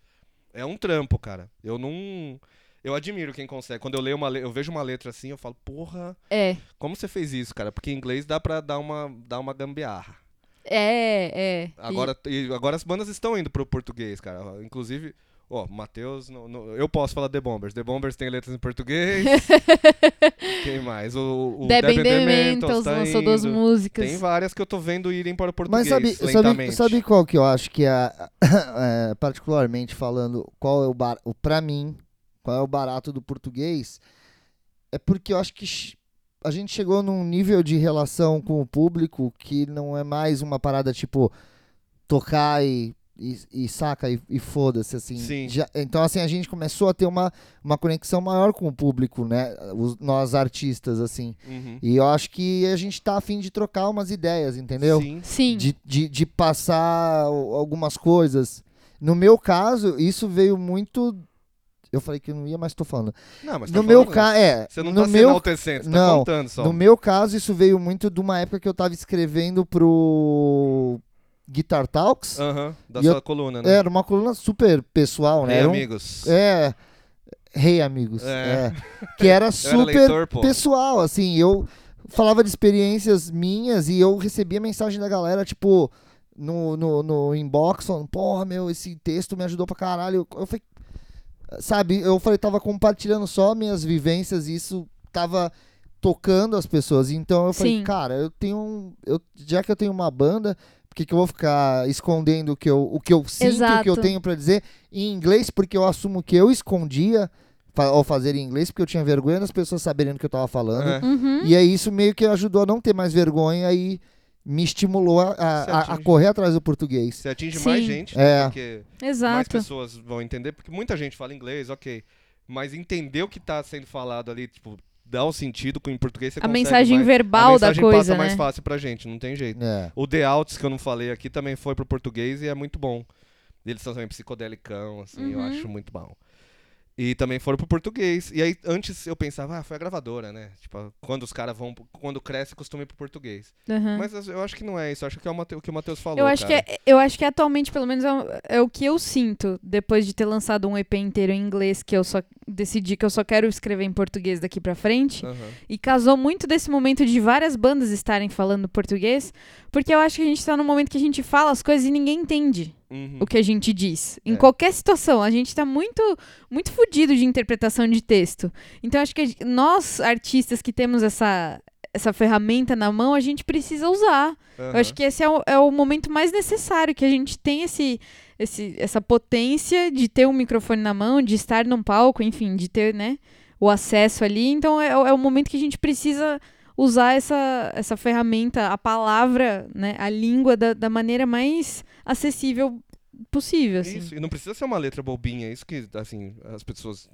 [SPEAKER 3] é um trampo, cara. Eu não. Eu admiro quem consegue. Quando eu leio uma le... eu vejo uma letra assim, eu falo, porra,
[SPEAKER 5] É.
[SPEAKER 3] como você fez isso, cara? Porque em inglês dá pra dar uma, dar uma gambiarra.
[SPEAKER 5] É, é.
[SPEAKER 3] Agora, e agora as bandas estão indo pro português, cara. Inclusive, ó, Matheus. no- no- eu posso falar The Bombers. The Bombers tem letras em português. Quem mais? O,
[SPEAKER 5] E
[SPEAKER 3] o
[SPEAKER 5] Deb
[SPEAKER 3] Deb
[SPEAKER 5] and
[SPEAKER 3] and
[SPEAKER 5] the
[SPEAKER 3] Dementals
[SPEAKER 5] Mentals
[SPEAKER 3] tá
[SPEAKER 5] lançou duas
[SPEAKER 3] indo.
[SPEAKER 5] músicas.
[SPEAKER 3] Tem várias que eu tô vendo irem para o português
[SPEAKER 2] Mas sabe, sabe,
[SPEAKER 3] lentamente.
[SPEAKER 2] sabe qual que eu acho que é, é, particularmente falando, qual é o bar, o para mim, qual é o barato do português? É porque eu acho que ch- a gente chegou num nível de relação com o público que não é mais uma parada tipo tocar e e, e saca e, e foda-se assim.
[SPEAKER 3] Sim.
[SPEAKER 2] Já- então assim a gente começou a ter uma, uma conexão maior com o público, né? Os- nós artistas assim.
[SPEAKER 3] Uhum.
[SPEAKER 2] E eu acho que a gente tá afim de trocar umas ideias, entendeu?
[SPEAKER 3] Sim.
[SPEAKER 5] Sim.
[SPEAKER 2] de, de, de passar al- algumas coisas. No meu caso, isso veio muito. Eu falei que eu não ia, mas tô falando.
[SPEAKER 3] Não, mas tá
[SPEAKER 2] no meu
[SPEAKER 3] falando, né?
[SPEAKER 2] caso, é.
[SPEAKER 3] Você não
[SPEAKER 2] no
[SPEAKER 3] tá sendo
[SPEAKER 2] meu,
[SPEAKER 3] enaltecendo, você
[SPEAKER 2] Não,
[SPEAKER 3] tá contando só.
[SPEAKER 2] no meu caso, isso veio muito de uma época que eu tava escrevendo pro Guitar Talks.
[SPEAKER 3] Aham, da
[SPEAKER 2] E
[SPEAKER 3] sua
[SPEAKER 2] eu-
[SPEAKER 3] coluna, Ah, né?
[SPEAKER 2] Era uma coluna super pessoal, né?
[SPEAKER 3] Hey,
[SPEAKER 2] Era um-
[SPEAKER 3] amigos.
[SPEAKER 2] É. Rei, amigos.
[SPEAKER 3] É.
[SPEAKER 2] É. Que era
[SPEAKER 3] Eu era
[SPEAKER 2] super
[SPEAKER 3] leitor, pô.
[SPEAKER 2] pessoal, assim, eu falava de experiências minhas e eu recebia mensagem da galera, tipo, no, no, no inbox, falando, porra, meu, esse texto me ajudou pra caralho. Eu, eu falei, sabe, eu falei, tava compartilhando só minhas vivências e isso tava tocando as pessoas. Então eu falei,
[SPEAKER 5] Sim.
[SPEAKER 2] cara, eu tenho um, eu, já que eu tenho uma banda, Porque que eu vou ficar escondendo o que eu, o que eu sinto, o que eu
[SPEAKER 7] Exato.
[SPEAKER 2] tenho pra dizer em inglês, porque eu assumo que eu escondia fa- ao fazer em inglês, porque eu tinha vergonha das pessoas saberem do que eu tava falando.
[SPEAKER 3] É.
[SPEAKER 7] Uhum.
[SPEAKER 2] E aí isso meio que ajudou a não ter mais vergonha e me estimulou a, a-
[SPEAKER 3] Você
[SPEAKER 2] a- a
[SPEAKER 3] atinge.
[SPEAKER 2] correr atrás do português.
[SPEAKER 3] Você atinge mais
[SPEAKER 5] Sim.
[SPEAKER 3] gente, né,
[SPEAKER 2] É.
[SPEAKER 3] porque mais
[SPEAKER 5] Exato.
[SPEAKER 3] pessoas vão entender, porque muita gente fala inglês, ok. Mas entender o que tá sendo falado ali, tipo, dá o sentido com em português você
[SPEAKER 5] A
[SPEAKER 3] consegue
[SPEAKER 5] mensagem
[SPEAKER 3] mais-
[SPEAKER 5] verbal
[SPEAKER 3] a mensagem
[SPEAKER 5] da coisa,
[SPEAKER 3] passa
[SPEAKER 5] né?
[SPEAKER 3] mais fácil pra gente, não tem jeito.
[SPEAKER 2] É.
[SPEAKER 3] O The Outs, que eu não falei aqui, também foi pro português e é muito bom. Eles são também psicodelicão, assim, eu
[SPEAKER 5] Uhum.
[SPEAKER 3] acho muito bom. E também foram pro português. E aí, antes eu pensava, ah, foi a gravadora, né? Tipo, quando os caras vão, pro- quando cresce, costuma ir pro português.
[SPEAKER 5] Uhum.
[SPEAKER 3] Mas eu acho que não é isso, eu acho que é o, Mate- o que o Matheus falou.
[SPEAKER 5] Eu acho, que
[SPEAKER 3] cara.
[SPEAKER 5] é- eu acho que atualmente, pelo menos, é o- é o que eu sinto depois de ter lançado um EP inteiro em inglês, que eu só decidi que eu só quero escrever em português daqui pra frente.
[SPEAKER 3] Aham.
[SPEAKER 5] E casou muito desse momento de várias bandas estarem falando português, porque eu acho que a gente tá num momento que a gente fala as coisas e ninguém entende
[SPEAKER 3] Uhum.
[SPEAKER 5] o que a gente diz. Em
[SPEAKER 3] É.
[SPEAKER 5] qualquer situação, a gente tá muito muito fudido de interpretação de texto. Então acho que a gen- nós artistas que temos essa essa ferramenta na mão, a gente precisa usar. Eu
[SPEAKER 3] Aham.
[SPEAKER 5] acho que esse é o, é o momento mais necessário, que a gente tem esse, esse, essa potência de ter um microfone na mão, de estar num palco, enfim, de ter né, o acesso ali. Então é, o- é o momento que a gente precisa usar essa, essa ferramenta, a palavra, né, a língua da, da maneira mais acessível possível. Assim.
[SPEAKER 3] É Isso, e não precisa ser uma letra bobinha, isso que, assim, as pessoas.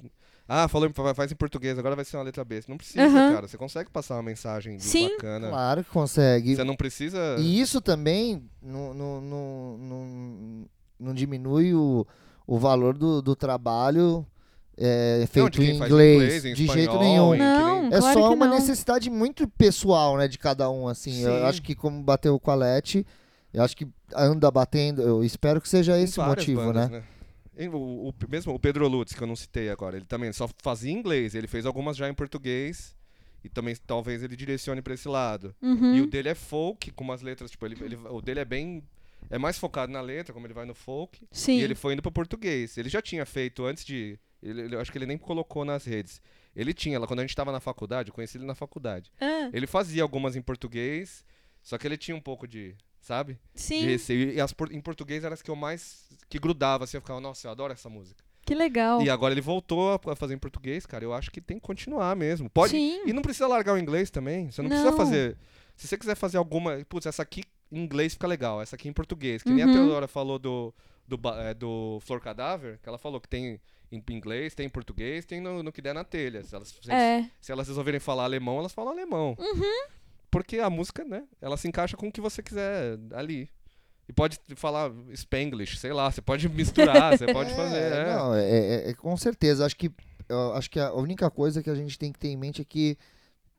[SPEAKER 3] Ah, falou, em- fa- faz em português, agora vai ser uma letra B. Não precisa,
[SPEAKER 5] Aham.
[SPEAKER 3] cara. Você consegue passar uma mensagem
[SPEAKER 5] Sim.
[SPEAKER 3] bacana.
[SPEAKER 2] Claro que consegue.
[SPEAKER 3] Você não precisa.
[SPEAKER 2] E isso também não, não, não, não, não diminui o, o valor do, do trabalho é,
[SPEAKER 3] Não,
[SPEAKER 2] feito
[SPEAKER 3] de quem
[SPEAKER 2] em
[SPEAKER 3] faz
[SPEAKER 2] inglês,
[SPEAKER 3] em
[SPEAKER 2] de
[SPEAKER 3] espanhol,
[SPEAKER 2] jeito nenhum.
[SPEAKER 3] em que
[SPEAKER 5] Não,
[SPEAKER 3] nem-
[SPEAKER 2] É
[SPEAKER 5] claro
[SPEAKER 2] só
[SPEAKER 5] que
[SPEAKER 2] uma
[SPEAKER 5] não.
[SPEAKER 2] necessidade muito pessoal, né, de cada um, assim.
[SPEAKER 3] Sim.
[SPEAKER 2] Eu acho que como bateu o Colette, eu acho que anda batendo, eu espero que seja esse o
[SPEAKER 3] várias
[SPEAKER 2] motivo,
[SPEAKER 3] bandas,
[SPEAKER 2] né?
[SPEAKER 3] E O, o- mesmo o Pedro Lutz, que eu não citei agora, ele também só fazia inglês, ele fez algumas já em português. E também talvez ele direcione pra esse lado.
[SPEAKER 5] Uhum.
[SPEAKER 3] E o dele é folk, com umas letras, tipo, ele, ele- o dele é bem. É mais focado na letra, como ele vai no folk.
[SPEAKER 5] Sim.
[SPEAKER 3] E ele foi indo pro português. Ele já tinha feito antes de. Ele, ele- eu acho que ele nem colocou nas redes. Ele tinha, lá quando a gente tava na faculdade, eu conheci ele na faculdade.
[SPEAKER 5] Ah,
[SPEAKER 3] Ele fazia algumas em português, só que ele tinha um pouco de. Sabe? De
[SPEAKER 5] sim,
[SPEAKER 3] receio. E as por- em português eram as que eu mais. que grudava, assim, eu ficava, nossa, eu adoro essa música.
[SPEAKER 5] que legal.
[SPEAKER 3] E agora ele voltou a- a fazer em português, cara. Eu acho que tem que continuar mesmo. Pode. né,
[SPEAKER 5] Sim.
[SPEAKER 3] E não precisa largar o inglês também. Você não,
[SPEAKER 5] Não.
[SPEAKER 3] precisa fazer. Se você quiser fazer alguma. Putz, essa aqui em inglês fica legal, essa aqui em português. Que nem a
[SPEAKER 5] Uhum.
[SPEAKER 3] Teodora falou do, do, ba- eh, do Flor Cadáver, que ela falou que tem em inglês, tem em português, tem no, no que der na telha. Se elas, se-
[SPEAKER 5] É, Uhum.
[SPEAKER 3] se elas resolverem falar alemão, elas falam alemão. Porque a música, né? Ela se encaixa com o que você quiser ali. E pode falar Spanglish, sei lá, você pode misturar, você pode fazer. é.
[SPEAKER 2] Não, é, é- é- com certeza. Acho que, eu acho que a única coisa que a gente tem que ter em mente é que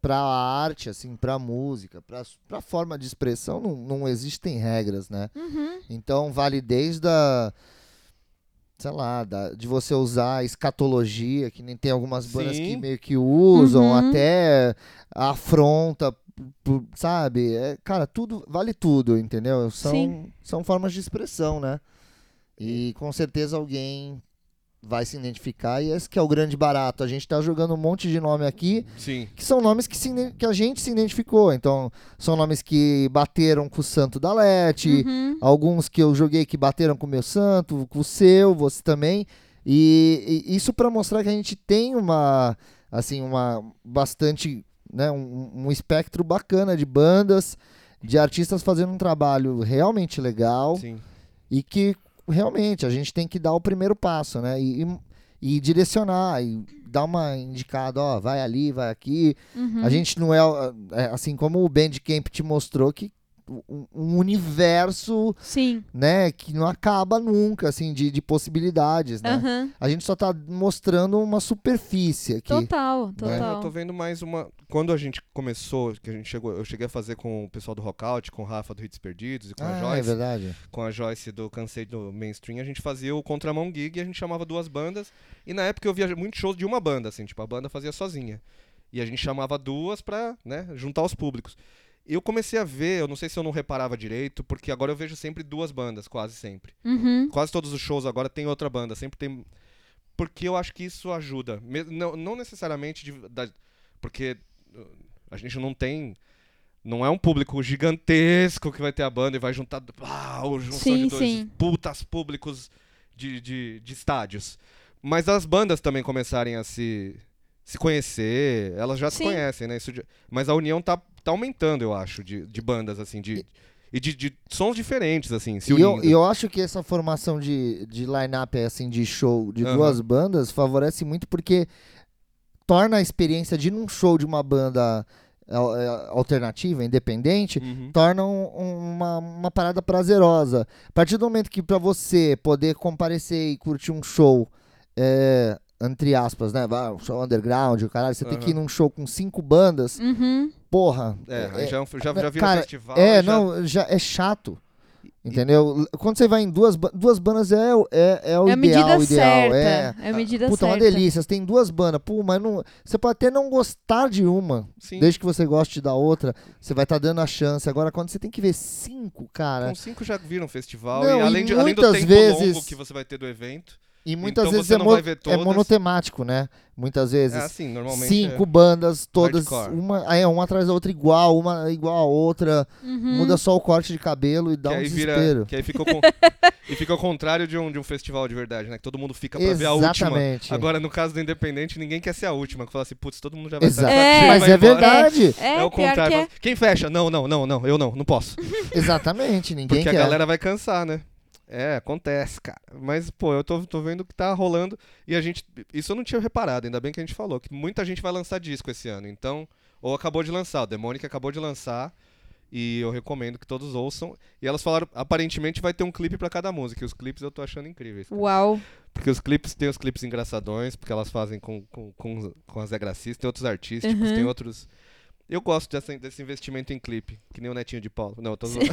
[SPEAKER 2] pra arte, assim, pra música, pra, pra forma de expressão, não, não existem regras, né? Então vale desde a. Sei lá, da- de você usar a escatologia, que nem tem algumas bandas que
[SPEAKER 3] Sim.
[SPEAKER 2] meio que usam,
[SPEAKER 5] Uhum.
[SPEAKER 2] até a afronta, p- p- sabe? É, cara, tudo vale tudo, entendeu? São,
[SPEAKER 5] Sim.
[SPEAKER 2] são formas de expressão, né? E com certeza alguém vai se identificar, e esse que é o grande barato. A gente tá jogando um monte de nome aqui,
[SPEAKER 3] Sim.
[SPEAKER 2] que são nomes que, se iden- que a gente se identificou. Então, são nomes que bateram com o Santo da Lete,
[SPEAKER 5] uhum,
[SPEAKER 2] alguns que eu joguei que bateram com o meu santo, com o seu, você também. E, e isso para mostrar que a gente tem uma assim uma bastante, né, um, um espectro bacana de bandas, de artistas fazendo um trabalho realmente legal
[SPEAKER 3] Sim.
[SPEAKER 2] e que realmente a gente tem que dar o primeiro passo, né? E, e- e direcionar e dar uma indicada, ó, vai ali, vai aqui,
[SPEAKER 5] uhum.
[SPEAKER 2] a gente não é, é, assim como o Bandcamp te mostrou que um, um universo,
[SPEAKER 5] Sim.
[SPEAKER 2] né, que não acaba nunca, assim, de, de possibilidades, né?
[SPEAKER 5] Aham.
[SPEAKER 2] A gente só tá mostrando uma superfície aqui.
[SPEAKER 5] Total,
[SPEAKER 3] É,
[SPEAKER 5] total.
[SPEAKER 3] Eu tô vendo mais uma. Quando a gente começou, que a gente chegou, eu cheguei a fazer com o pessoal do Rockout, com o Rafa do Hits Perdidos e com a
[SPEAKER 2] Ah, é
[SPEAKER 3] Joyce,
[SPEAKER 2] verdade.
[SPEAKER 3] com a Joyce do Cansei do Mainstream, a gente fazia o contramão gig e a gente chamava duas bandas. E na época eu via muito shows de uma banda, assim, tipo, a banda fazia sozinha. E a gente chamava duas pra, né, juntar os públicos. Eu comecei a ver, eu não sei se eu não reparava direito, porque agora eu vejo sempre duas bandas, quase sempre
[SPEAKER 5] Uhum.
[SPEAKER 3] quase todos os shows agora tem outra banda, sempre tem. Porque eu acho que isso ajuda. Me- Não, não necessariamente de- da- porque uh, a gente não tem Não é um público gigantesco que vai ter a banda e vai juntar ah, o junção
[SPEAKER 5] Sim,
[SPEAKER 3] de dois
[SPEAKER 5] sim.
[SPEAKER 3] putas públicos de, de, de estádios. Mas as bandas também começarem a se, se conhecer, elas já se
[SPEAKER 5] Sim.
[SPEAKER 3] conhecem, né? Isso já- mas a união tá, tá aumentando, eu acho, de, de bandas, assim, de, e de, de sons diferentes, assim, se
[SPEAKER 2] E eu,
[SPEAKER 3] unindo.
[SPEAKER 2] e eu acho que essa formação de, de line-up, assim, de show de
[SPEAKER 3] Aham.
[SPEAKER 2] duas bandas favorece muito porque torna a experiência de ir num show de uma banda al- eh, alternativa, independente,
[SPEAKER 3] Uhum.
[SPEAKER 2] torna um- um- uma, uma parada prazerosa. A partir do momento que pra você poder comparecer e curtir um show, é, entre aspas, né? vai, Um show underground, o caralho, você tem que ir num show com cinco bandas,
[SPEAKER 5] Uhum.
[SPEAKER 2] porra.
[SPEAKER 3] É, aí
[SPEAKER 2] é-
[SPEAKER 3] já, é um- já, já vira
[SPEAKER 2] cara,
[SPEAKER 3] festival.
[SPEAKER 2] é,
[SPEAKER 3] já-
[SPEAKER 2] não, já é chato. Entendeu? Quando você vai em duas, ba- duas bandas é, o- é, é o
[SPEAKER 5] É
[SPEAKER 2] ideal,
[SPEAKER 5] a medida
[SPEAKER 2] o ideal.
[SPEAKER 5] certa.
[SPEAKER 2] É.
[SPEAKER 5] É a medida
[SPEAKER 2] Puta, uma
[SPEAKER 5] certa.
[SPEAKER 2] delícia. Você tem duas bandas, pô, mas não, você pode até não gostar de uma,
[SPEAKER 3] Sim.
[SPEAKER 2] desde que você goste da outra, você vai estar dando a chance. Agora, quando você tem que ver cinco, cara,
[SPEAKER 3] Com cinco já viram festival.
[SPEAKER 2] Não,
[SPEAKER 3] e
[SPEAKER 2] e
[SPEAKER 3] além, de, além do
[SPEAKER 2] muitas
[SPEAKER 3] tempo
[SPEAKER 2] vezes-
[SPEAKER 3] longo que você vai ter do evento.
[SPEAKER 2] e muitas
[SPEAKER 3] então
[SPEAKER 2] vezes
[SPEAKER 3] você
[SPEAKER 2] é,
[SPEAKER 3] não
[SPEAKER 2] mo-
[SPEAKER 3] vai ver
[SPEAKER 2] é
[SPEAKER 3] todas.
[SPEAKER 2] monotemático, né? Muitas
[SPEAKER 3] É
[SPEAKER 2] vezes.
[SPEAKER 3] assim, normalmente.
[SPEAKER 2] cinco
[SPEAKER 3] é.
[SPEAKER 2] bandas, todas,
[SPEAKER 3] Hardcore.
[SPEAKER 2] uma, aí é, uma atrás da outra igual, uma igual a outra, muda só o corte de cabelo e dá
[SPEAKER 3] que
[SPEAKER 2] um
[SPEAKER 3] aí
[SPEAKER 2] desespero.
[SPEAKER 3] vira. Que aí fica o con- e fica ao contrário de um, de um festival de verdade, né? Que todo mundo fica pra ver a última.
[SPEAKER 2] Exatamente.
[SPEAKER 3] Agora, no caso do Independente, ninguém quer ser a última. Que fala assim, putz, todo mundo já vai
[SPEAKER 2] Exato.
[SPEAKER 3] satisfeito,
[SPEAKER 5] É.
[SPEAKER 3] vai
[SPEAKER 2] Mas é
[SPEAKER 3] embora.
[SPEAKER 2] verdade.
[SPEAKER 5] É,
[SPEAKER 3] É, o
[SPEAKER 5] pior
[SPEAKER 3] contrário.
[SPEAKER 5] que é.
[SPEAKER 3] fala, Quem fecha? Não, não, não, não. Eu não, não posso.
[SPEAKER 2] Exatamente, ninguém
[SPEAKER 3] Porque
[SPEAKER 2] quer.
[SPEAKER 3] a galera vai cansar, né? É, acontece, cara. Mas, pô, eu tô, tô vendo que tá rolando. E a gente. Isso eu não tinha reparado, ainda bem que a gente falou. Que muita gente vai lançar disco esse ano. Então. Ou acabou de lançar. O Demônica acabou de lançar. E eu recomendo que todos ouçam. E elas falaram, aparentemente vai ter um clipe pra cada música. E os clipes eu tô achando incríveis.
[SPEAKER 5] Uau.
[SPEAKER 3] Porque os clipes tem os clipes engraçadões, porque elas fazem com, com, com, com as Gracis, tem outros artísticos, tem outros. Eu gosto dessa- desse investimento em clipe, que nem o Netinho de Paulo. Não, eu tô zoando.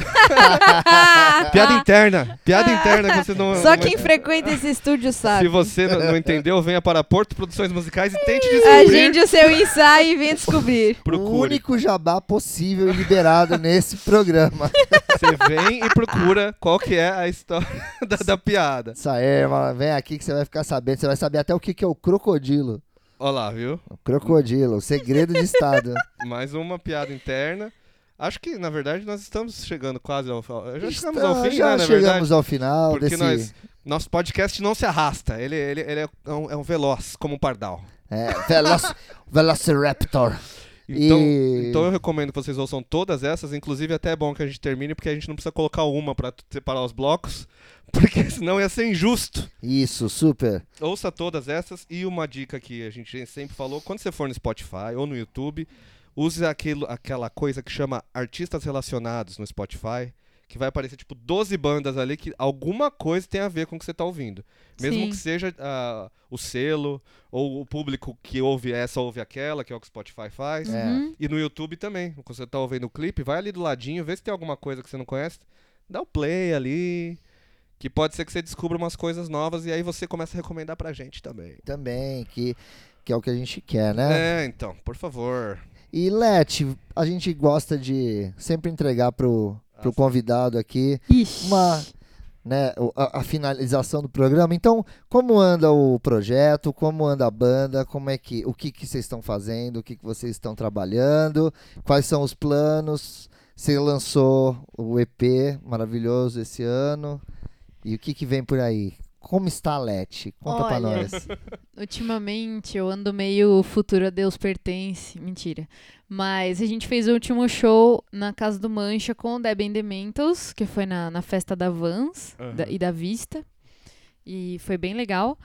[SPEAKER 3] piada interna! Piada interna que você não.
[SPEAKER 5] Ah. Só
[SPEAKER 3] não-
[SPEAKER 5] quem frequenta esse estúdio
[SPEAKER 3] Se
[SPEAKER 5] sabe.
[SPEAKER 3] você não, não entendeu, venha para Porto Produções Musicais e tente
[SPEAKER 5] A
[SPEAKER 3] descobrir.
[SPEAKER 5] gente é o seu ensaio e vem descobrir.
[SPEAKER 2] O
[SPEAKER 3] Procure.
[SPEAKER 2] único jabá possível e liberado nesse programa.
[SPEAKER 3] Você vem e procura qual que é a história da, da piada.
[SPEAKER 2] Isso aí, mano. Vem aqui que você vai ficar sabendo. Você vai saber até o que, que é o crocodilo.
[SPEAKER 3] Olha lá, viu?
[SPEAKER 2] O crocodilo, o segredo de Estado.
[SPEAKER 3] Mais uma piada interna. Acho que, na verdade, nós estamos chegando quase ao. ao- Já chegamos ao
[SPEAKER 2] Então,
[SPEAKER 3] fim,
[SPEAKER 2] já
[SPEAKER 3] né, na verdade?
[SPEAKER 2] chegamos ao final
[SPEAKER 3] Porque
[SPEAKER 2] desse.
[SPEAKER 3] nós, nosso podcast não se arrasta, ele, ele, ele é, um, é um veloz, como um pardal.
[SPEAKER 2] É, Veloc- Velociraptor.
[SPEAKER 3] Então,
[SPEAKER 2] E-
[SPEAKER 3] então eu recomendo que vocês ouçam todas essas, inclusive até é bom que a gente termine, porque a gente não precisa colocar uma pra t- separar os blocos, porque senão ia ser injusto.
[SPEAKER 2] Isso, super.
[SPEAKER 3] Ouça todas essas e uma dica que a gente sempre falou, quando você for no Spotify ou no YouTube, use aquilo, aquela coisa que chama artistas relacionados no Spotify, que vai aparecer tipo 12 bandas ali que alguma coisa tem a ver com o que você tá ouvindo. Mesmo
[SPEAKER 5] Sim.
[SPEAKER 3] que seja ah, o selo ou o público que ouve essa ouve aquela, que é o que o Spotify faz.
[SPEAKER 2] É.
[SPEAKER 3] E no YouTube também. Quando você tá ouvindo o clipe, vai ali do ladinho, vê se tem alguma coisa que você não conhece. Dá o play ali. Que pode ser que você descubra umas coisas novas e aí você começa a recomendar pra gente também.
[SPEAKER 2] Também, que, que é o que a gente quer, né?
[SPEAKER 3] É, então, por favor.
[SPEAKER 2] E Leti, a gente gosta de sempre entregar pro, pro convidado aqui
[SPEAKER 5] Ixi.
[SPEAKER 2] uma, né, o- a, a finalização do programa. Então, como anda o projeto? Como anda a banda? Como é que o que que vocês estão fazendo? O que que vocês estão trabalhando? Quais são os planos? Você lançou o EP maravilhoso esse ano. E o que que vem por aí? Como está a Leti? Conta pra
[SPEAKER 5] Olha,
[SPEAKER 2] nós.
[SPEAKER 5] Ultimamente eu ando meio futuro a Deus pertence. Mentira. Mas a gente fez o último show na Casa do Mancha com o Deben Dementals, que foi na, na festa da Vans
[SPEAKER 3] Aham.
[SPEAKER 5] da- e da Vista. E foi bem legal.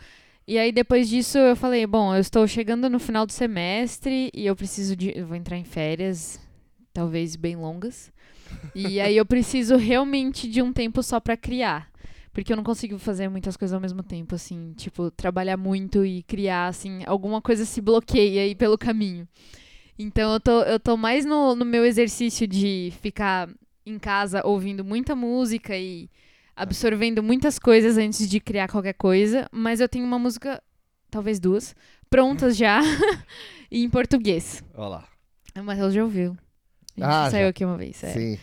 [SPEAKER 5] E aí depois disso eu falei, bom, eu estou chegando no final do semestre e eu preciso de... Eu vou entrar em férias, talvez bem longas. E aí eu preciso realmente de um tempo só pra criar. Porque eu não consigo fazer muitas coisas ao mesmo tempo, assim. Tipo, trabalhar muito e criar, assim, alguma coisa se bloqueia aí pelo caminho. Então eu tô, eu tô mais no, no meu exercício de ficar em casa ouvindo muita música e absorvendo muitas coisas antes de criar qualquer coisa. Mas eu tenho uma música, talvez duas, prontas já, e em português.
[SPEAKER 3] Olha lá.
[SPEAKER 5] O Matheus já ouviu. A gente
[SPEAKER 2] Ah,
[SPEAKER 5] saiu
[SPEAKER 2] já.
[SPEAKER 5] aqui uma vez, é.
[SPEAKER 2] Sim.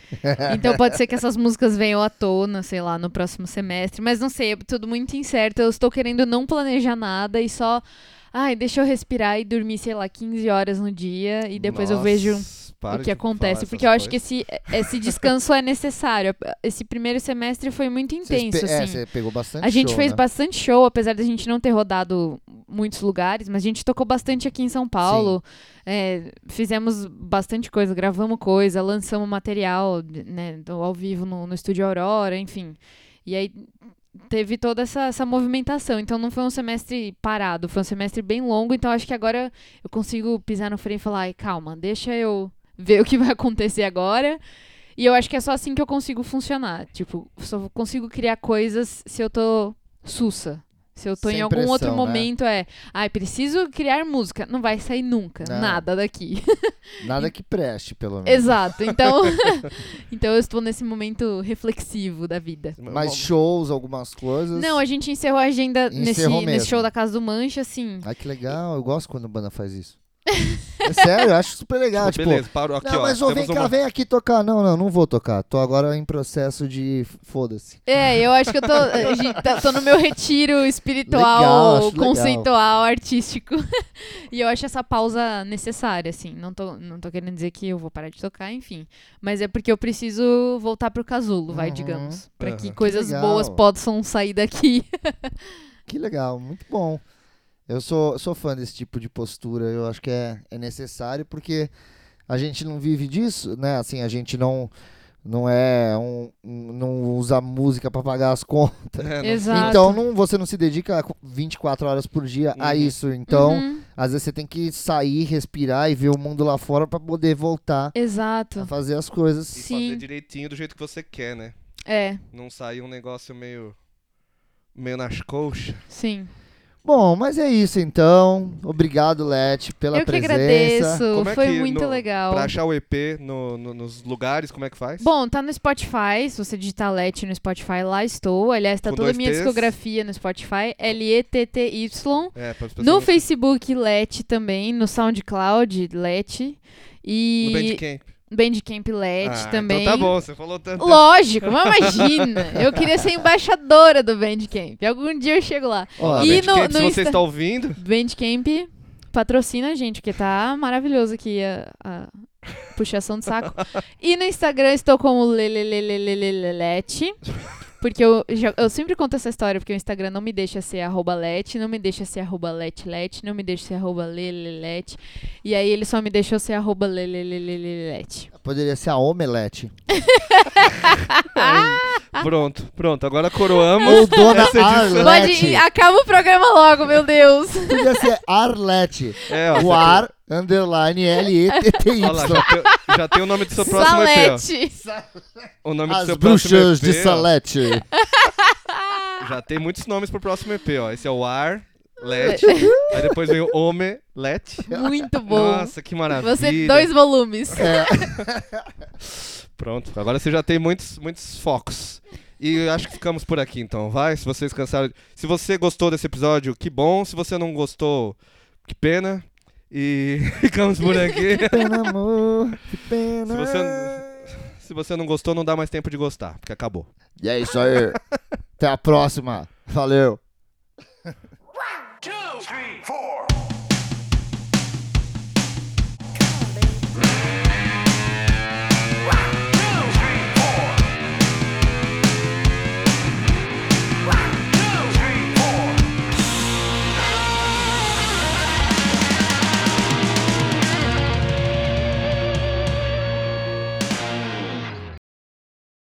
[SPEAKER 5] Então pode ser que essas músicas venham à tona, sei lá, no próximo semestre. Mas não sei, é tudo muito incerto. Eu estou querendo não planejar nada e só. Ai, deixa eu respirar e dormir, sei lá, 15 horas no dia e depois eu vejo o que acontece. Porque eu acho que esse, esse descanso é necessário. Esse primeiro semestre foi muito
[SPEAKER 2] Vocês
[SPEAKER 5] intenso,
[SPEAKER 2] pe- É,
[SPEAKER 5] assim.
[SPEAKER 2] você pegou bastante
[SPEAKER 5] A gente
[SPEAKER 2] show,
[SPEAKER 5] fez
[SPEAKER 2] né?
[SPEAKER 5] bastante show, apesar da gente não ter rodado muitos lugares, mas a gente tocou bastante aqui em São Paulo. É, fizemos bastante coisa, gravamos coisa, lançamos material né, do- ao vivo no, no estúdio Aurora, enfim. E aí teve toda essa, essa movimentação. Então não foi um semestre parado, foi um semestre bem longo. Então acho que agora eu consigo pisar no freio e falar: Ai, calma, deixa eu ver o que vai acontecer agora. E eu acho que é só assim que eu consigo funcionar. Tipo, só consigo criar coisas se eu tô sussa. Se eu tô
[SPEAKER 2] Sem
[SPEAKER 5] em algum outro
[SPEAKER 2] pressão, né?
[SPEAKER 5] momento, é. Ai, preciso criar música. Não vai sair nunca.
[SPEAKER 2] Não. Hum.
[SPEAKER 5] Nada daqui.
[SPEAKER 2] Nada que preste, pelo menos.
[SPEAKER 5] Exato. Então, então eu estou nesse momento reflexivo da vida.
[SPEAKER 2] Mas shows, algumas coisas.
[SPEAKER 5] Não, a gente encerrou a agenda nesse,
[SPEAKER 2] Encerrou
[SPEAKER 5] nesse
[SPEAKER 2] mesmo.
[SPEAKER 5] show da Casa do Mancha, assim.
[SPEAKER 2] Ai, que legal. Eu gosto quando a banda faz isso. É sério, eu acho super legal. tipo,
[SPEAKER 3] Beleza, parou aqui,
[SPEAKER 2] não,
[SPEAKER 3] ó.
[SPEAKER 2] mas ô, vem
[SPEAKER 3] temos
[SPEAKER 2] cá,
[SPEAKER 3] uma-
[SPEAKER 2] vem aqui tocar. Não, não, não vou tocar. Tô agora em processo de f- foda-se.
[SPEAKER 5] É, eu acho que eu tô, a gente tá- tô no meu retiro espiritual,
[SPEAKER 2] Legal, acho legal.
[SPEAKER 5] conceitual, artístico. e eu acho essa pausa necessária, assim. Não tô, não tô querendo dizer que eu vou parar de tocar, enfim. Mas é porque eu preciso voltar pro casulo, vai,
[SPEAKER 2] Uhum.
[SPEAKER 5] digamos. Pra que
[SPEAKER 3] Aham.
[SPEAKER 5] coisas
[SPEAKER 2] legal.
[SPEAKER 5] boas possam sair daqui.
[SPEAKER 2] Que legal, muito bom. Eu sou, sou fã desse tipo de postura. Eu acho que é, é necessário porque a gente não vive disso, né? Assim, a gente não não é um, um- não usa música pra pagar as contas.
[SPEAKER 3] É, não-
[SPEAKER 5] Exato. Uhum.
[SPEAKER 2] Então, não, você não se dedica 24 horas por dia a
[SPEAKER 3] Uhum.
[SPEAKER 2] isso. Então,
[SPEAKER 5] Uhum,
[SPEAKER 2] Às vezes você tem que sair, respirar e ver o mundo lá fora pra poder voltar a
[SPEAKER 5] Exato.
[SPEAKER 2] fazer as coisas.
[SPEAKER 3] E
[SPEAKER 5] Sim.
[SPEAKER 3] fazer direitinho do jeito que você quer, né?
[SPEAKER 5] É,
[SPEAKER 3] Não sair um negócio meio. meio nas coxas.
[SPEAKER 5] sim.
[SPEAKER 2] Bom, mas é isso então. Obrigado, Leti, pela
[SPEAKER 5] eu que
[SPEAKER 2] presença.
[SPEAKER 5] agradeço.
[SPEAKER 3] Como é
[SPEAKER 5] Oh, Foi
[SPEAKER 3] que
[SPEAKER 5] muito
[SPEAKER 3] no-
[SPEAKER 5] legal.
[SPEAKER 3] Pra achar o EP no- no- nos lugares, como é que faz?
[SPEAKER 5] Bom, tá no Spotify, se você digitar Let no Spotify, lá estou. Aliás, tá
[SPEAKER 3] Com
[SPEAKER 5] toda a
[SPEAKER 3] dois
[SPEAKER 5] minha
[SPEAKER 3] T's.
[SPEAKER 5] discografia no Spotify, L-E-T-T-Y.
[SPEAKER 3] É, para as pessoas.
[SPEAKER 5] No Facebook, Let também, no SoundCloud, Let.
[SPEAKER 3] No
[SPEAKER 5] E
[SPEAKER 3] Bandcamp.
[SPEAKER 5] Bandcamp Let
[SPEAKER 3] Ah,
[SPEAKER 5] também.
[SPEAKER 3] Então tá bom, você falou tanto.
[SPEAKER 5] Lógico, mas imagina. Eu queria ser embaixadora do Bandcamp. Algum dia eu chego lá.
[SPEAKER 2] Ó,
[SPEAKER 5] E
[SPEAKER 3] Bandcamp,
[SPEAKER 5] no-
[SPEAKER 3] se
[SPEAKER 5] no
[SPEAKER 3] você
[SPEAKER 5] Insta-
[SPEAKER 3] está ouvindo,
[SPEAKER 5] Bandcamp patrocina a gente, porque tá maravilhoso aqui a, a puxação de saco. E no Instagram estou como lelelelelelelete. Porque eu, já- eu sempre conto essa história, porque o Instagram não me deixa ser arroba lete, não me deixa ser arroba letelete, não me deixa ser arroba lelelete. E aí ele só me deixou ser arroba lelelelelelete.
[SPEAKER 2] Poderia ser a Omelete.
[SPEAKER 5] Ah!
[SPEAKER 3] pronto, pronto. Agora coroamos.
[SPEAKER 2] Ou Dona
[SPEAKER 3] Essa edição-
[SPEAKER 5] Pode,
[SPEAKER 2] Arlete.
[SPEAKER 5] acaba o programa logo, meu Deus.
[SPEAKER 2] Podia ser Arlete.
[SPEAKER 3] É, ó,
[SPEAKER 2] O ar, underline,
[SPEAKER 3] olha lá,
[SPEAKER 2] L-E-T-T-Y.
[SPEAKER 3] já tá tem, já tem o nome do seu próximo EP. ó.
[SPEAKER 5] Salete.
[SPEAKER 3] O nome do
[SPEAKER 2] As
[SPEAKER 3] seu
[SPEAKER 2] bruxas
[SPEAKER 3] próximo
[SPEAKER 2] de
[SPEAKER 3] EP, ó.
[SPEAKER 2] Salete.
[SPEAKER 3] Já tem muitos nomes pro próximo EP, ó. Esse é o Ar, Let. aí depois vem o Home, Let.
[SPEAKER 5] Muito bom.
[SPEAKER 3] Nossa, que maravilha.
[SPEAKER 5] Você, dois volumes.
[SPEAKER 3] Pronto, agora você já tem muitos, muitos focos. E eu acho que ficamos por aqui então, vai? Se vocês cansaram. Se você gostou desse episódio, que bom. Se você não gostou, que pena. E ficamos por aqui.
[SPEAKER 2] Pena, amor, que
[SPEAKER 3] se,
[SPEAKER 2] pena.
[SPEAKER 3] você, se você não gostou, não dá mais tempo de gostar, porque acabou.
[SPEAKER 2] E é isso aí. Até a próxima. Valeu.